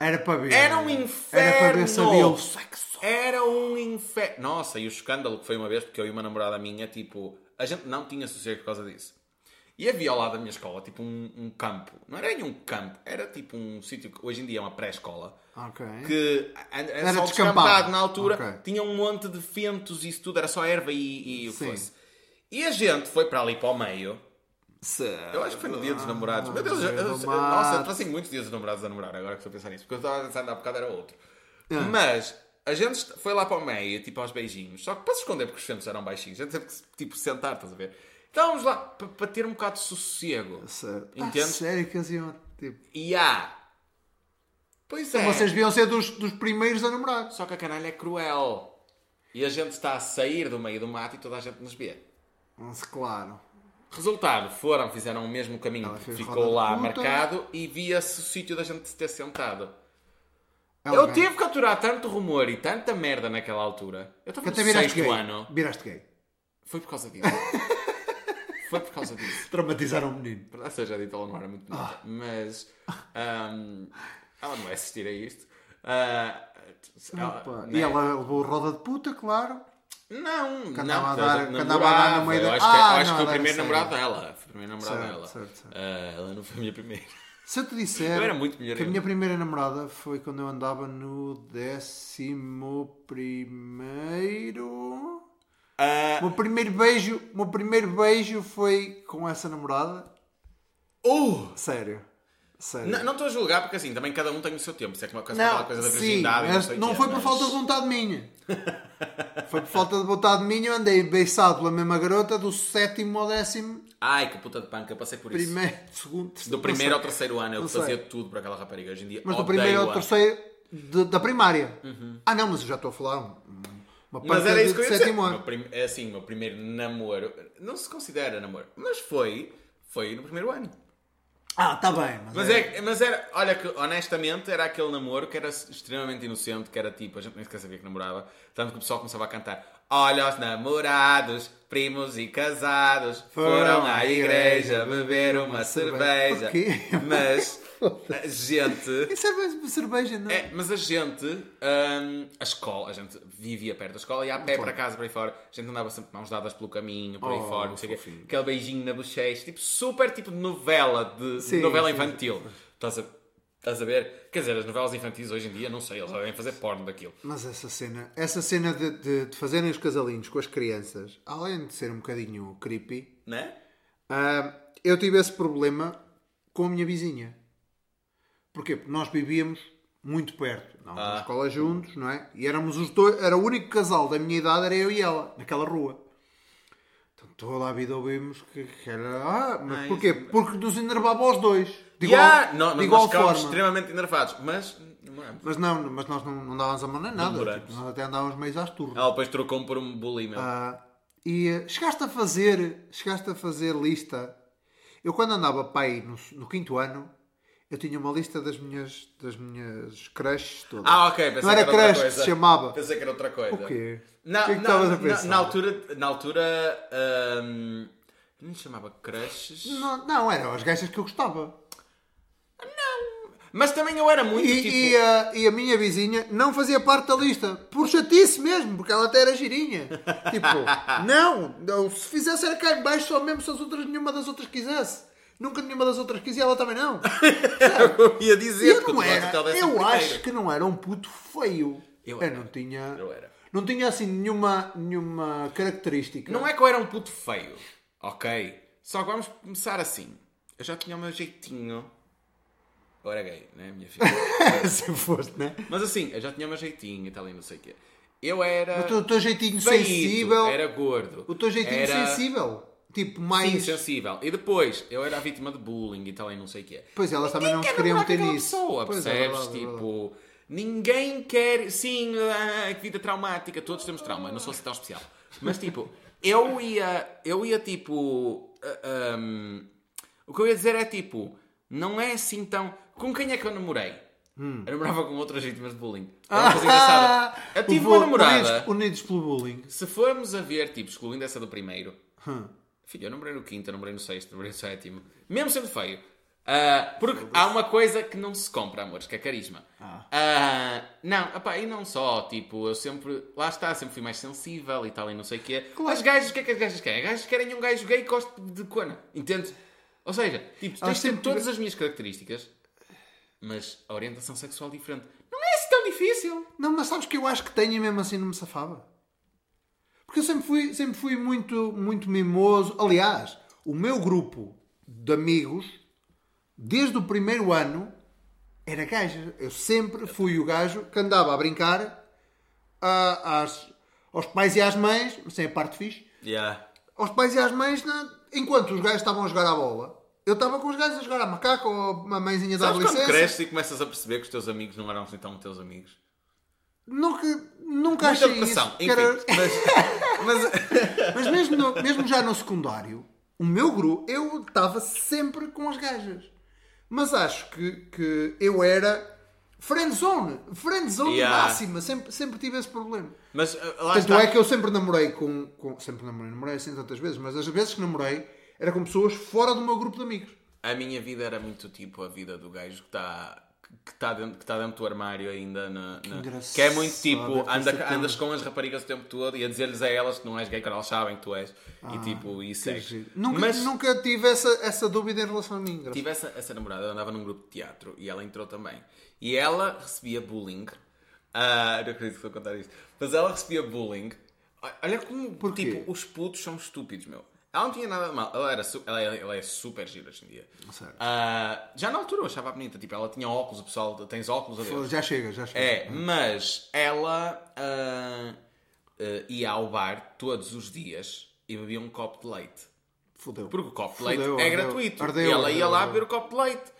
[SPEAKER 2] Era para ver.
[SPEAKER 1] Era um inferno.
[SPEAKER 2] Era para ver se havia o sexo.
[SPEAKER 1] Era um inferno. Nossa, e o escândalo que foi uma vez, porque eu e uma namorada minha, tipo, a gente não tinha sossego por causa disso. E havia ao lado da minha escola, tipo, um, um campo. Não era nenhum campo, era tipo um sítio que hoje em dia é uma pré-escola.
[SPEAKER 2] Ok.
[SPEAKER 1] Que era,
[SPEAKER 2] Era
[SPEAKER 1] só
[SPEAKER 2] descampado.
[SPEAKER 1] descampado na altura,
[SPEAKER 2] Ok.
[SPEAKER 1] tinha um monte de fentos e isso tudo, era só erva e, e o que
[SPEAKER 2] Sim.
[SPEAKER 1] fosse. E a gente foi para ali para o meio. Eu
[SPEAKER 2] Eu
[SPEAKER 1] acho que foi no
[SPEAKER 2] Ah,
[SPEAKER 1] dia dos namorados. Meu Deus, eu, eu, nossa, trazem muitos dias dos namorados a namorar agora que estou a pensar nisso, porque eu estava a pensar há bocado era outro.
[SPEAKER 2] É.
[SPEAKER 1] Mas a gente est- foi lá para o meio, tipo aos beijinhos, só que para se esconder porque os centros eram baixinhos, a gente teve que se, tipo sentar, estás a ver? Estávamos lá pa- para ter um bocado de sossego.
[SPEAKER 2] Certo. Ah,
[SPEAKER 1] Entendes?
[SPEAKER 2] sério que eles iam, tipo...
[SPEAKER 1] E há. Pois é.
[SPEAKER 2] Então Vocês deviam ser dos, dos primeiros a namorar.
[SPEAKER 1] Só que a canalha é cruel. E a gente está a sair do meio do mato e toda a gente nos vê.
[SPEAKER 2] Mas, Claro.
[SPEAKER 1] Resultado, foram, fizeram o mesmo caminho
[SPEAKER 2] Ela
[SPEAKER 1] que
[SPEAKER 2] fez
[SPEAKER 1] ficou
[SPEAKER 2] roda de
[SPEAKER 1] lá
[SPEAKER 2] puta.
[SPEAKER 1] marcado e via-se o sítio da gente se ter sentado.
[SPEAKER 2] É
[SPEAKER 1] Eu
[SPEAKER 2] alguém.
[SPEAKER 1] tive que aturar tanto rumor e tanta merda naquela altura. Eu estava
[SPEAKER 2] Que
[SPEAKER 1] no
[SPEAKER 2] até viraste
[SPEAKER 1] sexto
[SPEAKER 2] gay.
[SPEAKER 1] ano.
[SPEAKER 2] [LAUGHS] Viraste gay.
[SPEAKER 1] Foi por causa disso. Foi por causa disso.
[SPEAKER 2] Traumatizar um menino.
[SPEAKER 1] Por não seja dito, ela não era muito bonita.
[SPEAKER 2] Ah.
[SPEAKER 1] Mas ahm, ela não vai assistir a isto. Ah, ela-
[SPEAKER 2] Opa,
[SPEAKER 1] né?
[SPEAKER 2] E ela levou roda de puta, claro.
[SPEAKER 1] Não, não,
[SPEAKER 2] Que andava a
[SPEAKER 1] porque ela
[SPEAKER 2] dar-
[SPEAKER 1] já
[SPEAKER 2] que andava a dar no
[SPEAKER 1] namorava.
[SPEAKER 2] meio da-
[SPEAKER 1] Eu acho que, é- eu
[SPEAKER 2] Ah,
[SPEAKER 1] acho
[SPEAKER 2] não,
[SPEAKER 1] que foi o
[SPEAKER 2] era
[SPEAKER 1] primeiro
[SPEAKER 2] sério.
[SPEAKER 1] namorado dela. Foi o primeiro namorado
[SPEAKER 2] Certo,
[SPEAKER 1] dela.
[SPEAKER 2] certo, certo.
[SPEAKER 1] Ah, ela não foi a minha primeira.
[SPEAKER 2] Se eu te disser
[SPEAKER 1] Eu era muito
[SPEAKER 2] que a
[SPEAKER 1] melhor.
[SPEAKER 2] minha primeira namorada foi quando eu andava no décimo primeiro.
[SPEAKER 1] Ah.
[SPEAKER 2] O meu primeiro beijo, o meu primeiro beijo foi com essa namorada. Sério. Sério.
[SPEAKER 1] Oh! Não não estou a julgar, porque assim, também cada um tem o seu tempo. Se é que uma coisa, aquela coisa da
[SPEAKER 2] sim,
[SPEAKER 1] virgindade.
[SPEAKER 2] mas
[SPEAKER 1] sei o
[SPEAKER 2] não
[SPEAKER 1] quê,
[SPEAKER 2] foi por
[SPEAKER 1] mas-
[SPEAKER 2] falta de vontade minha. [LAUGHS] foi por falta de vontade minha, eu andei beiçado pela mesma garota do sétimo ao décimo
[SPEAKER 1] Ai, que puta de panca, passei por isso.
[SPEAKER 2] primeiro, [LAUGHS] segundo, terceiro,
[SPEAKER 1] Do primeiro ao
[SPEAKER 2] não sei.
[SPEAKER 1] terceiro ano eu
[SPEAKER 2] Não
[SPEAKER 1] fazia
[SPEAKER 2] sei.
[SPEAKER 1] tudo para aquela rapariga. Hoje em dia
[SPEAKER 2] Mas do
[SPEAKER 1] odeio-a. Uhum.
[SPEAKER 2] primeiro ao terceiro de- da primária. Ah não, mas eu já estou a falar um- uma
[SPEAKER 1] Mas
[SPEAKER 2] parte
[SPEAKER 1] era isso que
[SPEAKER 2] de
[SPEAKER 1] eu ia dizer.
[SPEAKER 2] sétimo
[SPEAKER 1] Meu
[SPEAKER 2] ano.
[SPEAKER 1] prim... É assim, o meu primeiro namoro. Não se considera namoro, mas foi. Foi no primeiro ano.
[SPEAKER 2] Ah, está bem. Mas,
[SPEAKER 1] Mas,
[SPEAKER 2] é-
[SPEAKER 1] é, mas era, olha que honestamente era aquele namoro que era extremamente inocente, que era tipo, a gente nem sequer sabia que namorava, tanto que o pessoal começava a cantar Olha os namorados, primos e casados, foram à igreja beber uma cerveja.
[SPEAKER 2] Por quê? [LAUGHS]
[SPEAKER 1] Mas a gente
[SPEAKER 2] Isso é mais uma cerveja, não
[SPEAKER 1] é, mas a gente, hum, a escola, a gente vivia perto da escola e a pé para casa, para aí fora. A gente andava sempre de mãos dadas pelo caminho, por aí
[SPEAKER 2] Oh,
[SPEAKER 1] fora, não sei o quê.
[SPEAKER 2] fofinho.
[SPEAKER 1] Aquele beijinho na bochecha, tipo super tipo de novela, de, de
[SPEAKER 2] Sim,
[SPEAKER 1] novela
[SPEAKER 2] sim,
[SPEAKER 1] infantil. Estás a, estás a ver? Quer dizer, as novelas infantis hoje em dia, não sei, eles devem fazer porno daquilo.
[SPEAKER 2] Mas essa cena, essa cena de, de- de fazerem os casalinhos com as crianças, além de ser um bocadinho creepy,
[SPEAKER 1] Né?
[SPEAKER 2] Ah, eu tive esse problema com a minha vizinha. Porquê? Porque nós vivíamos muito perto. Não,
[SPEAKER 1] Ah.
[SPEAKER 2] na escola juntos, não é? E éramos os dois, era o único casal da minha idade, era eu e ela, naquela rua. Então toda a vida ouvimos que, que era. Ah, mas
[SPEAKER 1] Ah,
[SPEAKER 2] porquê? Porque nos enervava aos dois. De
[SPEAKER 1] Igual,
[SPEAKER 2] igual,
[SPEAKER 1] yeah! Não,
[SPEAKER 2] de
[SPEAKER 1] nós
[SPEAKER 2] igual
[SPEAKER 1] ficávamos
[SPEAKER 2] forma.
[SPEAKER 1] extremamente enervados, mas. é. namorámos.
[SPEAKER 2] Mas não, mas nós não, não dávamos a mão nem nada.
[SPEAKER 1] Namorámos.
[SPEAKER 2] Tipo, nós até andávamos meio às turmas.
[SPEAKER 1] Ela depois trocou-me por um bully, meu.
[SPEAKER 2] Ah, e eh, chegaste a fazer, chegaste a fazer lista. Eu quando andava pai no, no quinto ano, eu tinha uma lista das minhas, das minhas crushes todas.
[SPEAKER 1] Ah, ok, pensei
[SPEAKER 2] Não era
[SPEAKER 1] que era outra
[SPEAKER 2] crush que
[SPEAKER 1] coisa.
[SPEAKER 2] se chamava.
[SPEAKER 1] Pensei que era outra coisa.
[SPEAKER 2] O quê?
[SPEAKER 1] Não,
[SPEAKER 2] O que é
[SPEAKER 1] não,
[SPEAKER 2] que estavas a
[SPEAKER 1] na-
[SPEAKER 2] pensar?
[SPEAKER 1] Na altura, na altura hum, não se chamava crushes.
[SPEAKER 2] Não, não, eram as gajas que eu gostava.
[SPEAKER 1] Mas também eu era muito
[SPEAKER 2] E,
[SPEAKER 1] tipo.
[SPEAKER 2] e a, e a minha vizinha não fazia parte da lista. Por chatice mesmo, porque ela até
[SPEAKER 1] [LAUGHS]
[SPEAKER 2] era girinha. Tipo, não, não, se fizesse era cá em baixo só mesmo se as outras, nenhuma das outras quisesse. Nunca nenhuma das outras quis e ela também não.
[SPEAKER 1] [LAUGHS] eu ia
[SPEAKER 2] Eu
[SPEAKER 1] dizer porque
[SPEAKER 2] não
[SPEAKER 1] o Duarte
[SPEAKER 2] era.
[SPEAKER 1] talvez
[SPEAKER 2] Eu
[SPEAKER 1] sempre
[SPEAKER 2] acho
[SPEAKER 1] primeiro.
[SPEAKER 2] que não era um puto feio.
[SPEAKER 1] Eu
[SPEAKER 2] Eu,
[SPEAKER 1] era.
[SPEAKER 2] não tinha.
[SPEAKER 1] Eu era.
[SPEAKER 2] Não tinha assim nenhuma, nenhuma característica. [LAUGHS]
[SPEAKER 1] Não é que eu era um puto feio, ok? Só que vamos começar assim. Eu já tinha o meu jeitinho. Eu era gay, né, minha
[SPEAKER 2] [LAUGHS]
[SPEAKER 1] filha?
[SPEAKER 2] Se foste, né?
[SPEAKER 1] Mas assim, eu já tinha o meu jeitinho e tal e não sei o quê. Eu era.
[SPEAKER 2] O teu, o teu jeitinho
[SPEAKER 1] feíto,
[SPEAKER 2] sensível.
[SPEAKER 1] Era gordo.
[SPEAKER 2] O teu jeitinho
[SPEAKER 1] era...
[SPEAKER 2] sensível. Tipo,
[SPEAKER 1] Sim,
[SPEAKER 2] mais.
[SPEAKER 1] sensível. E depois, eu era a vítima de bullying e tal, e não sei o quê.
[SPEAKER 2] Pois elas também não se
[SPEAKER 1] quer
[SPEAKER 2] queriam
[SPEAKER 1] namorar com
[SPEAKER 2] meter
[SPEAKER 1] aquela
[SPEAKER 2] nisso.
[SPEAKER 1] pessoa,
[SPEAKER 2] Pois é,
[SPEAKER 1] percebes?
[SPEAKER 2] verdade, é
[SPEAKER 1] tipo, ninguém quer. Sim, ah, que vida traumática, todos temos trauma, não sou assim tão especial. Mas tipo, eu ia, eu ia tipo. ah, ahm, o que eu ia dizer é tipo, não é assim tão. Com quem é que eu namorei?
[SPEAKER 2] Hum.
[SPEAKER 1] Eu namorava com outras vítimas de bullying. Era
[SPEAKER 2] [LAUGHS]
[SPEAKER 1] uma coisa engraçada. Eu
[SPEAKER 2] O
[SPEAKER 1] tive
[SPEAKER 2] bu-
[SPEAKER 1] uma namorada.
[SPEAKER 2] Unidos, unidos pelo bullying.
[SPEAKER 1] Se formos a ver, tipo, excluindo essa do primeiro,
[SPEAKER 2] Hum.
[SPEAKER 1] Filho, eu namorei no quinto, eu namorei no sexto, eu namorei no sétimo. Mesmo sendo feio. Ah, porque há uma coisa que não se compra, amores, que é carisma.
[SPEAKER 2] Ah.
[SPEAKER 1] Ah, não, apá, e não só, tipo, eu sempre, lá está, sempre fui mais sensível e tal, e não sei o quê.
[SPEAKER 2] Claro.
[SPEAKER 1] As gajas, o que é que as gajas querem? As gajas querem um gajo gay que goste de cona, entende? Ou seja, tipo, tens
[SPEAKER 2] Elas
[SPEAKER 1] de ter
[SPEAKER 2] Ah, sempre
[SPEAKER 1] todas as minhas características, mas a orientação sexual diferente. Não é assim tão difícil.
[SPEAKER 2] Não, mas sabes que eu acho que tenho e mesmo assim não me safava. Porque eu sempre fui, sempre fui muito, muito mimoso. Aliás, o meu grupo de amigos, desde o primeiro ano, era gajo. Eu sempre fui o gajo que andava a brincar a- às- aos pais e às mães, sem a parte fixe, aos pais e às mães, na- enquanto os gajos estavam a jogar à bola. Eu estava com os gajos a jogar a macaco ou a mãezinha dava
[SPEAKER 1] Sabes quando
[SPEAKER 2] licença.
[SPEAKER 1] cresces e começas a perceber que os teus amigos não eram assim tão teus amigos?
[SPEAKER 2] Nunca, nunca
[SPEAKER 1] Muita
[SPEAKER 2] achei
[SPEAKER 1] depressão,
[SPEAKER 2] isso. que
[SPEAKER 1] enfim.
[SPEAKER 2] era- [LAUGHS]
[SPEAKER 1] Mas, eh, mas
[SPEAKER 2] Mas mesmo, no- mesmo já no secundário, o meu grupo, eu estava sempre com as gajas. Mas acho que, que eu era friendzone. Friendzone
[SPEAKER 1] Yeah.
[SPEAKER 2] máxima. Sempre, sempre tive esse problema.
[SPEAKER 1] Mas uh, lá
[SPEAKER 2] Tanto
[SPEAKER 1] está.
[SPEAKER 2] é que eu sempre namorei com, com- Sempre namorei, namorei assim tantas vezes, mas as vezes que namorei Era com pessoas fora do meu grupo de amigos.
[SPEAKER 1] A minha vida era muito tipo a vida do gajo que está que está dentro, que tá dentro do armário ainda na, na-
[SPEAKER 2] engraçado,
[SPEAKER 1] que é muito
[SPEAKER 2] é
[SPEAKER 1] tipo
[SPEAKER 2] que
[SPEAKER 1] anda-
[SPEAKER 2] isso tem-
[SPEAKER 1] andas com as raparigas o tempo todo e a dizer-lhes a elas que não és gay quando elas sabem que tu és e tipo isso é
[SPEAKER 2] Ah, Giro. Nunca,
[SPEAKER 1] mas Tipo,
[SPEAKER 2] nunca tive essa, essa dúvida em relação a mim. engraçado.
[SPEAKER 1] tive essa, essa namorada eu andava num grupo de teatro e ela entrou também e ela recebia bullying Ah, não acredito que estou a contar isto mas ela recebia bullying O- olha como
[SPEAKER 2] Porquê?
[SPEAKER 1] tipo os putos são estúpidos meu ela não tinha nada de mal ela, era su- ela, é- ela é super gira hoje em dia
[SPEAKER 2] Certo.
[SPEAKER 1] Ah, já na altura eu achava bonita tipo ela tinha óculos o pessoal tens óculos adeus.
[SPEAKER 2] Já chega, já chega.
[SPEAKER 1] É, mas ela ah, ah, ia ao bar todos os dias e bebia um copo de leite.
[SPEAKER 2] Fudeu.
[SPEAKER 1] Porque o copo de leite
[SPEAKER 2] Fudeu,
[SPEAKER 1] é
[SPEAKER 2] ardeu.
[SPEAKER 1] gratuito.
[SPEAKER 2] Ardeu,
[SPEAKER 1] e ela ia
[SPEAKER 2] ardeu,
[SPEAKER 1] lá
[SPEAKER 2] ardeu.
[SPEAKER 1] beber o copo de leite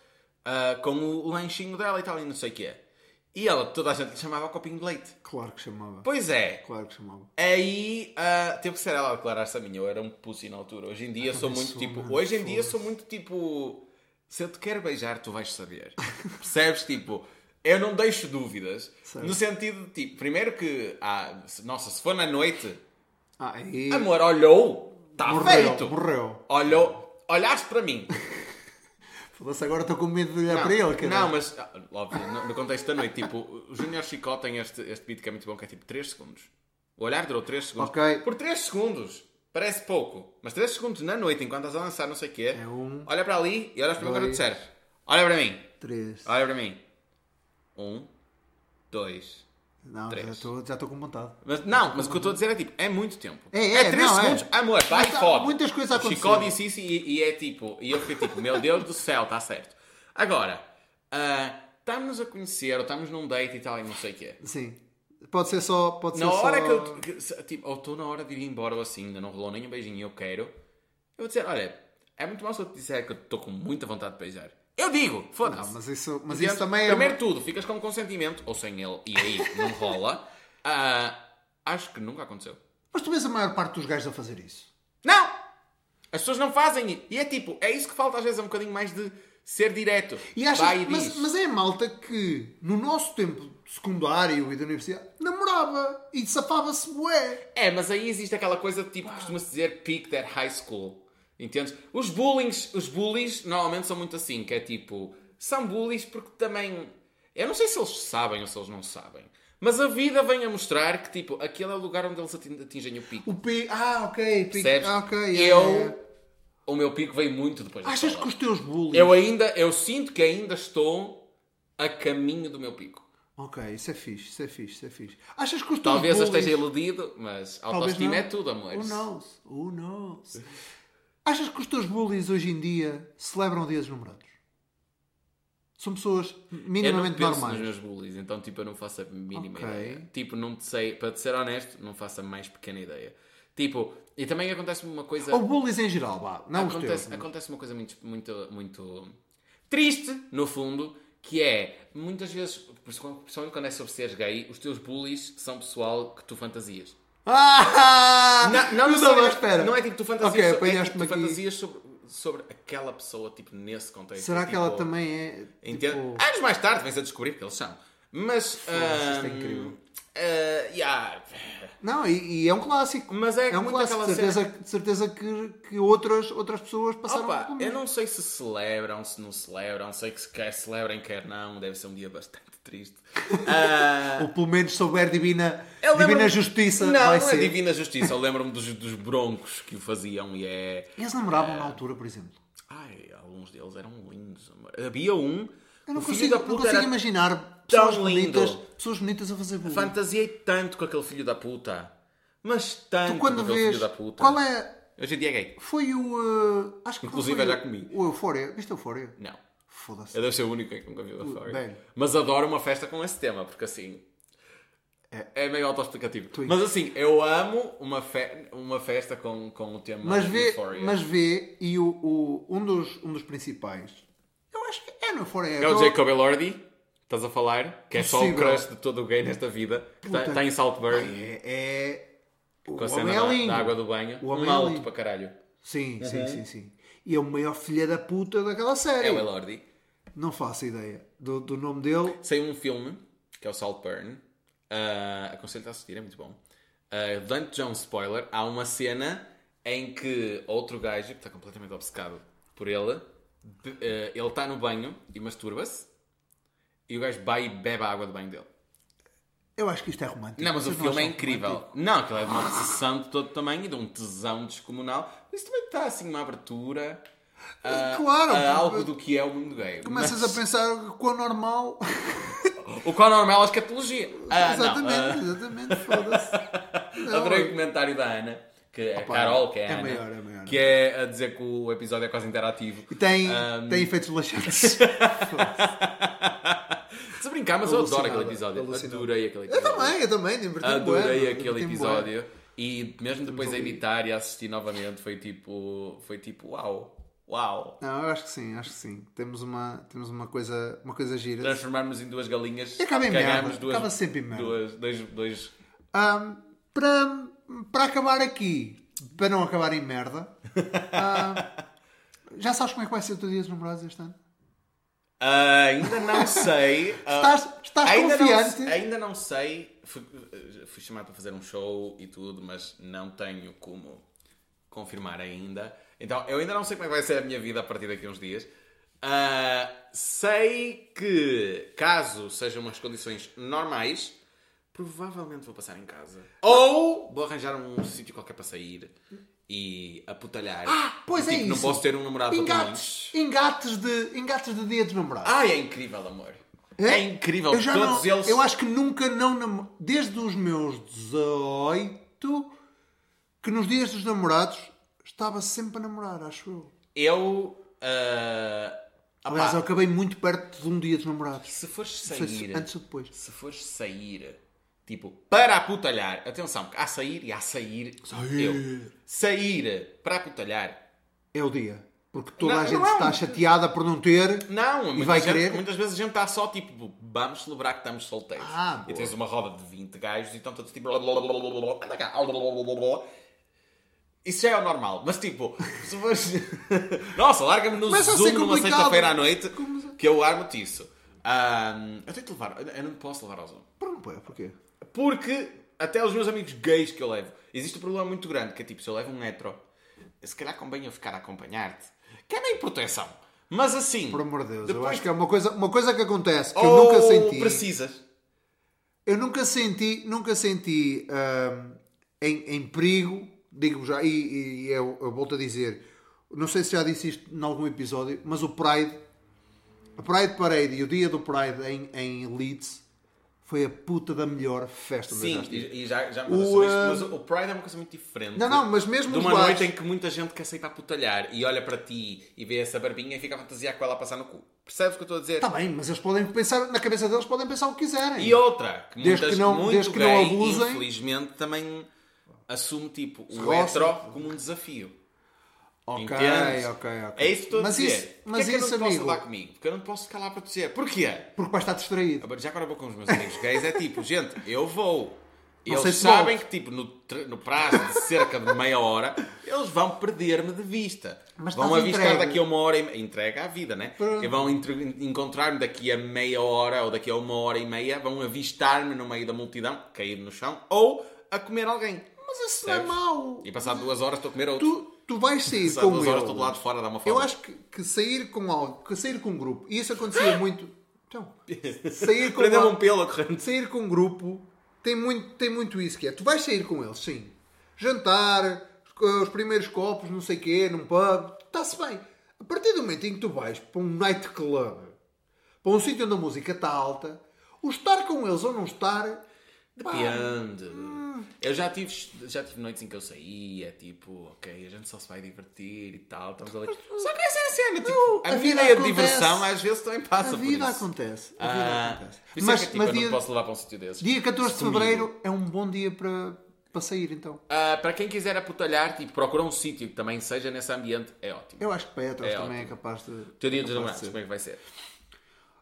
[SPEAKER 1] ah, com o lanchinho dela e tal, e não sei o que é. E ela, toda a gente lhe chamava copinho de leite.
[SPEAKER 2] Claro que chamava.
[SPEAKER 1] Pois é.
[SPEAKER 2] Claro que chamava.
[SPEAKER 1] Aí ah, teve que ser ela a declarar-se a mim. Eu era um pussy na altura. Hoje em dia sou
[SPEAKER 2] também
[SPEAKER 1] muito
[SPEAKER 2] sou,
[SPEAKER 1] tipo.
[SPEAKER 2] mano,
[SPEAKER 1] Hoje em dia sou muito tipo. Se eu te quero beijar, tu vais saber. [LAUGHS] Percebes? Tipo, eu não deixo dúvidas.
[SPEAKER 2] Certo.
[SPEAKER 1] No sentido de tipo, primeiro que. Ah, se- nossa, se for na noite,
[SPEAKER 2] Ah, aí.
[SPEAKER 1] amor, olhou, está
[SPEAKER 2] morreu,
[SPEAKER 1] Ah, feito.
[SPEAKER 2] morreu.
[SPEAKER 1] Olhou, olhaste para mim.
[SPEAKER 2] Foda-se, agora estou com medo de olhar para ele. cara.
[SPEAKER 1] não, mas ah, óbvio, no, no contexto da noite, tipo, o Junior Chicó tem este, este beat que é muito bom, que é tipo 3 segundos. O olhar durou 3 segundos.
[SPEAKER 2] Ok.
[SPEAKER 1] Por 3 segundos, parece pouco, mas 3 segundos na noite, enquanto estás a dançar, não sei o quê,
[SPEAKER 2] É um,
[SPEAKER 1] olha para ali e olhas para mim quando eu
[SPEAKER 2] dois.
[SPEAKER 1] disser: Olha para mim,
[SPEAKER 2] Três.
[SPEAKER 1] olha para mim. 1, 2.
[SPEAKER 2] Não,
[SPEAKER 1] três.
[SPEAKER 2] já estou já estou com vontade.
[SPEAKER 1] Mas, não, mas o que eu estou a dizer é tipo, é muito tempo.
[SPEAKER 2] É, é,
[SPEAKER 1] 3
[SPEAKER 2] não, é.
[SPEAKER 1] segundos, amor, vai
[SPEAKER 2] Mas há
[SPEAKER 1] foda.
[SPEAKER 2] muitas coisas
[SPEAKER 1] O
[SPEAKER 2] a
[SPEAKER 1] Chicó
[SPEAKER 2] acontecer.
[SPEAKER 1] disse isso e, e é tipo, e eu fiquei tipo, meu Deus do céu, está certo. Agora, ah, estamos a conhecer, ou estamos num date e tal, e não sei o quê.
[SPEAKER 2] Sim. Pode ser só. Pode
[SPEAKER 1] Na
[SPEAKER 2] ser
[SPEAKER 1] hora
[SPEAKER 2] só...
[SPEAKER 1] que eu, que se- tipo, ou estou na hora de ir embora ou assim, ainda não rolou nem um beijinho e eu quero, eu vou dizer, olha, é muito mal se eu te disser que eu estou com muita vontade de beijar. Eu digo,
[SPEAKER 2] Ah,
[SPEAKER 1] foda-se.
[SPEAKER 2] mas isso, mas
[SPEAKER 1] Entende?
[SPEAKER 2] isso também é.
[SPEAKER 1] Primeiro de tudo, ficas com consentimento, ou sem ele, e aí não
[SPEAKER 2] [LAUGHS]
[SPEAKER 1] rola. Ah, acho que nunca aconteceu.
[SPEAKER 2] Mas tu vês a maior parte dos gajos a fazer isso.
[SPEAKER 1] Não! As pessoas não fazem. isso. E é tipo, é isso que falta às vezes, é um bocadinho mais de ser direto.
[SPEAKER 2] E achas,
[SPEAKER 1] Vai e
[SPEAKER 2] mas,
[SPEAKER 1] diz.
[SPEAKER 2] mas é a malta que, no nosso tempo de secundário e da universidade, namorava e safava-se bué.
[SPEAKER 1] É, mas aí existe aquela coisa de tipo, costuma-se dizer peak that high school. Entendes? Os bullies, os bullies normalmente são muito assim, que é tipo, são bullies porque também. Eu não sei se eles sabem ou se eles não sabem. Mas a vida vem a mostrar que, tipo, aquele é o lugar onde eles atin- atingem o pico.
[SPEAKER 2] O P. Ah, ok. P...
[SPEAKER 1] Percebes?
[SPEAKER 2] Ah, ok.
[SPEAKER 1] eu.
[SPEAKER 2] yeah, yeah.
[SPEAKER 1] O meu pico veio muito depois da
[SPEAKER 2] Achas
[SPEAKER 1] escola.
[SPEAKER 2] que os teus bullies.
[SPEAKER 1] Eu ainda. Eu sinto que ainda estou a caminho do meu pico.
[SPEAKER 2] Ok, isso é fixe, isso é fixe, isso é fixe. Achas que os teus
[SPEAKER 1] Talvez eu
[SPEAKER 2] bullies...
[SPEAKER 1] esteja iludido, mas autoestima é tudo, amor.
[SPEAKER 2] Who knows? Who knows? Achas que os teus bullies hoje em dia celebram dias dos namorados? São pessoas
[SPEAKER 1] Eu não
[SPEAKER 2] minimamente
[SPEAKER 1] penso nos
[SPEAKER 2] normais.
[SPEAKER 1] meus bullies, então tipo, eu não faço a mínima
[SPEAKER 2] Ok.
[SPEAKER 1] ideia. Tipo, não te sei, para te ser honesto, não faço a mais pequena ideia. Tipo, e também acontece-me uma coisa.
[SPEAKER 2] Ou bullies em geral, vá. Oh, Não os teus.
[SPEAKER 1] acontece, acontece uma coisa muito, muito, muito triste, no fundo, que é muitas vezes, principalmente quando é sobre seres gay, os teus bullies são pessoal que tu fantasias.
[SPEAKER 2] Ah!
[SPEAKER 1] Não, não,
[SPEAKER 2] eu estava à
[SPEAKER 1] necessariamente-
[SPEAKER 2] espera.
[SPEAKER 1] não é tipo tu fantasias,
[SPEAKER 2] Ok,
[SPEAKER 1] sobre, é, tipo,
[SPEAKER 2] apanhaste-me
[SPEAKER 1] tu
[SPEAKER 2] aqui.
[SPEAKER 1] fantasias sobre, sobre aquela pessoa, tipo, nesse contexto.
[SPEAKER 2] Será que ela
[SPEAKER 1] Tipo,
[SPEAKER 2] também é.
[SPEAKER 1] Entendo.
[SPEAKER 2] Tipo...
[SPEAKER 1] Anos mais tarde vens a descobrir que eles são. Mas.
[SPEAKER 2] isto é
[SPEAKER 1] hum,
[SPEAKER 2] incrível.
[SPEAKER 1] eh, yeah.
[SPEAKER 2] Não, e, e é um clássico.
[SPEAKER 1] Mas é,
[SPEAKER 2] É um
[SPEAKER 1] muito
[SPEAKER 2] clássico.
[SPEAKER 1] aquela
[SPEAKER 2] De certeza,
[SPEAKER 1] cena.
[SPEAKER 2] de certeza que, que outras, outras pessoas passaram
[SPEAKER 1] Opa,
[SPEAKER 2] pelo
[SPEAKER 1] eu
[SPEAKER 2] mesmo.
[SPEAKER 1] não sei se celebram, se não celebram, sei que se quer celebrem, quer não, deve ser um dia bastante [LAUGHS] triste. Ah,
[SPEAKER 2] Ou pelo menos souber divina,
[SPEAKER 1] eu lembro-me-
[SPEAKER 2] divina justiça.
[SPEAKER 1] Não,
[SPEAKER 2] vai
[SPEAKER 1] não
[SPEAKER 2] ser.
[SPEAKER 1] é Divina Justiça, eu lembro-me dos, dos broncos que o faziam e é.
[SPEAKER 2] Eles namoravam na altura, por exemplo.
[SPEAKER 1] Ai, alguns deles eram lindos, amor. Havia um.
[SPEAKER 2] Eu não
[SPEAKER 1] o filho
[SPEAKER 2] consigo,
[SPEAKER 1] da
[SPEAKER 2] não
[SPEAKER 1] puta
[SPEAKER 2] consigo
[SPEAKER 1] era
[SPEAKER 2] imaginar
[SPEAKER 1] tão
[SPEAKER 2] pessoas
[SPEAKER 1] lindo.
[SPEAKER 2] bonitas, pessoas bonitas a fazer bullying.
[SPEAKER 1] Fantasiei tanto com aquele filho da puta. Mas tanto
[SPEAKER 2] Tu quando
[SPEAKER 1] com aquele
[SPEAKER 2] vês.
[SPEAKER 1] filho da puta.
[SPEAKER 2] Qual é.
[SPEAKER 1] Hoje em dia é gay.
[SPEAKER 2] Foi o. uh, acho que não
[SPEAKER 1] Inclusive,
[SPEAKER 2] foi
[SPEAKER 1] eu já
[SPEAKER 2] o-
[SPEAKER 1] comi.
[SPEAKER 2] O Euphoria. Viste Euphoria?
[SPEAKER 1] Não.
[SPEAKER 2] Foda-se.
[SPEAKER 1] Eu devo ser o único que nunca viu da Fória.
[SPEAKER 2] bem.
[SPEAKER 1] Mas adoro uma festa com esse tema, porque assim. É, meio autoexplicativo.
[SPEAKER 2] Twink.
[SPEAKER 1] Mas assim, eu amo uma, fe- uma festa com, com o tema
[SPEAKER 2] Mas vê,
[SPEAKER 1] Euphoria.
[SPEAKER 2] mas vê e o, o- um, dos, um dos principais. Eu acho que é no Euphoria.
[SPEAKER 1] É o Jacob Elordi, estás a falar, que é só o
[SPEAKER 2] Possível.
[SPEAKER 1] crush de todo o gay nesta vida, que está,
[SPEAKER 2] Puta
[SPEAKER 1] está em Saltburn,
[SPEAKER 2] É. é... O
[SPEAKER 1] com a
[SPEAKER 2] homem
[SPEAKER 1] cena
[SPEAKER 2] é
[SPEAKER 1] da,
[SPEAKER 2] lindo.
[SPEAKER 1] da água do banho.
[SPEAKER 2] O homem é
[SPEAKER 1] Mal
[SPEAKER 2] lindo.
[SPEAKER 1] para caralho.
[SPEAKER 2] Sim, sim, sim, sim. E é o maior filha da puta daquela série.
[SPEAKER 1] É o Elordi.
[SPEAKER 2] Não faço ideia do, do nome dele.
[SPEAKER 1] Saiu um filme, que é o Saltburn. ah, aconselho-te a assistir, é muito bom. Ah, Dante John Spoiler, há uma cena em que outro gajo que está completamente obcecado por ela. be- eh, ele está no banho e masturba-se. E o gajo vai e bebe a água do banho dele.
[SPEAKER 2] Eu acho que isto é romântico.
[SPEAKER 1] Não, mas o
[SPEAKER 2] Tipo, Vocês
[SPEAKER 1] filme é
[SPEAKER 2] acham
[SPEAKER 1] incrível.
[SPEAKER 2] romântico?
[SPEAKER 1] Não, aquilo é de uma obsessão de todo tamanho e de um tesão descomunal. Mas também está assim uma abertura ah, a,
[SPEAKER 2] claro,
[SPEAKER 1] a algo
[SPEAKER 2] porque-
[SPEAKER 1] do que é o mundo gay.
[SPEAKER 2] Começas
[SPEAKER 1] Mas
[SPEAKER 2] a pensar quão normal.
[SPEAKER 1] O qual é normal é a escatologia. Ah, não,
[SPEAKER 2] [LAUGHS] exatamente, exatamente, foda-se. É
[SPEAKER 1] ah, [LAUGHS] adorei o comentário da Ana, que é a
[SPEAKER 2] Opa,
[SPEAKER 1] Carol, que é, a
[SPEAKER 2] é
[SPEAKER 1] Ana,
[SPEAKER 2] maior, é maior.
[SPEAKER 1] que é a dizer que o episódio é quase interativo.
[SPEAKER 2] E tem,
[SPEAKER 1] Ahm,
[SPEAKER 2] tem
[SPEAKER 1] [LAUGHS]
[SPEAKER 2] efeitos laxantes.
[SPEAKER 1] Se brincar, mas eu adoro
[SPEAKER 2] Alucinada,
[SPEAKER 1] aquele episódio.
[SPEAKER 2] alucinada.
[SPEAKER 1] Adorei aquele
[SPEAKER 2] eu
[SPEAKER 1] episódio.
[SPEAKER 2] também, eu também, diverti-me bué,
[SPEAKER 1] Adorei
[SPEAKER 2] meu,
[SPEAKER 1] aquele
[SPEAKER 2] diverti-me bué.
[SPEAKER 1] episódio. E mesmo depois a editar e a assistir novamente, foi tipo... Foi tipo, uau, uau.
[SPEAKER 2] Não, eu acho que sim, acho que sim. Temos uma, temos uma, coisa, uma coisa gira.
[SPEAKER 1] transformarmos em duas galinhas.
[SPEAKER 2] E acaba em
[SPEAKER 1] cagarmos
[SPEAKER 2] merda. Acaba sempre em merda.
[SPEAKER 1] Duas, dois, dois...
[SPEAKER 2] Ahm, Um, para, para acabar aqui, para não acabar em merda, ahm, já sabes como é que vai ser o teu dia dos namorados este ano?
[SPEAKER 1] Ah, ainda não
[SPEAKER 2] [LAUGHS]
[SPEAKER 1] sei. ah,
[SPEAKER 2] Estás, estás
[SPEAKER 1] ainda
[SPEAKER 2] confiante?
[SPEAKER 1] Não, ainda não sei. Fui, fui chamado para fazer um show e tudo, mas não tenho como confirmar ainda. Então, eu ainda não sei como é que vai ser a minha vida a partir daqui a uns dias. Ah, sei que, caso sejam umas condições normais, provavelmente vou passar em casa. Ou vou arranjar um sítio qualquer para sair e aputalhar.
[SPEAKER 2] Ah, pois é
[SPEAKER 1] Tipo, Não
[SPEAKER 2] isso.
[SPEAKER 1] posso ter um namorado para todo mundo.
[SPEAKER 2] Engates, engates, de, engates de dia dos namorados.
[SPEAKER 1] Ai, é incrível, amor. É, incrível.
[SPEAKER 2] Eu já
[SPEAKER 1] Todos
[SPEAKER 2] não-
[SPEAKER 1] eles.
[SPEAKER 2] Eu acho que nunca não namo- Desde os meus 18, que nos dias dos namorados estava sempre a namorar, acho eu.
[SPEAKER 1] Eu. ah, opá,
[SPEAKER 2] Aliás, eu acabei muito perto de um dia dos namorados.
[SPEAKER 1] se fores
[SPEAKER 2] Não sei se
[SPEAKER 1] sair.
[SPEAKER 2] antes ou depois.
[SPEAKER 1] Se fores sair. Tipo, para aputalhar. Atenção, porque há sair e há sair.
[SPEAKER 2] Sair.
[SPEAKER 1] Eu. Sair para aputalhar.
[SPEAKER 2] É o dia. Porque toda
[SPEAKER 1] Não,
[SPEAKER 2] a gente
[SPEAKER 1] não é
[SPEAKER 2] está
[SPEAKER 1] um-
[SPEAKER 2] chateada por não ter.
[SPEAKER 1] Não, muita
[SPEAKER 2] vai
[SPEAKER 1] gente-
[SPEAKER 2] querer?
[SPEAKER 1] muitas vezes a gente está só tipo, vamos celebrar que estamos solteiros.
[SPEAKER 2] Ah,
[SPEAKER 1] e
[SPEAKER 2] boa.
[SPEAKER 1] tens uma roda de 20 gajos e estão todos tipo. blá, blá, blá, blá, blá, blá, anda cá, blá, blá, blá, blá, blá. Isso já é o normal, mas
[SPEAKER 2] [LAUGHS]
[SPEAKER 1] tipo, se fores. [LAUGHS] Nossa, larga-me no
[SPEAKER 2] Começa a ser
[SPEAKER 1] Zoom numa
[SPEAKER 2] complicado.
[SPEAKER 1] sexta-feira à noite
[SPEAKER 2] Como-
[SPEAKER 1] que eu armo-te isso. Ahm, eu tenho que levar, eu não posso levar ao Zoom.
[SPEAKER 2] Por não pode, porquê?
[SPEAKER 1] Porque até os meus amigos gays que eu levo, existe um problema muito grande, que é tipo, se eu levo um hetero, se calhar convém eu ficar a acompanhar-te. Que é nem proteção. Mas assim.
[SPEAKER 2] Por amor de Deus. Eu
[SPEAKER 1] depois- Oh,
[SPEAKER 2] acho que é uma coisa, uma coisa que acontece que eu
[SPEAKER 1] Ou
[SPEAKER 2] nunca senti.
[SPEAKER 1] precisas.
[SPEAKER 2] Eu nunca senti, nunca senti hum, em, em perigo, digo já, e, e- e eu, eu volto a dizer, não sei se já disse isto em algum episódio, mas o Pride, a Pride Parade e o dia do Pride em, em Leeds foi a puta da melhor festa onde eu já
[SPEAKER 1] Sim,
[SPEAKER 2] estive.
[SPEAKER 1] e, e já, já me aconteceu
[SPEAKER 2] O,
[SPEAKER 1] isto,
[SPEAKER 2] ah,
[SPEAKER 1] mas o Pride é uma coisa muito diferente.
[SPEAKER 2] Não, não, mas mesmo
[SPEAKER 1] De
[SPEAKER 2] os
[SPEAKER 1] uma
[SPEAKER 2] bares-
[SPEAKER 1] noite em que muita gente quer sair para putalhar e olha para ti e vê essa barbinha e fica a fantasiar com ela a passar no cu. Percebes o que eu estou a dizer?
[SPEAKER 2] Está Tá bem, mas eles podem pensar, na cabeça deles podem pensar o que quiserem.
[SPEAKER 1] E outra, que
[SPEAKER 2] Desde
[SPEAKER 1] muitas,
[SPEAKER 2] que não-
[SPEAKER 1] muito
[SPEAKER 2] desde que não
[SPEAKER 1] gay,
[SPEAKER 2] abusem.
[SPEAKER 1] infelizmente, também assume tipo o
[SPEAKER 2] gosta.
[SPEAKER 1] hetero como um desafio.
[SPEAKER 2] ok,
[SPEAKER 1] Entendes?
[SPEAKER 2] ok, ok.
[SPEAKER 1] É isso que estou a
[SPEAKER 2] mas
[SPEAKER 1] dizer.
[SPEAKER 2] Isso,
[SPEAKER 1] Porquê
[SPEAKER 2] mas
[SPEAKER 1] é que
[SPEAKER 2] isso,
[SPEAKER 1] eu não te
[SPEAKER 2] amigo,
[SPEAKER 1] posso falar comigo? Porque eu não te posso calar para te dizer. Porquê?
[SPEAKER 2] porque vai estar distraído.
[SPEAKER 1] Agora, Já agora vou com os meus amigos gays, é tipo, gente, eu vou.
[SPEAKER 2] Não
[SPEAKER 1] Eles
[SPEAKER 2] sei se
[SPEAKER 1] sabem
[SPEAKER 2] volto.
[SPEAKER 1] que, tipo, no, tra- no prazo de cerca de meia hora, eles vão perder-me de vista.
[SPEAKER 2] Mas
[SPEAKER 1] vão
[SPEAKER 2] estás
[SPEAKER 1] avistar
[SPEAKER 2] entregue.
[SPEAKER 1] daqui a uma hora e me- entrega à vida, né?
[SPEAKER 2] Pronto.
[SPEAKER 1] E vão entre- encontrar-me daqui a meia hora ou daqui a uma hora e meia, vão avistar-me no meio da multidão, caído no chão, ou a comer alguém.
[SPEAKER 2] Mas isso não é
[SPEAKER 1] Percebes?
[SPEAKER 2] mau.
[SPEAKER 1] E passado duas horas estou a comer outro.
[SPEAKER 2] Tu, tu vais sair
[SPEAKER 1] passado
[SPEAKER 2] com
[SPEAKER 1] duas
[SPEAKER 2] ele.
[SPEAKER 1] horas estou do lado de fora, dá uma fome.
[SPEAKER 2] Eu acho que, que sair com algo, que sair com um grupo, e isso acontecia muito.
[SPEAKER 1] [LAUGHS]
[SPEAKER 2] Então, sair com
[SPEAKER 1] Ah! Prendeu-me
[SPEAKER 2] al-
[SPEAKER 1] um pelo a corrente.
[SPEAKER 2] sair com um grupo tem muito, tem muito isso que é. Tu vais sair com eles, sim. Jantar, os primeiros copos, não sei o quê, num pub, está-se bem. A partir do momento em que tu vais para um nightclub, para um sítio onde a música está alta, o estar com eles ou não estar. pá, hum.
[SPEAKER 1] Depende. Eu já tive, já tive noites em que eu saía, tipo, ok, a gente só se vai divertir e tal, estamos ali. Só que essa é a cena, tipo,
[SPEAKER 2] Não,
[SPEAKER 1] a,
[SPEAKER 2] a
[SPEAKER 1] minha
[SPEAKER 2] vida
[SPEAKER 1] ideia de
[SPEAKER 2] acontece.
[SPEAKER 1] diversão às vezes também passa por
[SPEAKER 2] a vida
[SPEAKER 1] isso.
[SPEAKER 2] acontece. A vida
[SPEAKER 1] Ah,
[SPEAKER 2] acontece.
[SPEAKER 1] por isso é que, tipo, eu não posso levar para um sítio desses.
[SPEAKER 2] Dia 14 de
[SPEAKER 1] Comigo.
[SPEAKER 2] fevereiro é um bom dia para, para sair, então.
[SPEAKER 1] Ah, para quem quiser aputalhar, tipo, procura um sítio que também seja nesse ambiente, é ótimo.
[SPEAKER 2] Eu acho que para héteros
[SPEAKER 1] É
[SPEAKER 2] também
[SPEAKER 1] ótimo.
[SPEAKER 2] é capaz de.
[SPEAKER 1] O teu dia
[SPEAKER 2] é
[SPEAKER 1] dos namorados,
[SPEAKER 2] capaz de
[SPEAKER 1] como é que vai ser?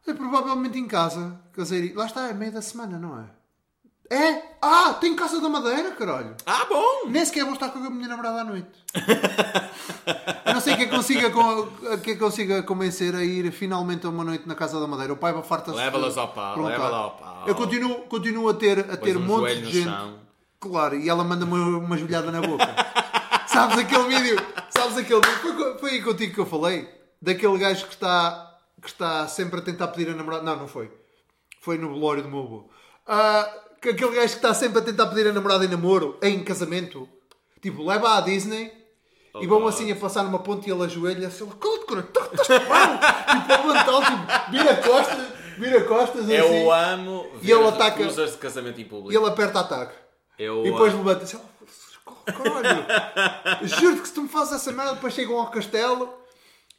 [SPEAKER 2] ser. É provavelmente em casa. Caseiro. Lá está, é meio da semana, não é? É? Ah, tem casa da madeira, caralho.
[SPEAKER 1] Ah, bom!
[SPEAKER 2] Nem sequer vou estar com a minha
[SPEAKER 1] [LAUGHS]
[SPEAKER 2] namorada à noite. a não ser que a consiga, com- que a consiga convencer a ir finalmente a uma noite na casa da madeira. O pai vai farta-se. de
[SPEAKER 1] Leva-las ao pau,
[SPEAKER 2] perguntar.
[SPEAKER 1] leva-la ao pau.
[SPEAKER 2] Eu continuo, continuo a ter, a ter
[SPEAKER 1] um
[SPEAKER 2] montes
[SPEAKER 1] joelho
[SPEAKER 2] de
[SPEAKER 1] no
[SPEAKER 2] gente.
[SPEAKER 1] chão.
[SPEAKER 2] Claro, e ela manda-me uma joelhada na boca. Sabes aquele vídeo? Sabes aquele vídeo? Foi, co- foi aí contigo que eu falei? Daquele gajo que está, que está sempre a tentar pedir a namorada. Não, não foi. Foi no velório do meu avô. Ah, que aquele gajo que está sempre a tentar pedir a namorada em namoro, em casamento. Tipo, leva à Disney e vão
[SPEAKER 1] God.
[SPEAKER 2] assim a passar numa ponte e ele ajoelha-se. Ele, Cala-te, caralho, tá- estás mal! tipo, a mental, tipo, vira costas, vira costas
[SPEAKER 1] Eu
[SPEAKER 2] assim.
[SPEAKER 1] amo ver
[SPEAKER 2] E ele
[SPEAKER 1] os
[SPEAKER 2] ataca-
[SPEAKER 1] users de casamento em público.
[SPEAKER 2] E ele aperta ataque.
[SPEAKER 1] Eu,
[SPEAKER 2] E depois
[SPEAKER 1] amo.
[SPEAKER 2] levanta-se. Ela, "Oh, caralho, juro-te que se tu me fazes essa merda, depois chegam ao castelo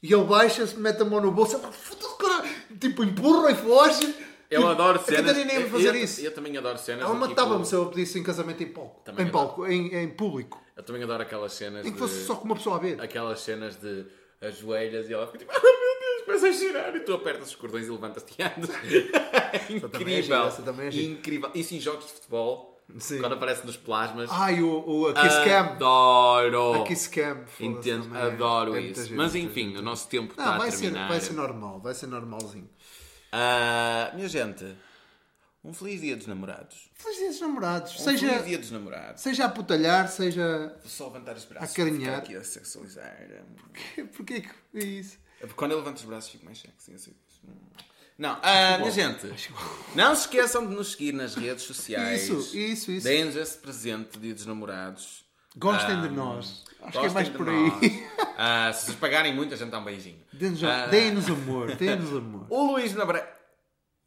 [SPEAKER 2] e ele baixa-se, mete a mão no bolso, ela, foda-se, caralho, tipo, empurra e foge.
[SPEAKER 1] eu
[SPEAKER 2] Tipo,
[SPEAKER 1] adoro cenas.
[SPEAKER 2] A Catarina ia
[SPEAKER 1] eu-
[SPEAKER 2] fazer
[SPEAKER 1] eu,
[SPEAKER 2] isso.
[SPEAKER 1] Eu também adoro cenas.
[SPEAKER 2] Ela
[SPEAKER 1] do tipo-
[SPEAKER 2] matava-me se eu a pedisse em casamento em palco.
[SPEAKER 1] Também é Eh,
[SPEAKER 2] Em
[SPEAKER 1] adoro.
[SPEAKER 2] palco, em, em público.
[SPEAKER 1] Eu também adoro aquelas cenas.
[SPEAKER 2] Em que
[SPEAKER 1] de-
[SPEAKER 2] fosse só com uma pessoa a ver.
[SPEAKER 1] Aquelas cenas de as joelhas e ela fica tipo, [LAUGHS] ah meu Deus, começa a girar e tu apertas os cordões e levantas-te e andas. [LAUGHS] É
[SPEAKER 2] também é
[SPEAKER 1] incrível.
[SPEAKER 2] giro, essa também é giro.
[SPEAKER 1] incrível. Isso em jogos de futebol,
[SPEAKER 2] Sim. Ah,
[SPEAKER 1] quando aparece nos plasmas.
[SPEAKER 2] Ai, o, o a Kiss Cam.
[SPEAKER 1] Adoro!
[SPEAKER 2] A Kiss Cam. foda-se,
[SPEAKER 1] Entendo,
[SPEAKER 2] também é-
[SPEAKER 1] adoro
[SPEAKER 2] é muita
[SPEAKER 1] isso.
[SPEAKER 2] gente,
[SPEAKER 1] Mas
[SPEAKER 2] muita
[SPEAKER 1] enfim, o nosso tempo
[SPEAKER 2] Não,
[SPEAKER 1] está a
[SPEAKER 2] vai ser,
[SPEAKER 1] terminar.
[SPEAKER 2] vai ser normal, vai ser normalzinho.
[SPEAKER 1] Ah, minha gente, um feliz dia dos namorados.
[SPEAKER 2] Feliz dia dos namorados.
[SPEAKER 1] Um
[SPEAKER 2] seja,
[SPEAKER 1] feliz dia dos namorados.
[SPEAKER 2] seja a putalhar, seja.
[SPEAKER 1] Só levantar os braços.
[SPEAKER 2] A carinhar.
[SPEAKER 1] ficar aqui a sexualizar.
[SPEAKER 2] [LAUGHS] Porquê que é isso?
[SPEAKER 1] É porque Quando eu levanto os braços fico mais sexy. eu sei disso. Não, ah, minha gente, não se esqueçam de nos seguir nas redes sociais.
[SPEAKER 2] Isso, isso, isso.
[SPEAKER 1] Deem-nos esse presente de dia dos namorados.
[SPEAKER 2] Gostem de
[SPEAKER 1] Ah,
[SPEAKER 2] nós. Acho que é
[SPEAKER 1] Gostem
[SPEAKER 2] mais
[SPEAKER 1] de
[SPEAKER 2] por
[SPEAKER 1] nós.
[SPEAKER 2] aí. [LAUGHS]
[SPEAKER 1] Ah, se vocês pagarem muito, a gente dá um beijinho.
[SPEAKER 2] Deem-nos
[SPEAKER 1] Ah.
[SPEAKER 2] deem-nos amor, deem-nos amor.
[SPEAKER 1] O Luís Nabra...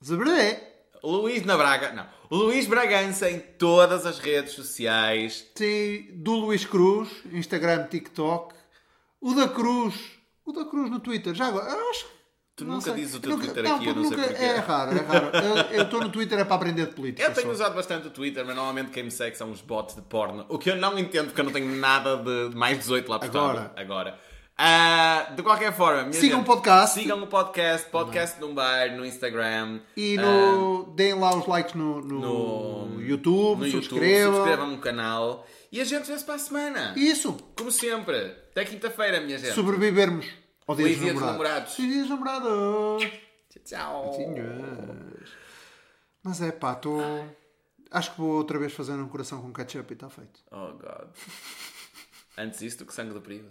[SPEAKER 2] Zabré!
[SPEAKER 1] Luís na Braga, não. Luís Bragança em todas as redes sociais.
[SPEAKER 2] Tem do Luís Cruz, Instagram, TikTok. O da Cruz. O da Cruz no Twitter. Já agora, eu acho que-
[SPEAKER 1] Tu
[SPEAKER 2] não
[SPEAKER 1] nunca
[SPEAKER 2] sei.
[SPEAKER 1] dizes o teu
[SPEAKER 2] Nunca-
[SPEAKER 1] Twitter aqui, eu
[SPEAKER 2] porque
[SPEAKER 1] não sei porquê.
[SPEAKER 2] É raro, é raro. Eu- Eu estou no Twitter é para aprender de política.
[SPEAKER 1] Eu tenho
[SPEAKER 2] só.
[SPEAKER 1] usado bastante o Twitter, mas normalmente quem me segue são os bots de porno. O que eu não entendo, porque eu não tenho nada de de mais 18 lá postado
[SPEAKER 2] Agora.
[SPEAKER 1] agora. Ah, de qualquer forma, minha
[SPEAKER 2] Sigam
[SPEAKER 1] gente,
[SPEAKER 2] o podcast.
[SPEAKER 1] Sigam o podcast, podcast num bar, no Instagram. ah,
[SPEAKER 2] E no, deem lá os likes no, no, YouTube,
[SPEAKER 1] no YouTube,
[SPEAKER 2] subscrevam.
[SPEAKER 1] subscrevam o canal. E a gente vê-se para a semana.
[SPEAKER 2] Isso,
[SPEAKER 1] Como sempre, até quinta-feira, minha gente.
[SPEAKER 2] sobrevivermos ao dia
[SPEAKER 1] Feliz
[SPEAKER 2] dos
[SPEAKER 1] Dia dos
[SPEAKER 2] namorados.
[SPEAKER 1] Namorados.
[SPEAKER 2] Feliz Dia dos namorados.
[SPEAKER 1] Tchau.
[SPEAKER 2] Tinhas. Mas é pá, estou.
[SPEAKER 1] Ah.
[SPEAKER 2] Acho que vou outra vez fazer um coração com ketchup e está feito.
[SPEAKER 1] Oh, God. Antes isto, que sangue do período.